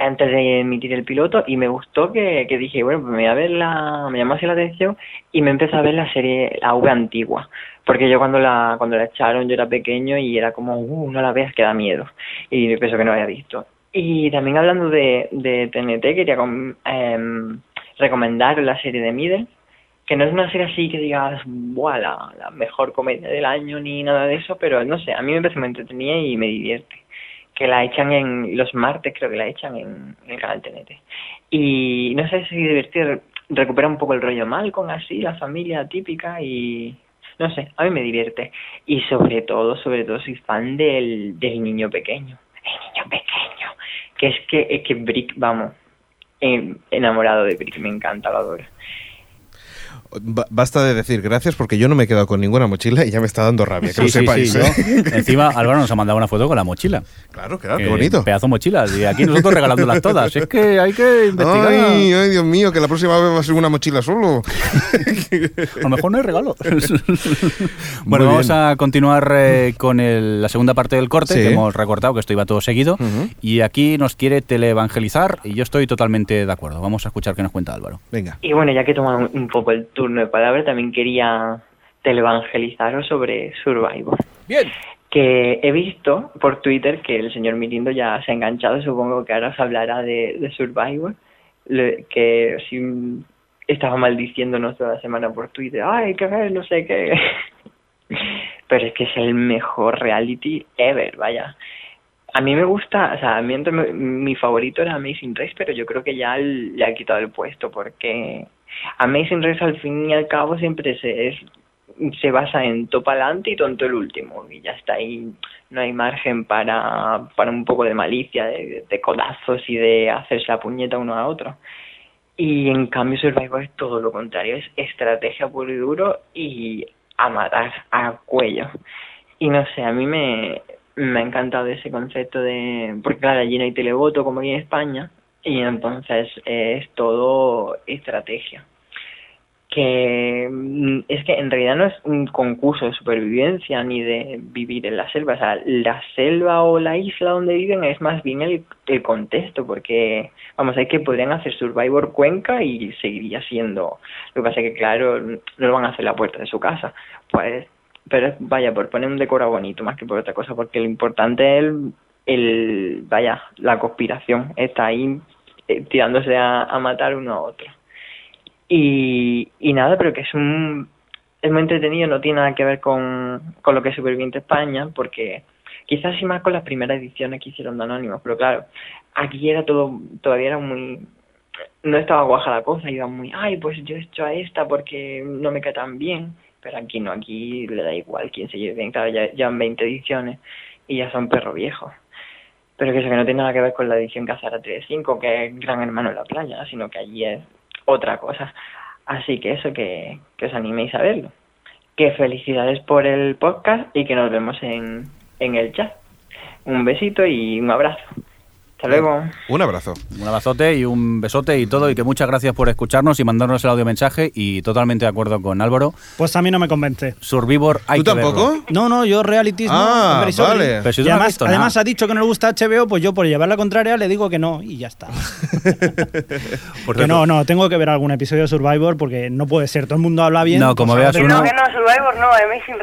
[SPEAKER 14] antes de emitir el piloto y me gustó que, que dije, bueno, pues me voy a ver la, me llamó así la atención y me empecé a ver la serie, la V antigua, porque yo cuando la, cuando la echaron yo era pequeño y era como, uh, no la veas que da miedo y pienso que no la había visto. Y también hablando de, de TNT, quería com- em, recomendar la serie de Middle, que no es una serie así que digas, Buah, la, la mejor comedia del año ni nada de eso, pero no sé, a mí me parece que me entretenía y me divierte que la echan en los martes, creo que la echan en, en el canal TNT. Y no sé si divertir, recupera un poco el rollo mal con así, la familia típica y no sé, a mí me divierte. Y sobre todo, sobre todo soy fan del, del niño pequeño, el niño pequeño, que es que, eh, es que Brick, vamos, en- enamorado de Brick, me encanta, lo adoro.
[SPEAKER 3] Ba- Basta de decir gracias porque yo no me he quedado con ninguna mochila y ya me está dando rabia, que
[SPEAKER 5] Sí,
[SPEAKER 3] lo
[SPEAKER 5] sí,
[SPEAKER 3] sepáis.
[SPEAKER 5] sí,
[SPEAKER 3] ¿eh?
[SPEAKER 5] ¿no? Encima Álvaro nos ha mandado una foto con la mochila.
[SPEAKER 3] Claro, claro, Ah, qué
[SPEAKER 5] Eh,
[SPEAKER 3] bonito.
[SPEAKER 5] Pedazo de mochilas. Y aquí nosotros regalándolas todas. Es que hay que investigar.
[SPEAKER 3] Ay, ay, Dios mío, que la próxima vez va a ser una mochila solo.
[SPEAKER 5] A lo mejor no hay regalo.
[SPEAKER 3] Muy
[SPEAKER 5] bueno, vamos
[SPEAKER 3] bien.
[SPEAKER 5] a continuar eh, con el- la segunda parte del corte
[SPEAKER 3] Sí.
[SPEAKER 5] que hemos recortado, que esto iba todo seguido. Y aquí nos quiere teleevangelizar y yo estoy totalmente de acuerdo. Vamos a escuchar qué nos cuenta Álvaro.
[SPEAKER 3] Venga.
[SPEAKER 14] Y bueno, ya que he tomado un- un poco el turno de palabra, también quería televangelizaros sobre Survivor.
[SPEAKER 5] Bien.
[SPEAKER 14] Que he visto por Twitter que el señor Mirindo ya se ha enganchado, supongo que ahora os hablará de, de Survivor, le- que si mm, estaba maldiciéndonos toda la semana por Twitter, ay, hay que ver, no sé qué. Pero es que es el mejor reality ever, vaya. A mí me gusta, o sea, a mí antes me- mi favorito era Amazing Race, pero yo creo que ya l- le ha quitado el puesto porque Amazing Race al fin y al cabo siempre se es, se basa en topa adelante y tonto el último y ya está ahí no hay margen para para un poco de malicia de, de codazos y de hacerse la puñeta uno a otro y en cambio Survivor es todo lo contrario es estrategia puro y duro y a matar a cuello y no sé a mí me me ha encantado ese concepto de porque claro allí no hay televoto como aquí en España y entonces eh, es todo estrategia que mm, es que en realidad no es un concurso de supervivencia ni de vivir en la selva. O sea, la selva o la isla donde viven es más bien el, el contexto, porque vamos, hay que podrían hacer Survivor Cuenca y seguiría siendo. Lo que pasa es que, claro, no lo van a hacer en la puerta de su casa. Pues, pero vaya, por poner un decorado bonito más que por otra cosa, porque lo importante es el, el vaya, la conspiración. Está ahí eh, tirándose a, a matar uno a otro. Y, y nada, pero que es un es muy entretenido, no tiene nada que ver con, con lo que es Superviviente España, porque quizás sí más con las primeras ediciones que hicieron de Anónimos, pero claro, aquí era todo, todavía era muy, no estaba guaja la cosa, iba muy, ay, pues yo he hecho a esta porque no me cae tan bien, pero aquí no, aquí le da igual quién se lleve bien, claro, ya, ya han 20 ediciones y ya son perro viejo. Pero que eso que no tiene nada que ver con la edición que hace ahora 3.5, que es Gran Hermano en la playa, sino que allí es otra cosa. Así que eso, que, que os animéis a verlo. Que felicidades por el podcast y que nos vemos en, en el chat. Un besito y un abrazo. Hasta luego.
[SPEAKER 3] Un abrazo.
[SPEAKER 5] Un abrazote y un besote y todo. Y que muchas gracias por escucharnos y mandarnos el audio mensaje. Y totalmente de acuerdo con Álvaro.
[SPEAKER 7] Pues a mí no me convence.
[SPEAKER 5] Survivor hay que verlo.
[SPEAKER 7] No, no, yo realities
[SPEAKER 5] Ah,
[SPEAKER 7] no. hombre, sorry.
[SPEAKER 5] vale. Pero si
[SPEAKER 7] Y
[SPEAKER 5] tú no has
[SPEAKER 7] además,
[SPEAKER 5] visto nada.
[SPEAKER 7] además ha dicho que no le gusta HBO, pues yo por llevar la contraria le digo que no y ya está.
[SPEAKER 5] Por
[SPEAKER 7] Que
[SPEAKER 5] cierto,
[SPEAKER 7] no, no, tengo que ver algún episodio de Survivor porque no puede ser, todo el mundo habla bien.
[SPEAKER 5] No, como
[SPEAKER 7] Pues,
[SPEAKER 5] veas
[SPEAKER 7] pero
[SPEAKER 5] uno-
[SPEAKER 7] no,
[SPEAKER 8] Que no, Survivor no, Amazing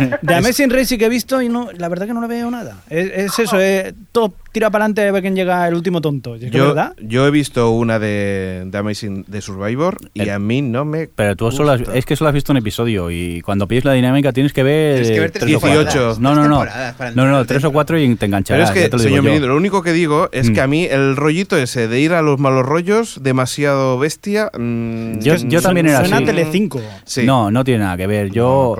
[SPEAKER 8] Race.
[SPEAKER 7] De Amazing Race sí que he visto y no, la verdad que no le veo nada. Es, es eso, es todo tira para adelante a ver quién llega el último tonto. Y es que,
[SPEAKER 3] Yo,
[SPEAKER 7] ¿verdad?
[SPEAKER 3] yo he visto una de, de Amazing de Survivor y a mí no me.
[SPEAKER 5] Pero tú solo has- es que solo has visto un episodio y cuando pilles la dinámica tienes que ver
[SPEAKER 3] Tienes que ver
[SPEAKER 5] eh,
[SPEAKER 3] tres
[SPEAKER 5] tres o cuatro.
[SPEAKER 3] temporadas,
[SPEAKER 5] No, no, no.
[SPEAKER 3] temporadas para
[SPEAKER 5] No, no, tres o cuatro y te
[SPEAKER 3] Pero
[SPEAKER 5] engancharás.
[SPEAKER 3] es que,
[SPEAKER 5] ya te lo digo
[SPEAKER 3] señor
[SPEAKER 5] yo. Mm.
[SPEAKER 3] Ministro, lo único que digo es que a mí el rollito ese de ir a los malos rollos, demasiado bestia. mm,
[SPEAKER 5] Yo, yo
[SPEAKER 3] mm,
[SPEAKER 5] también era así.
[SPEAKER 3] Sí.
[SPEAKER 5] No, no tiene nada que ver. Yo.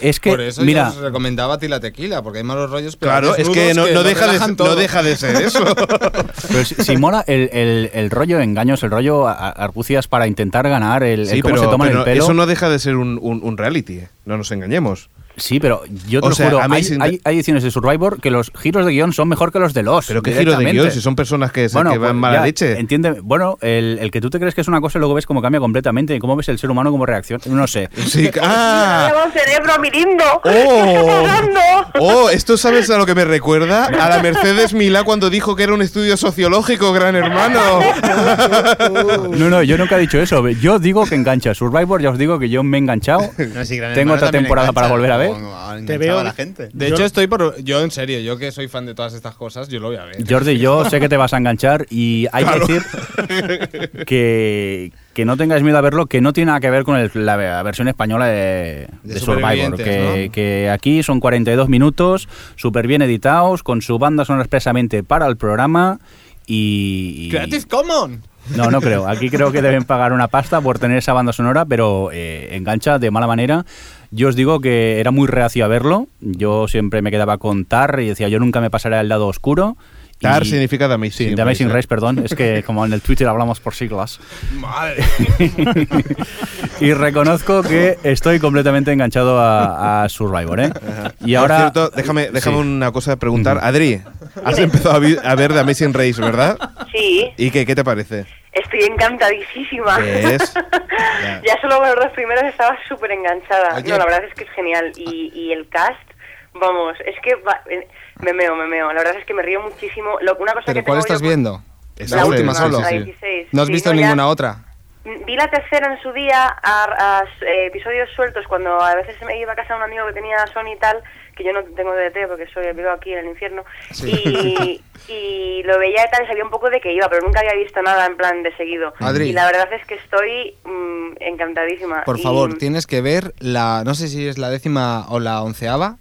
[SPEAKER 5] Es que,
[SPEAKER 10] Por eso
[SPEAKER 5] mira,
[SPEAKER 10] yo os recomendaba a ti la tequila, porque hay malos rollos. Pero
[SPEAKER 3] Claro,
[SPEAKER 10] hay
[SPEAKER 3] es que
[SPEAKER 10] desnudos
[SPEAKER 3] no, no
[SPEAKER 10] lo
[SPEAKER 3] deja de,
[SPEAKER 10] relajan
[SPEAKER 3] no
[SPEAKER 10] todo.
[SPEAKER 3] deja de ser eso.
[SPEAKER 5] pero si, si mola el, el- el rollo de engaños, el rollo a- a- argucias para intentar ganar, el, el
[SPEAKER 3] Sí,
[SPEAKER 5] cómo se toman el pelo.
[SPEAKER 3] eso no deja de ser un, un- un reality, eh. no nos engañemos.
[SPEAKER 5] Sí, pero yo te
[SPEAKER 3] O
[SPEAKER 5] lo
[SPEAKER 3] sea,
[SPEAKER 5] juro, hay-
[SPEAKER 3] Amazing-
[SPEAKER 5] hay, hay ediciones de Survivor que los giros de guión son mejor que los de los.
[SPEAKER 3] Pero qué giro de
[SPEAKER 5] directamente.
[SPEAKER 3] guión, si son personas que, se-
[SPEAKER 5] Bueno,
[SPEAKER 3] que van
[SPEAKER 5] pues
[SPEAKER 3] mala
[SPEAKER 5] ya,
[SPEAKER 3] leche.
[SPEAKER 5] Entiende, bueno, el, el que tú te crees que es una cosa y luego ves cómo cambia completamente y cómo ves el ser humano como reacción. No sé.
[SPEAKER 3] Sí, ah,
[SPEAKER 8] Lleva un cerebro mirindo.
[SPEAKER 3] ¡Oh! ¡Oh! ¿Esto sabes a lo que me recuerda? A la Mercedes Milá cuando dijo que era un estudio sociológico, gran hermano.
[SPEAKER 5] No, no, yo nunca he dicho eso. Yo digo que engancha. Survivor, ya os digo que yo me he enganchado.
[SPEAKER 10] No, sí, Gran Hermano
[SPEAKER 5] Tengo otra
[SPEAKER 10] también
[SPEAKER 5] temporada
[SPEAKER 10] engancha,
[SPEAKER 5] para volver a ver.
[SPEAKER 10] como ha
[SPEAKER 5] Te
[SPEAKER 10] enganchado
[SPEAKER 5] veo-
[SPEAKER 10] Ah, a la gente. De
[SPEAKER 5] Yo-
[SPEAKER 10] hecho, estoy por. Yo, en serio, yo que soy fan de todas estas cosas, yo lo voy a ver.
[SPEAKER 5] Jordi, yo sé que te vas a enganchar y hay
[SPEAKER 10] Claro.
[SPEAKER 5] que decir que, que no tengáis miedo a verlo, que no tiene nada que ver con el- la, la versión española de, de Survivor.
[SPEAKER 10] supervivientes,
[SPEAKER 5] Que, que aquí son 42 minutos, súper bien editados, con su banda sonora expresamente para el programa y... y-
[SPEAKER 10] Creative Commons.
[SPEAKER 5] No, no creo. Aquí creo que deben pagar una pasta por tener esa banda sonora, pero eh, engancha de mala manera. Yo os digo que era muy reacio a verlo. Yo siempre me quedaba con Tar y decía, yo nunca me pasaré al lado oscuro.
[SPEAKER 3] TAR significa The Amazing
[SPEAKER 5] The Amazing
[SPEAKER 3] Race, ¿eh?
[SPEAKER 5] Race, perdón. Es que como en el Twitter hablamos por siglas.
[SPEAKER 3] Madre.
[SPEAKER 5] y reconozco que estoy completamente enganchado a, a Survivor, ¿eh? Y
[SPEAKER 3] Por
[SPEAKER 5] ahora.
[SPEAKER 3] cierto, déjame, déjame
[SPEAKER 5] Sí.
[SPEAKER 3] una cosa preguntar. Adri, has empezado a, vi- a ver The Amazing Race, ¿verdad?
[SPEAKER 8] Sí,
[SPEAKER 3] ¿Y qué, qué te parece?
[SPEAKER 8] estoy encantadísima.
[SPEAKER 3] ¿Qué es?
[SPEAKER 8] ya solo con los dos primeros estaba súper enganchada.
[SPEAKER 3] Oye.
[SPEAKER 8] No, la verdad es que es genial. Y, y el cast, vamos, es que va- eh, me meo, me meo. La verdad es que me río muchísimo. Lo, una cosa
[SPEAKER 10] ¿Pero
[SPEAKER 8] que tengo
[SPEAKER 10] cuál estás
[SPEAKER 8] yo-
[SPEAKER 10] viendo?
[SPEAKER 3] Esa
[SPEAKER 10] La
[SPEAKER 3] es
[SPEAKER 10] última
[SPEAKER 3] la-
[SPEAKER 10] solo.
[SPEAKER 8] la 16.
[SPEAKER 10] ¿No has
[SPEAKER 8] Sí,
[SPEAKER 10] visto
[SPEAKER 8] no, ya-
[SPEAKER 10] ninguna otra?
[SPEAKER 8] Vi la tercera en su día a, a s- eh, episodios sueltos cuando a veces me iba a casa de un amigo que tenía Sony y tal, que yo no tengo DDT porque soy vivo aquí en el infierno,
[SPEAKER 10] Sí.
[SPEAKER 8] y, y lo veía y tal y sabía un poco de qué iba, pero nunca había visto nada en plan de seguido.
[SPEAKER 10] Adri.
[SPEAKER 8] Y la verdad es que estoy mm, encantadísima.
[SPEAKER 10] Por
[SPEAKER 8] Y
[SPEAKER 10] favor, tienes que ver la. No sé si es la décima o la onceava.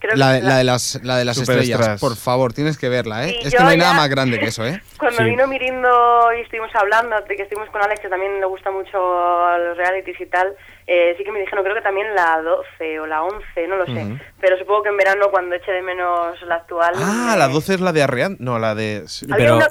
[SPEAKER 8] creo
[SPEAKER 10] La,
[SPEAKER 8] que
[SPEAKER 10] la de las, la de las
[SPEAKER 3] Superestras.
[SPEAKER 10] estrellas. Por favor, tienes que verla, ¿eh?
[SPEAKER 8] Sí,
[SPEAKER 10] es que
[SPEAKER 8] yo
[SPEAKER 10] no hay
[SPEAKER 8] ya-
[SPEAKER 10] nada más grande que eso, ¿eh?
[SPEAKER 8] Cuando vino Mirindo y estuvimos hablando, de que estuvimos con Alex, que también le gusta mucho los realities y tal, eh, sí que me dijeron, creo que también la 12 o la 11, no lo sé.
[SPEAKER 3] Ujú.
[SPEAKER 8] Pero supongo que en verano, cuando eche de menos la actual, eh,
[SPEAKER 3] Ah, la 12 es la de Arreán. No, la de. sí.
[SPEAKER 8] había una-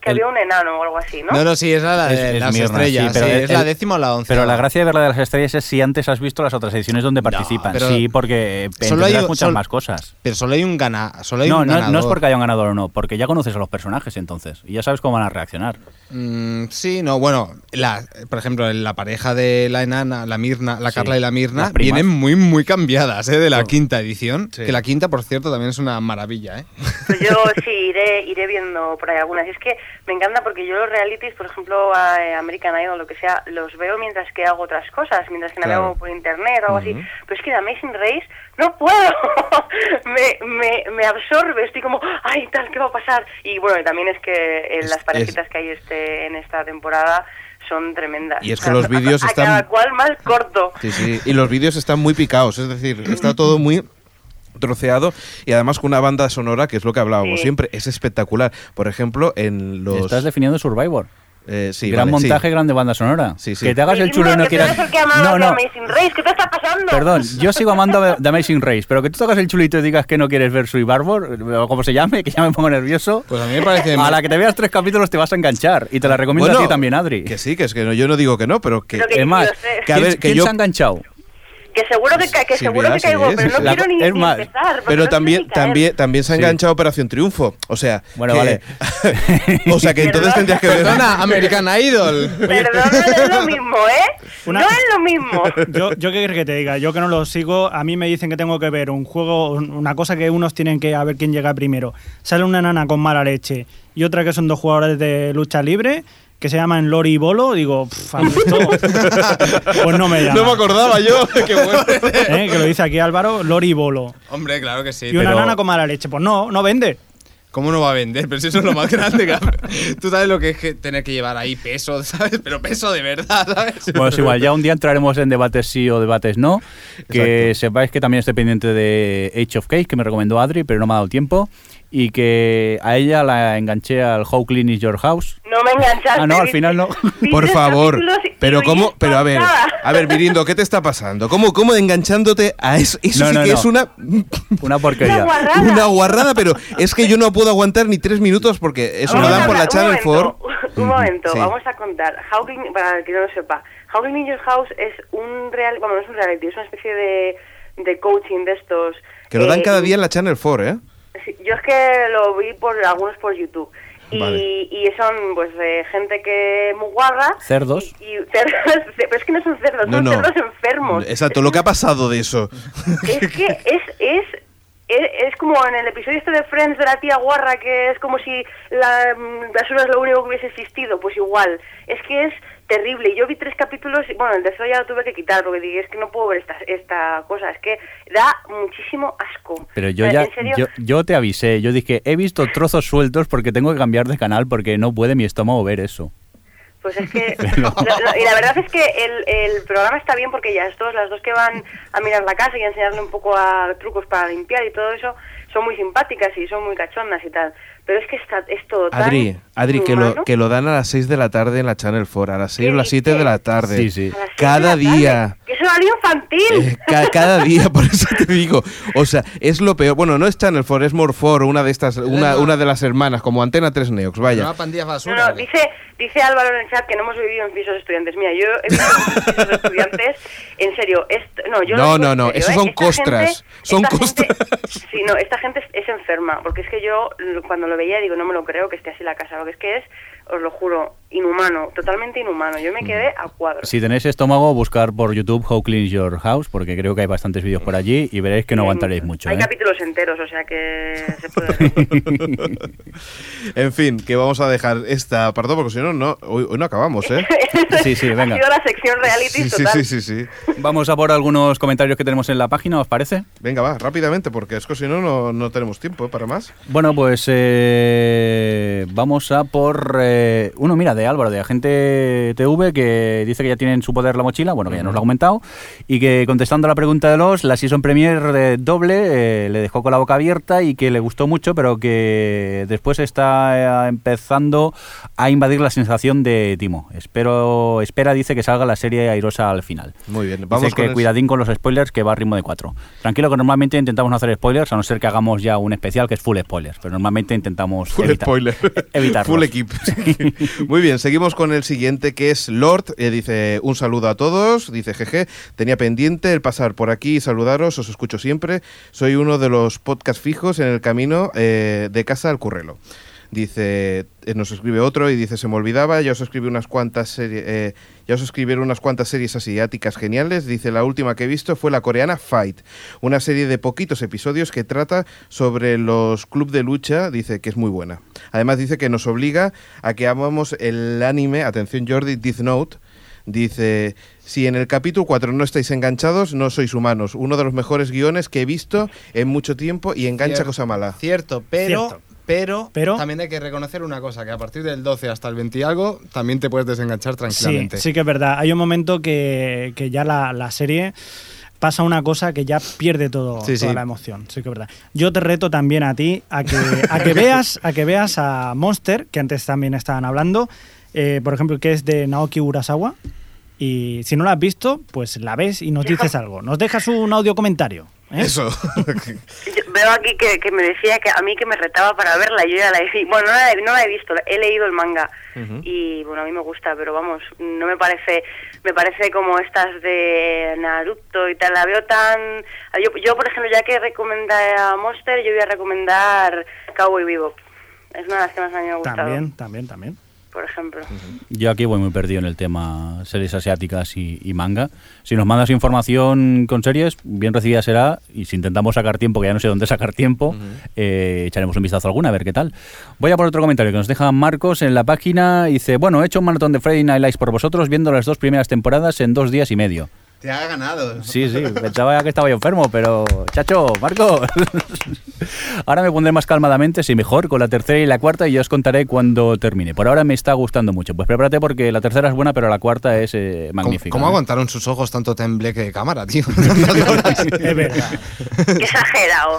[SPEAKER 8] que había un enano o algo así, ¿no?
[SPEAKER 10] No, no, sí, es la, la de
[SPEAKER 5] Es- es
[SPEAKER 10] las
[SPEAKER 5] Mirna,
[SPEAKER 10] estrellas.
[SPEAKER 5] sí, pero
[SPEAKER 10] sí,
[SPEAKER 5] el-
[SPEAKER 10] es la
[SPEAKER 5] el-
[SPEAKER 10] décima o la onceava.
[SPEAKER 5] Pero la gracia de ver la de las estrellas es si antes has visto las otras ediciones donde participan.
[SPEAKER 10] pero-
[SPEAKER 5] sí, porque eh,
[SPEAKER 10] Solo hay
[SPEAKER 5] entenderás
[SPEAKER 10] un-
[SPEAKER 5] muchas
[SPEAKER 10] sol-
[SPEAKER 5] más cosas.
[SPEAKER 10] Pero solo hay un gana, solo hay
[SPEAKER 5] No,
[SPEAKER 10] un
[SPEAKER 5] no, no es
[SPEAKER 10] ganador.
[SPEAKER 5] porque haya un ganador o no, porque ya conoces a los personajes entonces y ya sabes cómo van a reaccionar.
[SPEAKER 10] Mm, sí, no, bueno, la, por ejemplo, la pareja de la enana, la Mirna, la Carla y la Mirna
[SPEAKER 5] las primas.
[SPEAKER 10] vienen muy, muy cambiadas, ¿eh? De la
[SPEAKER 5] Bueno.
[SPEAKER 10] quinta edición.
[SPEAKER 5] Sí.
[SPEAKER 10] Que la quinta, por cierto, también es una maravilla, ¿eh?
[SPEAKER 8] Pues yo sí iré, iré viendo por ahí algunas. Y es que me encanta porque yo los realities, por ejemplo, a- eh, American Idol, lo que sea, los veo mientras que hago otras cosas, mientras que
[SPEAKER 17] Claro.
[SPEAKER 8] navego por internet o algo
[SPEAKER 17] Ujú.
[SPEAKER 8] así. Pero es que The Amazing Race no puedo. me, me, me absorbe, estoy como, ay, tal, ¿qué va a pasar? Y bueno, y también es que eh, las parejitas que hay este en esta temporada son tremendas.
[SPEAKER 3] Y es que los vídeos
[SPEAKER 8] A
[SPEAKER 3] están-
[SPEAKER 8] cada cual más corto.
[SPEAKER 3] Sí, sí. Y los vídeos están muy picados, es decir, está todo muy troceado y además con una banda sonora que es lo que hablábamos
[SPEAKER 5] Sí.
[SPEAKER 3] siempre, es espectacular. Por ejemplo, en los.
[SPEAKER 5] Estás definiendo Survivor.
[SPEAKER 3] eh, sí,
[SPEAKER 5] gran
[SPEAKER 3] vale, sí.
[SPEAKER 5] montaje, grande banda sonora.
[SPEAKER 3] sí.
[SPEAKER 5] Que te hagas el chulo y no quieras. No, no,
[SPEAKER 8] Amazing Race, ¿qué te está pasando?
[SPEAKER 5] Perdón, yo sigo amando a The Amazing Race, pero que tú tocas el chulito y digas que no quieres ver Sui Barbour, o como se llame, que ya me pongo nervioso.
[SPEAKER 10] Pues a mí me parece.
[SPEAKER 5] A la que te veas tres capítulos te vas a enganchar. Y te la recomiendo
[SPEAKER 3] Bueno,
[SPEAKER 5] a ti también, Adri.
[SPEAKER 3] Que sí, que es que no, yo no digo que no, pero que.
[SPEAKER 8] Pero que
[SPEAKER 5] Es más,
[SPEAKER 8] yo sé.
[SPEAKER 5] Ah, que a ver,
[SPEAKER 3] ¿Quién-
[SPEAKER 5] que
[SPEAKER 3] quién
[SPEAKER 5] yo...
[SPEAKER 3] se
[SPEAKER 5] se
[SPEAKER 3] ha
[SPEAKER 5] ha enganchado?
[SPEAKER 8] Que seguro que, ca- que,
[SPEAKER 3] Sí,
[SPEAKER 8] seguro
[SPEAKER 3] vea,
[SPEAKER 8] que
[SPEAKER 3] sí,
[SPEAKER 8] caigo,
[SPEAKER 3] sí,
[SPEAKER 8] pero no
[SPEAKER 3] sí. La-
[SPEAKER 8] quiero ni,
[SPEAKER 3] es
[SPEAKER 8] ni
[SPEAKER 3] más,
[SPEAKER 8] empezar. porque
[SPEAKER 3] Pero
[SPEAKER 8] no sé ni
[SPEAKER 3] también,
[SPEAKER 8] caer.
[SPEAKER 3] también, también se ha enganchado Operación Triunfo. O sea. Bueno,
[SPEAKER 5] vale.
[SPEAKER 3] o sea que entonces tendrías que ver.
[SPEAKER 10] Perdona, American Idol.
[SPEAKER 8] Perdón, no es lo mismo, ¿eh? No es lo mismo.
[SPEAKER 7] Yo, yo qué quieres que te diga, yo que no lo sigo, a mí me dicen que tengo que ver un juego, un- una cosa que unos tienen que a ver quién llega primero. Sale una nana con mala leche y otra que son dos jugadores de lucha libre que se llaman Lori y Bolo, digo, "Pff, a mí esto, pues no me llama.
[SPEAKER 10] No me acordaba yo, qué bueno.
[SPEAKER 7] Eh, Que lo dice aquí Álvaro, Lori y Bolo.
[SPEAKER 10] Hombre, claro que sí.
[SPEAKER 7] y una nana con mala leche, pues no, no vende.
[SPEAKER 10] ¿Cómo no va a vender? Pero si eso es lo más grande que Tú sabes lo que es que tener que llevar ahí peso, ¿sabes? Pero peso de verdad, ¿sabes?
[SPEAKER 5] Bueno, es igual, ya un día entraremos en debates sí o debates no. Que sepáis que también estoy pendiente de Age of Cake, que me recomendó Adri, pero no me ha dado tiempo. Y que a ella la enganché al How Clean is Your House.
[SPEAKER 8] No me enganchaste.
[SPEAKER 5] Ah, no, al final no.
[SPEAKER 3] Por favor, pero cómo, pero a ver,
[SPEAKER 8] impactada.
[SPEAKER 3] a ver, Mirindo, ¿qué te está pasando? ¿Cómo, cómo enganchándote a eso? Eso
[SPEAKER 5] No,
[SPEAKER 3] sí
[SPEAKER 5] no,
[SPEAKER 3] que
[SPEAKER 5] no.
[SPEAKER 3] es una,
[SPEAKER 5] Una porquería.
[SPEAKER 3] una guarrada, pero es que yo no puedo aguantar ni tres minutos porque eso lo
[SPEAKER 8] Vamos a
[SPEAKER 3] dan por la
[SPEAKER 8] hablar-
[SPEAKER 3] Channel
[SPEAKER 8] un
[SPEAKER 3] 4.
[SPEAKER 8] momento, Un momento,
[SPEAKER 3] Sí.
[SPEAKER 8] vamos a contar. Hawking, para el que no lo sepa, Hawking in Your House es un real, bueno, no es un reality, es una especie de, de coaching de estos.
[SPEAKER 3] Que lo dan
[SPEAKER 8] eh,
[SPEAKER 3] cada día en la Channel 4, ¿eh?
[SPEAKER 8] Sí, Yo es que lo vi por algunos por YouTube. Y,
[SPEAKER 3] Vale.
[SPEAKER 8] y son pues eh, gente que es muy guarra
[SPEAKER 5] Cerdos.
[SPEAKER 8] y cerdos, pero es que no son cerdos,
[SPEAKER 3] No,
[SPEAKER 8] son
[SPEAKER 3] no.
[SPEAKER 8] cerdos enfermos.
[SPEAKER 3] Exacto, lo que ha pasado de eso.
[SPEAKER 8] Es que es, es, es, es como en el episodio este de Friends de la tía guarra, que es como si la mm, basura es lo único que hubiese existido, pues igual. Es que es terrible. Y Yo vi tres capítulos, y, bueno, el tercero ya lo tuve que quitar, porque dije, es que no puedo ver esta, esta cosa, es que da muchísimo asco.
[SPEAKER 5] Pero yo
[SPEAKER 8] O sea,
[SPEAKER 5] ya,
[SPEAKER 8] en serio,
[SPEAKER 5] yo, yo te avisé, yo dije, he visto trozos sueltos porque tengo que cambiar de canal porque no puede mi estómago ver eso.
[SPEAKER 8] Pues es que. lo- lo- y la verdad es que el, el programa está bien porque ya estos, las dos que van a mirar la casa y a enseñarle un poco a trucos para limpiar y todo eso, son muy simpáticas y son muy cachondas y tal. Pero es que está, es todo tan
[SPEAKER 3] Adri, Adri, que
[SPEAKER 8] humano.
[SPEAKER 3] lo, que lo dan a las 6 de la tarde en la Channel 4, a las 6 o las 7 de la tarde.
[SPEAKER 5] Sí, sí.
[SPEAKER 3] Cada día. Eh,
[SPEAKER 8] Que eso sexual infantil.
[SPEAKER 3] Ca- cada día, por eso te digo. O sea, es lo peor. Bueno, no está en el Forest More For, una de estas, una, una de las hermanas, como Antena 3 Neox, vaya.
[SPEAKER 8] No, no, dice, dice Álvaro en el chat que no hemos vivido en pisos de estudiantes. Mira, yo he vivido en pisos de estudiantes, en serio, esto- no, yo
[SPEAKER 3] No,
[SPEAKER 8] lo digo
[SPEAKER 3] no,
[SPEAKER 8] en
[SPEAKER 3] no,
[SPEAKER 8] serio,
[SPEAKER 3] esos
[SPEAKER 8] ¿eh?
[SPEAKER 3] son
[SPEAKER 8] Esta
[SPEAKER 3] costras,
[SPEAKER 8] gente-
[SPEAKER 3] son
[SPEAKER 8] esta gente- sí, no, esta gente es, es enferma, porque es que yo l- cuando lo veía digo, no me lo creo que esté así la casa, lo que es que es, os lo juro, inhumano, totalmente inhumano. Yo me
[SPEAKER 3] Mm.
[SPEAKER 8] quedé a cuadros.
[SPEAKER 5] Si tenéis estómago, buscar por YouTube How Clean is Your House, porque creo que hay bastantes vídeos por allí y veréis que no aguantaréis mucho.
[SPEAKER 8] Hay
[SPEAKER 5] ¿eh?
[SPEAKER 8] capítulos enteros, o sea que se puede
[SPEAKER 3] en fin, que vamos a dejar esta apartado porque si no, no hoy, hoy no acabamos, ¿eh?
[SPEAKER 5] Sí, sí, venga.
[SPEAKER 8] Ha sido la sección reality
[SPEAKER 3] Sí, sí,
[SPEAKER 8] total.
[SPEAKER 3] sí, sí.
[SPEAKER 5] Vamos a por algunos comentarios que tenemos en la página, ¿os parece?
[SPEAKER 3] Venga, va, rápidamente, porque es que si no, no, no tenemos tiempo ¿eh? para más.
[SPEAKER 5] Bueno, pues eh, vamos a por eh, uno, mira, de Álvaro, de Agente TV, que dice que ya tiene en su poder la mochila, bueno, que ya nos lo ha comentado, y que contestando a la pregunta de los, la Season Premier de doble eh, le dejó con la boca abierta y que le gustó mucho, pero que después está eh, empezando a invadir la sensación de Timo. Espero, espera, dice que salga la serie airosa al final.
[SPEAKER 3] Muy bien,
[SPEAKER 5] Vamos
[SPEAKER 3] vamos
[SPEAKER 5] que
[SPEAKER 3] con el-
[SPEAKER 5] cuidadín con los spoilers que va a ritmo de 4. Tranquilo que normalmente intentamos no hacer spoilers, a no ser que hagamos ya un especial que es full spoilers, pero normalmente intentamos
[SPEAKER 3] Full
[SPEAKER 5] evitar,
[SPEAKER 3] spoiler.
[SPEAKER 5] evitarlos.
[SPEAKER 3] Full equipo. Muy bien, seguimos con el siguiente que es Lord. Eh, dice un saludo a todos. Dice jeje, tenía pendiente el pasar por aquí y saludaros. Os escucho siempre. Soy uno de los podcast fijos en el camino eh, de casa al currelo. Dice, eh, nos escribe otro y dice, se me olvidaba, ya os escribí unas cuantas eh, series, ya os escribieron unas cuantas series asiáticas geniales. Dice, la última que he visto fue la coreana Fight, una serie de poquitos episodios que trata sobre los club de lucha, dice que es muy buena. Además dice que nos obliga a que amamos el anime, atención Jordi, Death Note, Dice, si en el capítulo 4 no estáis enganchados, no sois humanos. Uno de los mejores guiones que he visto en mucho tiempo y engancha
[SPEAKER 10] Cierto.
[SPEAKER 3] cosa mala.
[SPEAKER 10] Cierto, pero,
[SPEAKER 3] Cierto.
[SPEAKER 10] pero,
[SPEAKER 7] Pero-
[SPEAKER 10] también hay que reconocer una cosa, que a partir del 12 hasta el 20 y algo, también te puedes desenganchar
[SPEAKER 7] Sí,
[SPEAKER 10] tranquilamente.
[SPEAKER 7] sí que es verdad. Hay un momento que, que ya la, la serie pasa una cosa que ya pierde todo,
[SPEAKER 10] Sí,
[SPEAKER 7] toda
[SPEAKER 10] sí.
[SPEAKER 7] la emoción. Sí que es verdad. Yo te reto también a ti a que, a que veas a que veas a Monster, que antes también estaban hablando, eh, por ejemplo, que es de Naoki Urasawa. Y si no la has visto, pues la ves y nos dices algo. Nos dejas un audio comentario. ¿eh?
[SPEAKER 3] Eso.
[SPEAKER 8] Yo veo aquí que, que me decía que a mí que me retaba para verla. Yo ya la he, bueno, no la, he- no la he visto, he leído el manga y bueno, a mí me gusta, pero vamos, no me parece me parece como estas de Naruto y tal, la veo tan yo, yo por ejemplo, ya que recomendé a Monster, yo voy a recomendar Cowboy Bebop. Es una de las que más a mí me ha gustado,
[SPEAKER 7] También, también, también.
[SPEAKER 8] por ejemplo.
[SPEAKER 5] Yo aquí voy muy perdido en el tema series asiáticas y, y manga. Si nos mandas información con series, bien recibida será. Y si intentamos sacar tiempo, que ya no sé dónde sacar tiempo, eh, echaremos un vistazo a alguna, a ver qué tal. Voy a por otro comentario que nos deja Marcos en la página. Dice, bueno, he hecho un maratón de Friday Night Lights por vosotros, viendo las dos primeras temporadas en dos días y medio.
[SPEAKER 9] Te ha ganado.
[SPEAKER 5] Sí, sí, pensaba que estaba yo enfermo, pero chacho, Marco. Ahora me pondré más calmadamente, si mejor, con la tercera y la cuarta y ya os contaré cuando termine. Por ahora me está gustando mucho. Pues prepárate porque la tercera es buena, pero la cuarta es eh,
[SPEAKER 10] ¿Cómo,
[SPEAKER 5] magnífica.
[SPEAKER 10] cómo
[SPEAKER 5] ¿eh?
[SPEAKER 10] aguantaron sus ojos tanto tembleque de cámara, tío?
[SPEAKER 7] Es verdad.
[SPEAKER 8] Exagerado.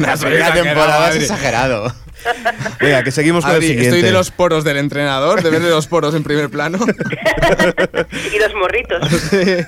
[SPEAKER 10] la
[SPEAKER 9] primera temporada es exagerado.
[SPEAKER 3] Venga, que seguimos con el
[SPEAKER 10] Adri,
[SPEAKER 3] siguiente.
[SPEAKER 10] Estoy de los poros del entrenador, de ver los poros en primer plano.
[SPEAKER 8] y los morritos.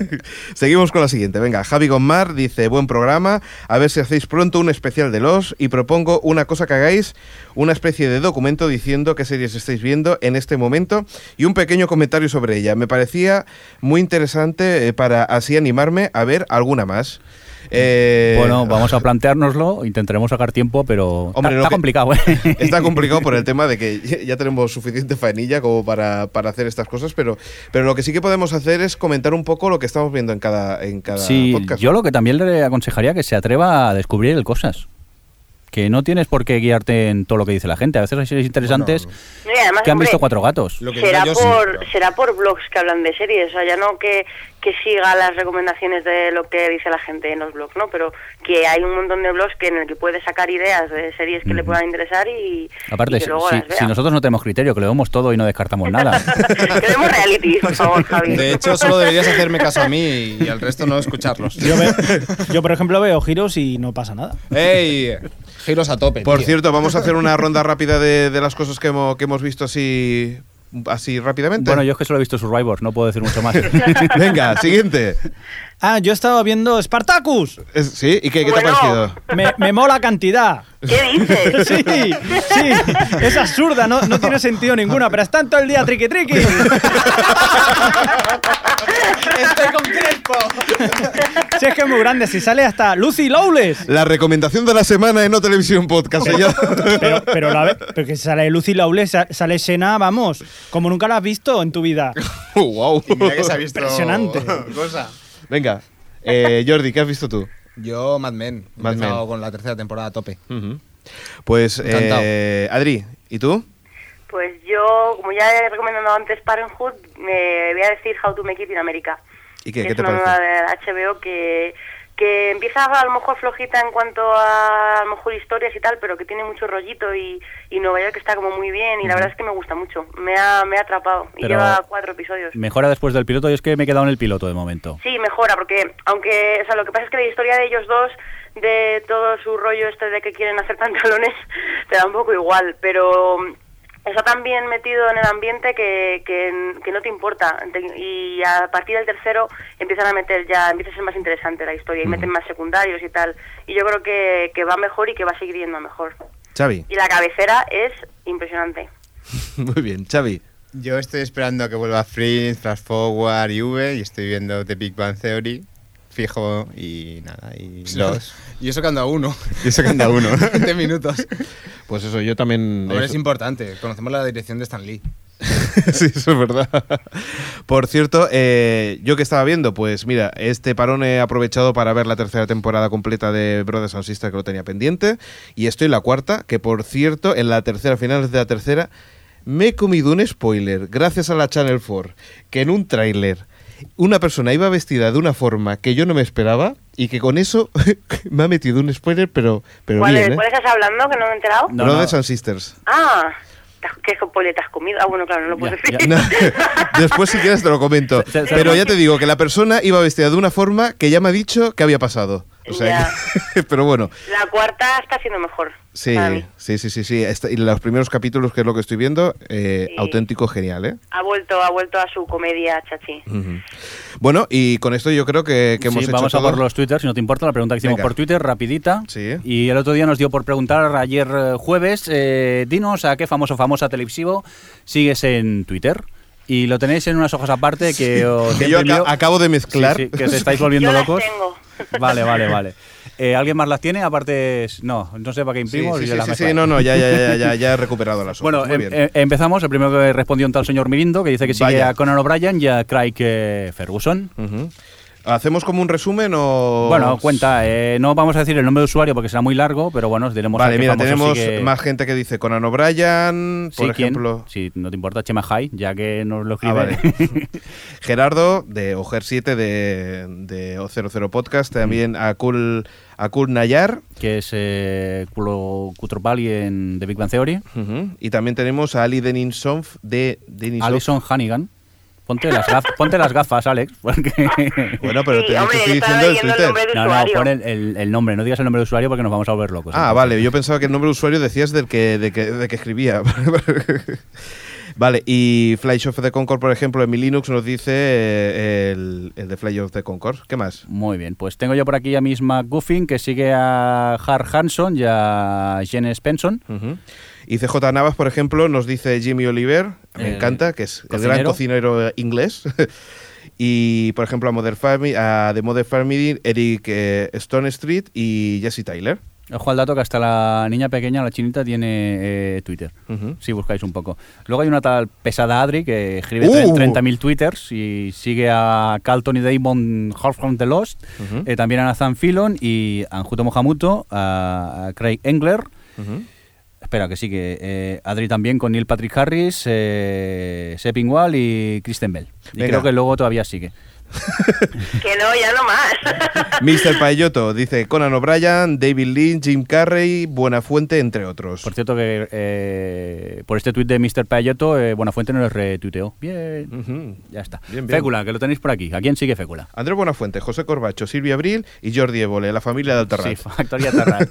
[SPEAKER 3] Seguimos con la siguiente. Venga, Javi Gomar dice, buen programa, a ver si hacéis pronto un especial de los y propongo una cosa que hagáis, una especie de documento diciendo qué series estáis viendo en este momento y un pequeño comentario sobre ella. Me parecía muy interesante eh, para así animarme a ver alguna más. Eh,
[SPEAKER 5] Bueno, vamos a planteárnoslo, intentaremos sacar tiempo, pero está-
[SPEAKER 3] Hombre,
[SPEAKER 5] está,
[SPEAKER 3] lo que-
[SPEAKER 5] complicado. ¿eh?
[SPEAKER 3] Está complicado por el tema de que ya- ya tenemos suficiente faenilla como para, para hacer estas cosas, pero, pero lo que sí que podemos hacer es comentar un poco lo que estamos viendo en cada, en cada
[SPEAKER 5] Sí,
[SPEAKER 3] podcast.
[SPEAKER 5] yo lo que también le aconsejaría que se atreva a descubrir el cosas. Que no tienes por qué guiarte en todo lo que dice la gente. A veces hay series interesantes
[SPEAKER 8] No, y además,
[SPEAKER 5] que han visto
[SPEAKER 8] hombre,
[SPEAKER 5] cuatro gatos.
[SPEAKER 8] será por será por blogs que hablan de series o sea ya no que, que siga las recomendaciones de lo que dice la gente en los blogs no pero que hay un montón de blogs que en el que puede sacar ideas de series que le
[SPEAKER 10] Mm.
[SPEAKER 5] Ujú.
[SPEAKER 8] puedan interesar y
[SPEAKER 5] Aparte,
[SPEAKER 8] y que
[SPEAKER 5] si,
[SPEAKER 8] luego
[SPEAKER 5] si-
[SPEAKER 8] las vea.
[SPEAKER 5] si nosotros no tenemos criterio, que lo vemos todo y no descartamos nada.
[SPEAKER 8] queremos reality por favor Javi
[SPEAKER 10] De hecho, solo deberías hacerme caso a mí y al resto no escucharlos.
[SPEAKER 7] Yo, ve- yo, por ejemplo, veo giros y no pasa nada.
[SPEAKER 10] ¡Ey! Giros a tope.
[SPEAKER 3] Por
[SPEAKER 10] tío.
[SPEAKER 3] cierto, vamos a hacer una ronda rápida de, de las cosas que hemo- que hemos, visto así así rápidamente?
[SPEAKER 5] Bueno, yo es que solo he visto Survivor, no puedo decir mucho más.
[SPEAKER 3] Venga, siguiente.
[SPEAKER 7] Ah, yo he estado viendo Spartacus.
[SPEAKER 3] Es- ¿Sí? ¿Y qué, qué te ha
[SPEAKER 7] Bueno.
[SPEAKER 3] parecido?
[SPEAKER 7] Me, me mola cantidad.
[SPEAKER 8] ¿Qué dices?
[SPEAKER 7] Sí, sí. Es absurda, no, no tiene sentido ninguna, pero están todo el día triqui triqui.
[SPEAKER 6] Estoy con Crespo.
[SPEAKER 7] Si es que es muy grande, si sale hasta Lucy Lawless.
[SPEAKER 3] La recomendación de la semana en No Televisión Podcast. señor.
[SPEAKER 7] Pero, pero, la ve- pero que sale Lucy Lawless, sa- sale Sena, vamos, como nunca la has visto en tu vida.
[SPEAKER 3] Oh, wow.
[SPEAKER 10] Mira que se ha visto
[SPEAKER 7] Impresionante.
[SPEAKER 10] Cosa.
[SPEAKER 3] Venga, eh, Jordi, ¿qué has visto tú?
[SPEAKER 10] Yo, Mad Men. he
[SPEAKER 3] Mad
[SPEAKER 10] empezado
[SPEAKER 3] Men.
[SPEAKER 10] con la tercera temporada a tope.
[SPEAKER 3] Pues,
[SPEAKER 10] Encantado.
[SPEAKER 3] eh, Adri, ¿y tú?
[SPEAKER 8] Pues yo, como ya he recomendado antes Parenthood, me voy a decir How to Make It in America.
[SPEAKER 3] ¿Y qué,
[SPEAKER 8] que
[SPEAKER 3] qué
[SPEAKER 8] es
[SPEAKER 3] te
[SPEAKER 8] una
[SPEAKER 3] parece?
[SPEAKER 8] nueva de HBO que, que empieza a lo mejor flojita en cuanto a, a lo mejor historias y tal, pero que tiene mucho rollito y, y Nueva York está como muy bien y la verdad es que me gusta mucho. Me ha, me ha atrapado y
[SPEAKER 5] Pero-
[SPEAKER 8] lleva cuatro episodios.
[SPEAKER 5] Mejora después del piloto, yo es que me he quedado en el piloto de momento.
[SPEAKER 8] Sí, mejora, porque aunque, o sea, lo que pasa es que la historia de ellos dos, de todo su rollo este de que quieren hacer pantalones, te da un poco igual, pero mm, está tan bien metido en el ambiente que, que, que no te importa. Te- Y a partir del tercero empiezan a meter ya, empieza a ser más interesante la historia y meten más secundarios y tal. Y yo creo que, que va mejor y que va a seguir yendo a mejor.
[SPEAKER 3] Xavi.
[SPEAKER 8] Y la cabecera es impresionante.
[SPEAKER 3] Muy bien, Xavi.
[SPEAKER 9] Yo estoy esperando a que vuelva Fringe, Flash Forward y V y estoy viendo The Big Bang Theory fijo y nada, y los...
[SPEAKER 10] Y eso que anda uno.
[SPEAKER 9] Y eso que anda uno.
[SPEAKER 10] 20 minutos.
[SPEAKER 3] Pues eso, yo también...
[SPEAKER 10] Ahora es importante. Conocemos la dirección de Stan Lee.
[SPEAKER 3] sí, eso es verdad. Por cierto, eh, yo que estaba viendo, pues mira, este parón he aprovechado para ver la tercera temporada completa de Brothers and Sisters que lo tenía pendiente. Y estoy en la cuarta, que por cierto, en la tercera, finales de la tercera, me he comido un spoiler, gracias a la Channel 4, que en un tráiler una persona iba vestida de una forma que yo no me esperaba y que con eso me ha metido un spoiler, pero, pero
[SPEAKER 8] ¿Cuál,
[SPEAKER 3] bien,
[SPEAKER 8] es-
[SPEAKER 3] ¿eh?
[SPEAKER 8] cuál estás hablando que no me he enterado?
[SPEAKER 3] Brothers and Sisters.
[SPEAKER 8] Ah, ¿te has- ¿qué spoiler te has comido? Ah, bueno, claro, no lo puedo decir.
[SPEAKER 3] No, Después si quieres te lo comento.
[SPEAKER 8] se-
[SPEAKER 3] Pero ya te digo que la persona iba vestida de una forma que ya me ha dicho que había pasado. O sea, que- pero bueno,
[SPEAKER 8] La cuarta está siendo mejor.
[SPEAKER 3] sí,
[SPEAKER 8] para mí.
[SPEAKER 3] sí, sí, sí, sí. Esta- y los primeros capítulos que es lo que estoy viendo, eh, auténtico genial, ¿eh?
[SPEAKER 8] Ha vuelto, ha vuelto a su comedia, chachi.
[SPEAKER 3] Bueno, y con esto yo creo que, que hemos
[SPEAKER 5] Sí,
[SPEAKER 3] hecho
[SPEAKER 5] vamos
[SPEAKER 3] todo.
[SPEAKER 5] a por los Twitter, si no te importa, la pregunta que hicimos
[SPEAKER 3] Venga.
[SPEAKER 5] por Twitter, rapidita. Y el otro día nos dio por preguntar, ayer eh, jueves, eh, dinos a qué famoso o famosa televisivo sigues en Twitter. Y lo tenéis en unas hojas aparte que
[SPEAKER 3] Sí,
[SPEAKER 5] os
[SPEAKER 3] que
[SPEAKER 5] he
[SPEAKER 3] yo aca-
[SPEAKER 5] imprimido.
[SPEAKER 3] acabo de mezclar.
[SPEAKER 5] Sí, sí, que os estáis volviendo
[SPEAKER 3] Yo las
[SPEAKER 5] locos.
[SPEAKER 8] tengo.
[SPEAKER 5] Vale, vale, vale. Eh, ¿Alguien más las tiene? Aparte, es- no, no sé para qué
[SPEAKER 3] Sí,
[SPEAKER 5] imprimo.
[SPEAKER 3] sí,
[SPEAKER 5] y
[SPEAKER 3] sí,
[SPEAKER 5] yo las
[SPEAKER 3] sí,
[SPEAKER 5] mezclo.
[SPEAKER 3] sí, no, no, ya, ya, ya, ya, ya he recuperado las hojas.
[SPEAKER 5] Bueno,
[SPEAKER 3] Muy
[SPEAKER 5] em-
[SPEAKER 3] bien.
[SPEAKER 5] em- empezamos. El primero que respondió un tal señor Mirindo, que dice que sigue
[SPEAKER 3] Vaya. Pues-
[SPEAKER 5] a Conan O'Brien y a Craig eh, Ferguson.
[SPEAKER 3] ¿Hacemos como un resumen o...?
[SPEAKER 5] Bueno, cuenta, eh, no vamos a decir el nombre de usuario porque será muy largo, pero bueno, os diremos a
[SPEAKER 3] Vale,
[SPEAKER 5] qué
[SPEAKER 3] mira,
[SPEAKER 5] famoso
[SPEAKER 3] tenemos
[SPEAKER 5] sigue-
[SPEAKER 3] más gente que dice Conan O'Brien,
[SPEAKER 5] Sí,
[SPEAKER 3] por
[SPEAKER 5] ¿quién?
[SPEAKER 3] ejemplo...
[SPEAKER 5] Si no te importa, Chema High, ya que nos lo escribe.
[SPEAKER 3] Ah, vale. Gerardo, de Ojer 7 de, de O00 Podcast, también Akul, Akul Nayar.
[SPEAKER 5] Que es eh, Kulo Kutropali en The Big Bang Theory.
[SPEAKER 3] Y también tenemos a Ali Deninsov de Denisov.
[SPEAKER 5] Alison Hannigan. Ponte las, gaf- ponte las gafas, Alex. porque-
[SPEAKER 3] Bueno, pero Sí, te- te hombre, estoy estaba diciendo el leyendo el Twitter. nombre del
[SPEAKER 5] no,
[SPEAKER 3] usuario.
[SPEAKER 5] no, pon el, el- el nombre, no digas el nombre del usuario porque nos vamos a volver locos.
[SPEAKER 3] Ah, vale, yo pensaba que el nombre de usuario decías del que, de que, de que escribía. vale, y Flash of the Concord, por ejemplo, en mi Linux nos dice eh, el, el de Flash of the Concord. ¿Qué más?
[SPEAKER 5] Muy bien, pues tengo yo por aquí a Miss McGuffin que sigue a Har Hanson y a Jen Spenson.
[SPEAKER 3] Y CJ Navas, por ejemplo, nos dice Jimmy Oliver, me
[SPEAKER 5] El
[SPEAKER 3] encanta, que es el gran
[SPEAKER 5] cocinero.
[SPEAKER 3] cocinero inglés. y, por ejemplo, a, Modern Family, a The Modern Family, Eric eh, Stone Street y Jesse Tyler.
[SPEAKER 5] Ojo al dato que hasta la niña pequeña, la chinita, tiene eh, Twitter. Si buscáis un poco. Luego hay una tal pesada Adri que escribe tre-
[SPEAKER 3] ¡Uh!
[SPEAKER 5] 30.000 twitters y sigue a Carlton y Damon Half from the Lost,
[SPEAKER 3] Ujú.
[SPEAKER 5] eh, también a Nathan Filon y a Anjuto Mohamuto, a a Craig Engler. Espera, que sigue. eh, Adri también con Neil Patrick Harris, eh, Sepping Wall y Kristen Bell. Y
[SPEAKER 3] Venga.
[SPEAKER 5] creo que luego todavía sigue.
[SPEAKER 8] que no, ya no más.
[SPEAKER 3] Mr. Paellotto dice Conan O'Brien, David Lynch, Jim Carrey, Buenafuente, entre otros.
[SPEAKER 5] Por cierto que eh, por este tuit de Mr. Payotto, eh, Buenafuente nos retuiteó. Bien. Ya está.
[SPEAKER 3] Bien, bien.
[SPEAKER 5] Fécula, que lo tenéis por aquí. ¿A quién sigue Fécula?
[SPEAKER 3] Andrés Buenafuente, José Corbacho, Silvia Abril y Jordi Évole, la familia de Altarrat.
[SPEAKER 5] Sí, Factoría Terrat.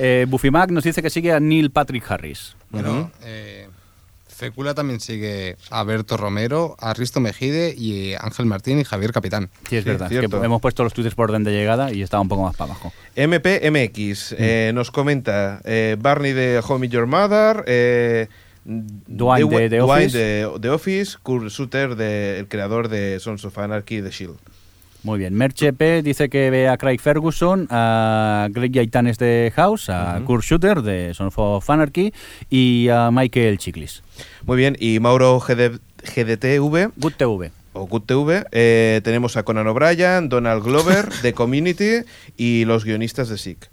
[SPEAKER 5] eh, Buffy Mac nos dice que sigue a Neil Patrick Harris.
[SPEAKER 10] Bueno, eh, Fécula también sigue a Berto Romero, a Risto Mejide y Ángel Martín y Javier Capitán.
[SPEAKER 5] Sí, es verdad. es que hemos puesto los tweets por orden de llegada y estaba un poco más para abajo.
[SPEAKER 3] MPMX
[SPEAKER 5] Mm.
[SPEAKER 3] eh, nos comenta eh, Barney de Homie Your Mother, eh,
[SPEAKER 5] Dwight de The
[SPEAKER 3] Dwight
[SPEAKER 5] Office.
[SPEAKER 3] de The Office, Kurt Sutter, de- el creador de Sons of Anarchy y The Shield.
[SPEAKER 5] Muy bien. Merche P dice que ve a Craig Ferguson, a Greg Yaitanes de House, a Kurt Shooter de Son of Anarchy y a Michael Chiklis.
[SPEAKER 3] Muy bien, y Mauro GD GDTV.
[SPEAKER 5] GoodTV.
[SPEAKER 3] O GoodTV. eh, tenemos a Conan O'Brien, Donald Glover, de Community y los guionistas de SIC.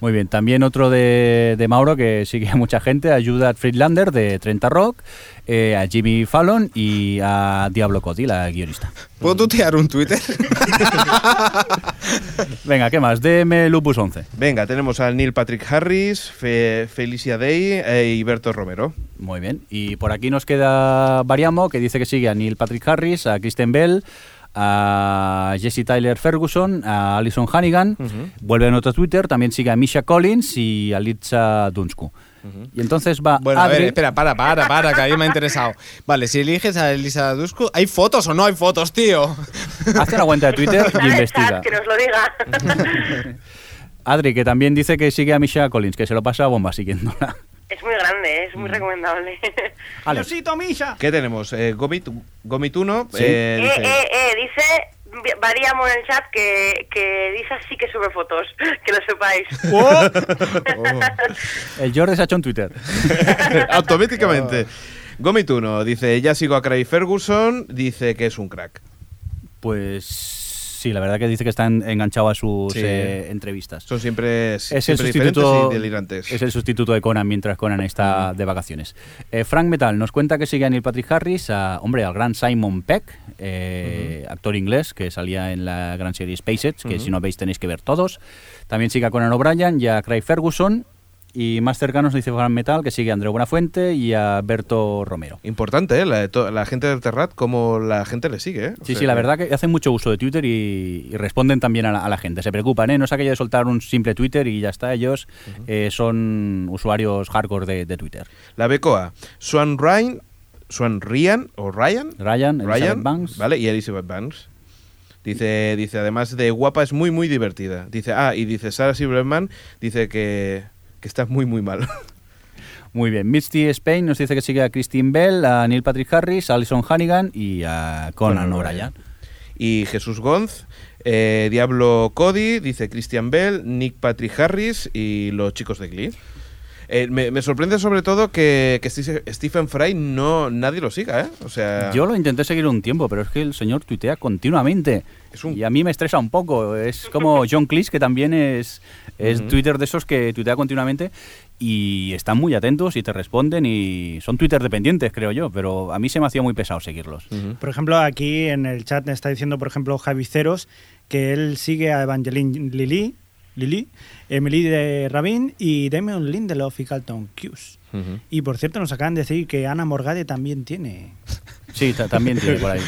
[SPEAKER 5] Muy bien, también otro de, de Mauro que sigue a mucha gente, a Judith Friedlander de 30 Rock, eh, a Jimmy Fallon y a Diablo Cody, la guionista.
[SPEAKER 10] ¿Puedo tutear un Twitter?
[SPEAKER 5] Venga, ¿qué más? DM Lupus 11.
[SPEAKER 3] Venga, tenemos a Neil Patrick Harris, Fe- Felicia Day eh, y Berto Romero.
[SPEAKER 5] Muy bien. Y por aquí nos queda Variamo, que dice que sigue a Neil Patrick Harris, a Kristen Bell, a Jesse Tyler Ferguson, a Alison Hannigan. Vuelve en otro Twitter, también sigue a Misha Collins y a Litsa Dunsku. Y entonces va
[SPEAKER 10] Bueno, a
[SPEAKER 5] Adri-
[SPEAKER 10] ver, espera, para, para, para, que a mí me ha interesado. Vale, si eliges a Elisa Dusko, ¿hay fotos o no hay fotos, tío?
[SPEAKER 5] Hazte una cuenta de Twitter y investiga.
[SPEAKER 8] Que nos lo diga.
[SPEAKER 5] Adri, que también dice que sigue a Misha Collins, que se lo pasa a bomba siguiéndola.
[SPEAKER 8] es muy grande, ¿eh?
[SPEAKER 5] Mm.
[SPEAKER 8] es muy
[SPEAKER 5] Eh,
[SPEAKER 8] recomendable.
[SPEAKER 5] Alex.
[SPEAKER 8] Misha.
[SPEAKER 3] ¿Qué tenemos? Eh, Gomit, Gomit 1.
[SPEAKER 5] Sí.
[SPEAKER 3] eh,
[SPEAKER 8] Eh,
[SPEAKER 3] dice-
[SPEAKER 8] eh, eh, dice, variamos en el chat que, que dice así que sube fotos, que lo sepáis.
[SPEAKER 3] Oh.
[SPEAKER 5] Oh. El Jordi se ha hecho un Twitter.
[SPEAKER 3] Automáticamente. Gomit 1 dice, ya sigo a Craig Ferguson, dice que es un crack.
[SPEAKER 5] Pues sí, la verdad que dice que está en- enganchado a sus
[SPEAKER 3] Sí.
[SPEAKER 5] eh, entrevistas.
[SPEAKER 3] Son siempre,
[SPEAKER 5] Es el,
[SPEAKER 3] siempre diferentes
[SPEAKER 5] sustituto,
[SPEAKER 3] y delirantes.
[SPEAKER 5] es el sustituto de Conan mientras Conan está de vacaciones. Eh, Frank Metal nos cuenta que sigue a Neil Patrick Harris, a, hombre, al gran Simon Peck, eh, actor inglés que salía en la gran serie Spaced, que
[SPEAKER 17] Ujú.
[SPEAKER 5] si no veis tenéis que ver todos. También sigue a Conan O'Brien y a Craig Ferguson. Y más cercanos dice Frank Metal que sigue a Andreu Buenafuente y a Berto Romero.
[SPEAKER 3] Importante, ¿eh? La, de to- la gente del Terrat, como la gente le sigue, ¿eh? O
[SPEAKER 5] Sí,
[SPEAKER 3] sea
[SPEAKER 5] sí, la verdad que hacen mucho uso de Twitter y, y responden también a la, a la gente. Se preocupan, ¿eh? No es aquello de soltar un simple Twitter y ya está. Ellos eh, son usuarios hardcore de, de Twitter.
[SPEAKER 3] La Becoa, Swan Ryan, Swan Ryan o Ryan.
[SPEAKER 5] Ryan, Elizabeth
[SPEAKER 3] Ryan,
[SPEAKER 5] Banks.
[SPEAKER 3] Vale, y Elizabeth Banks. Dice, dice, además de guapa, es muy, muy divertida. Dice, ah, y dice Sarah Silverman, dice que, que está muy, muy mal.
[SPEAKER 5] Muy bien. Misty Spain nos dice que sigue a Christine Bell, a Neil Patrick Harris, a Alison Hannigan y a Conan O'Brien.
[SPEAKER 3] Y Jesús Gonz, eh, Diablo Cody, dice Christian Bell, Nick Patrick Harris y los chicos de Glee. Eh, me, me sorprende sobre todo que, que Steve- Stephen Fry no nadie lo siga, ¿eh? O sea,
[SPEAKER 5] Yo lo intenté seguir un tiempo, pero es que el señor tuitea continuamente. Y a mí me estresa un poco. Es como John Cleese, que también es, es
[SPEAKER 17] Ujú.
[SPEAKER 5] Twitter de esos que tuitea continuamente y están muy atentos y te responden y son Twitter dependientes, creo yo, pero a mí se me hacía muy pesado seguirlos.
[SPEAKER 7] Por ejemplo, aquí en el chat me está diciendo, por ejemplo, Javi Ceros, que él sigue a Evangeline Lili, Lili Emily de Rabin y Damon Lindelof y Carlton Cuse. Y por cierto, nos acaban de decir que Ana Morgade también tiene.
[SPEAKER 5] Sí, ta- también tiene por ahí.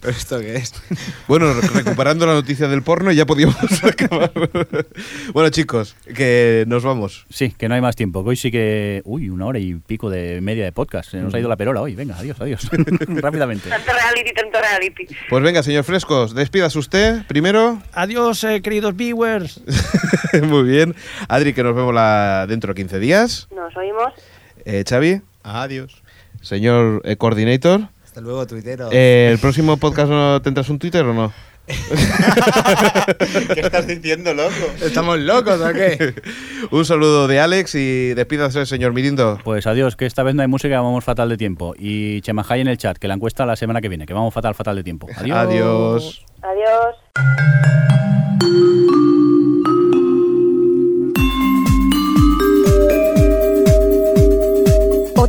[SPEAKER 10] ¿Pero esto qué es?
[SPEAKER 3] Bueno, re- recuperando la noticia del porno ya podíamos acabar. bueno, chicos, que nos vamos.
[SPEAKER 5] Sí, que no hay más tiempo. que Hoy sí que. Uy, una hora y pico de media de podcast. Se nos ha ido la perola hoy. Venga, adiós, adiós. Rápidamente.
[SPEAKER 8] Tanto reality, tanto reality.
[SPEAKER 3] Pues venga, señor Frescos, despídase usted primero.
[SPEAKER 7] Adiós, eh, queridos viewers.
[SPEAKER 3] Muy bien. Adri, que nos vemos la... dentro de 15 días.
[SPEAKER 8] Nos oímos.
[SPEAKER 3] Eh, Xavi.
[SPEAKER 9] Adiós.
[SPEAKER 3] Señor eh, Coordinator.
[SPEAKER 10] Hasta luego, tuitero.
[SPEAKER 3] Eh, ¿El próximo podcast no tendrás un Twitter o no?
[SPEAKER 9] ¿Qué estás diciendo, loco?
[SPEAKER 10] ¿Estamos locos o qué?
[SPEAKER 3] un saludo de Alex y despídase, señor Mirindo.
[SPEAKER 5] Pues adiós, que esta vez no hay música, vamos fatal de tiempo. Y Chemajay en el chat, que la encuesta la semana que viene, que vamos fatal, fatal de tiempo. Adiós.
[SPEAKER 3] Adiós.
[SPEAKER 8] Adiós.
[SPEAKER 2] O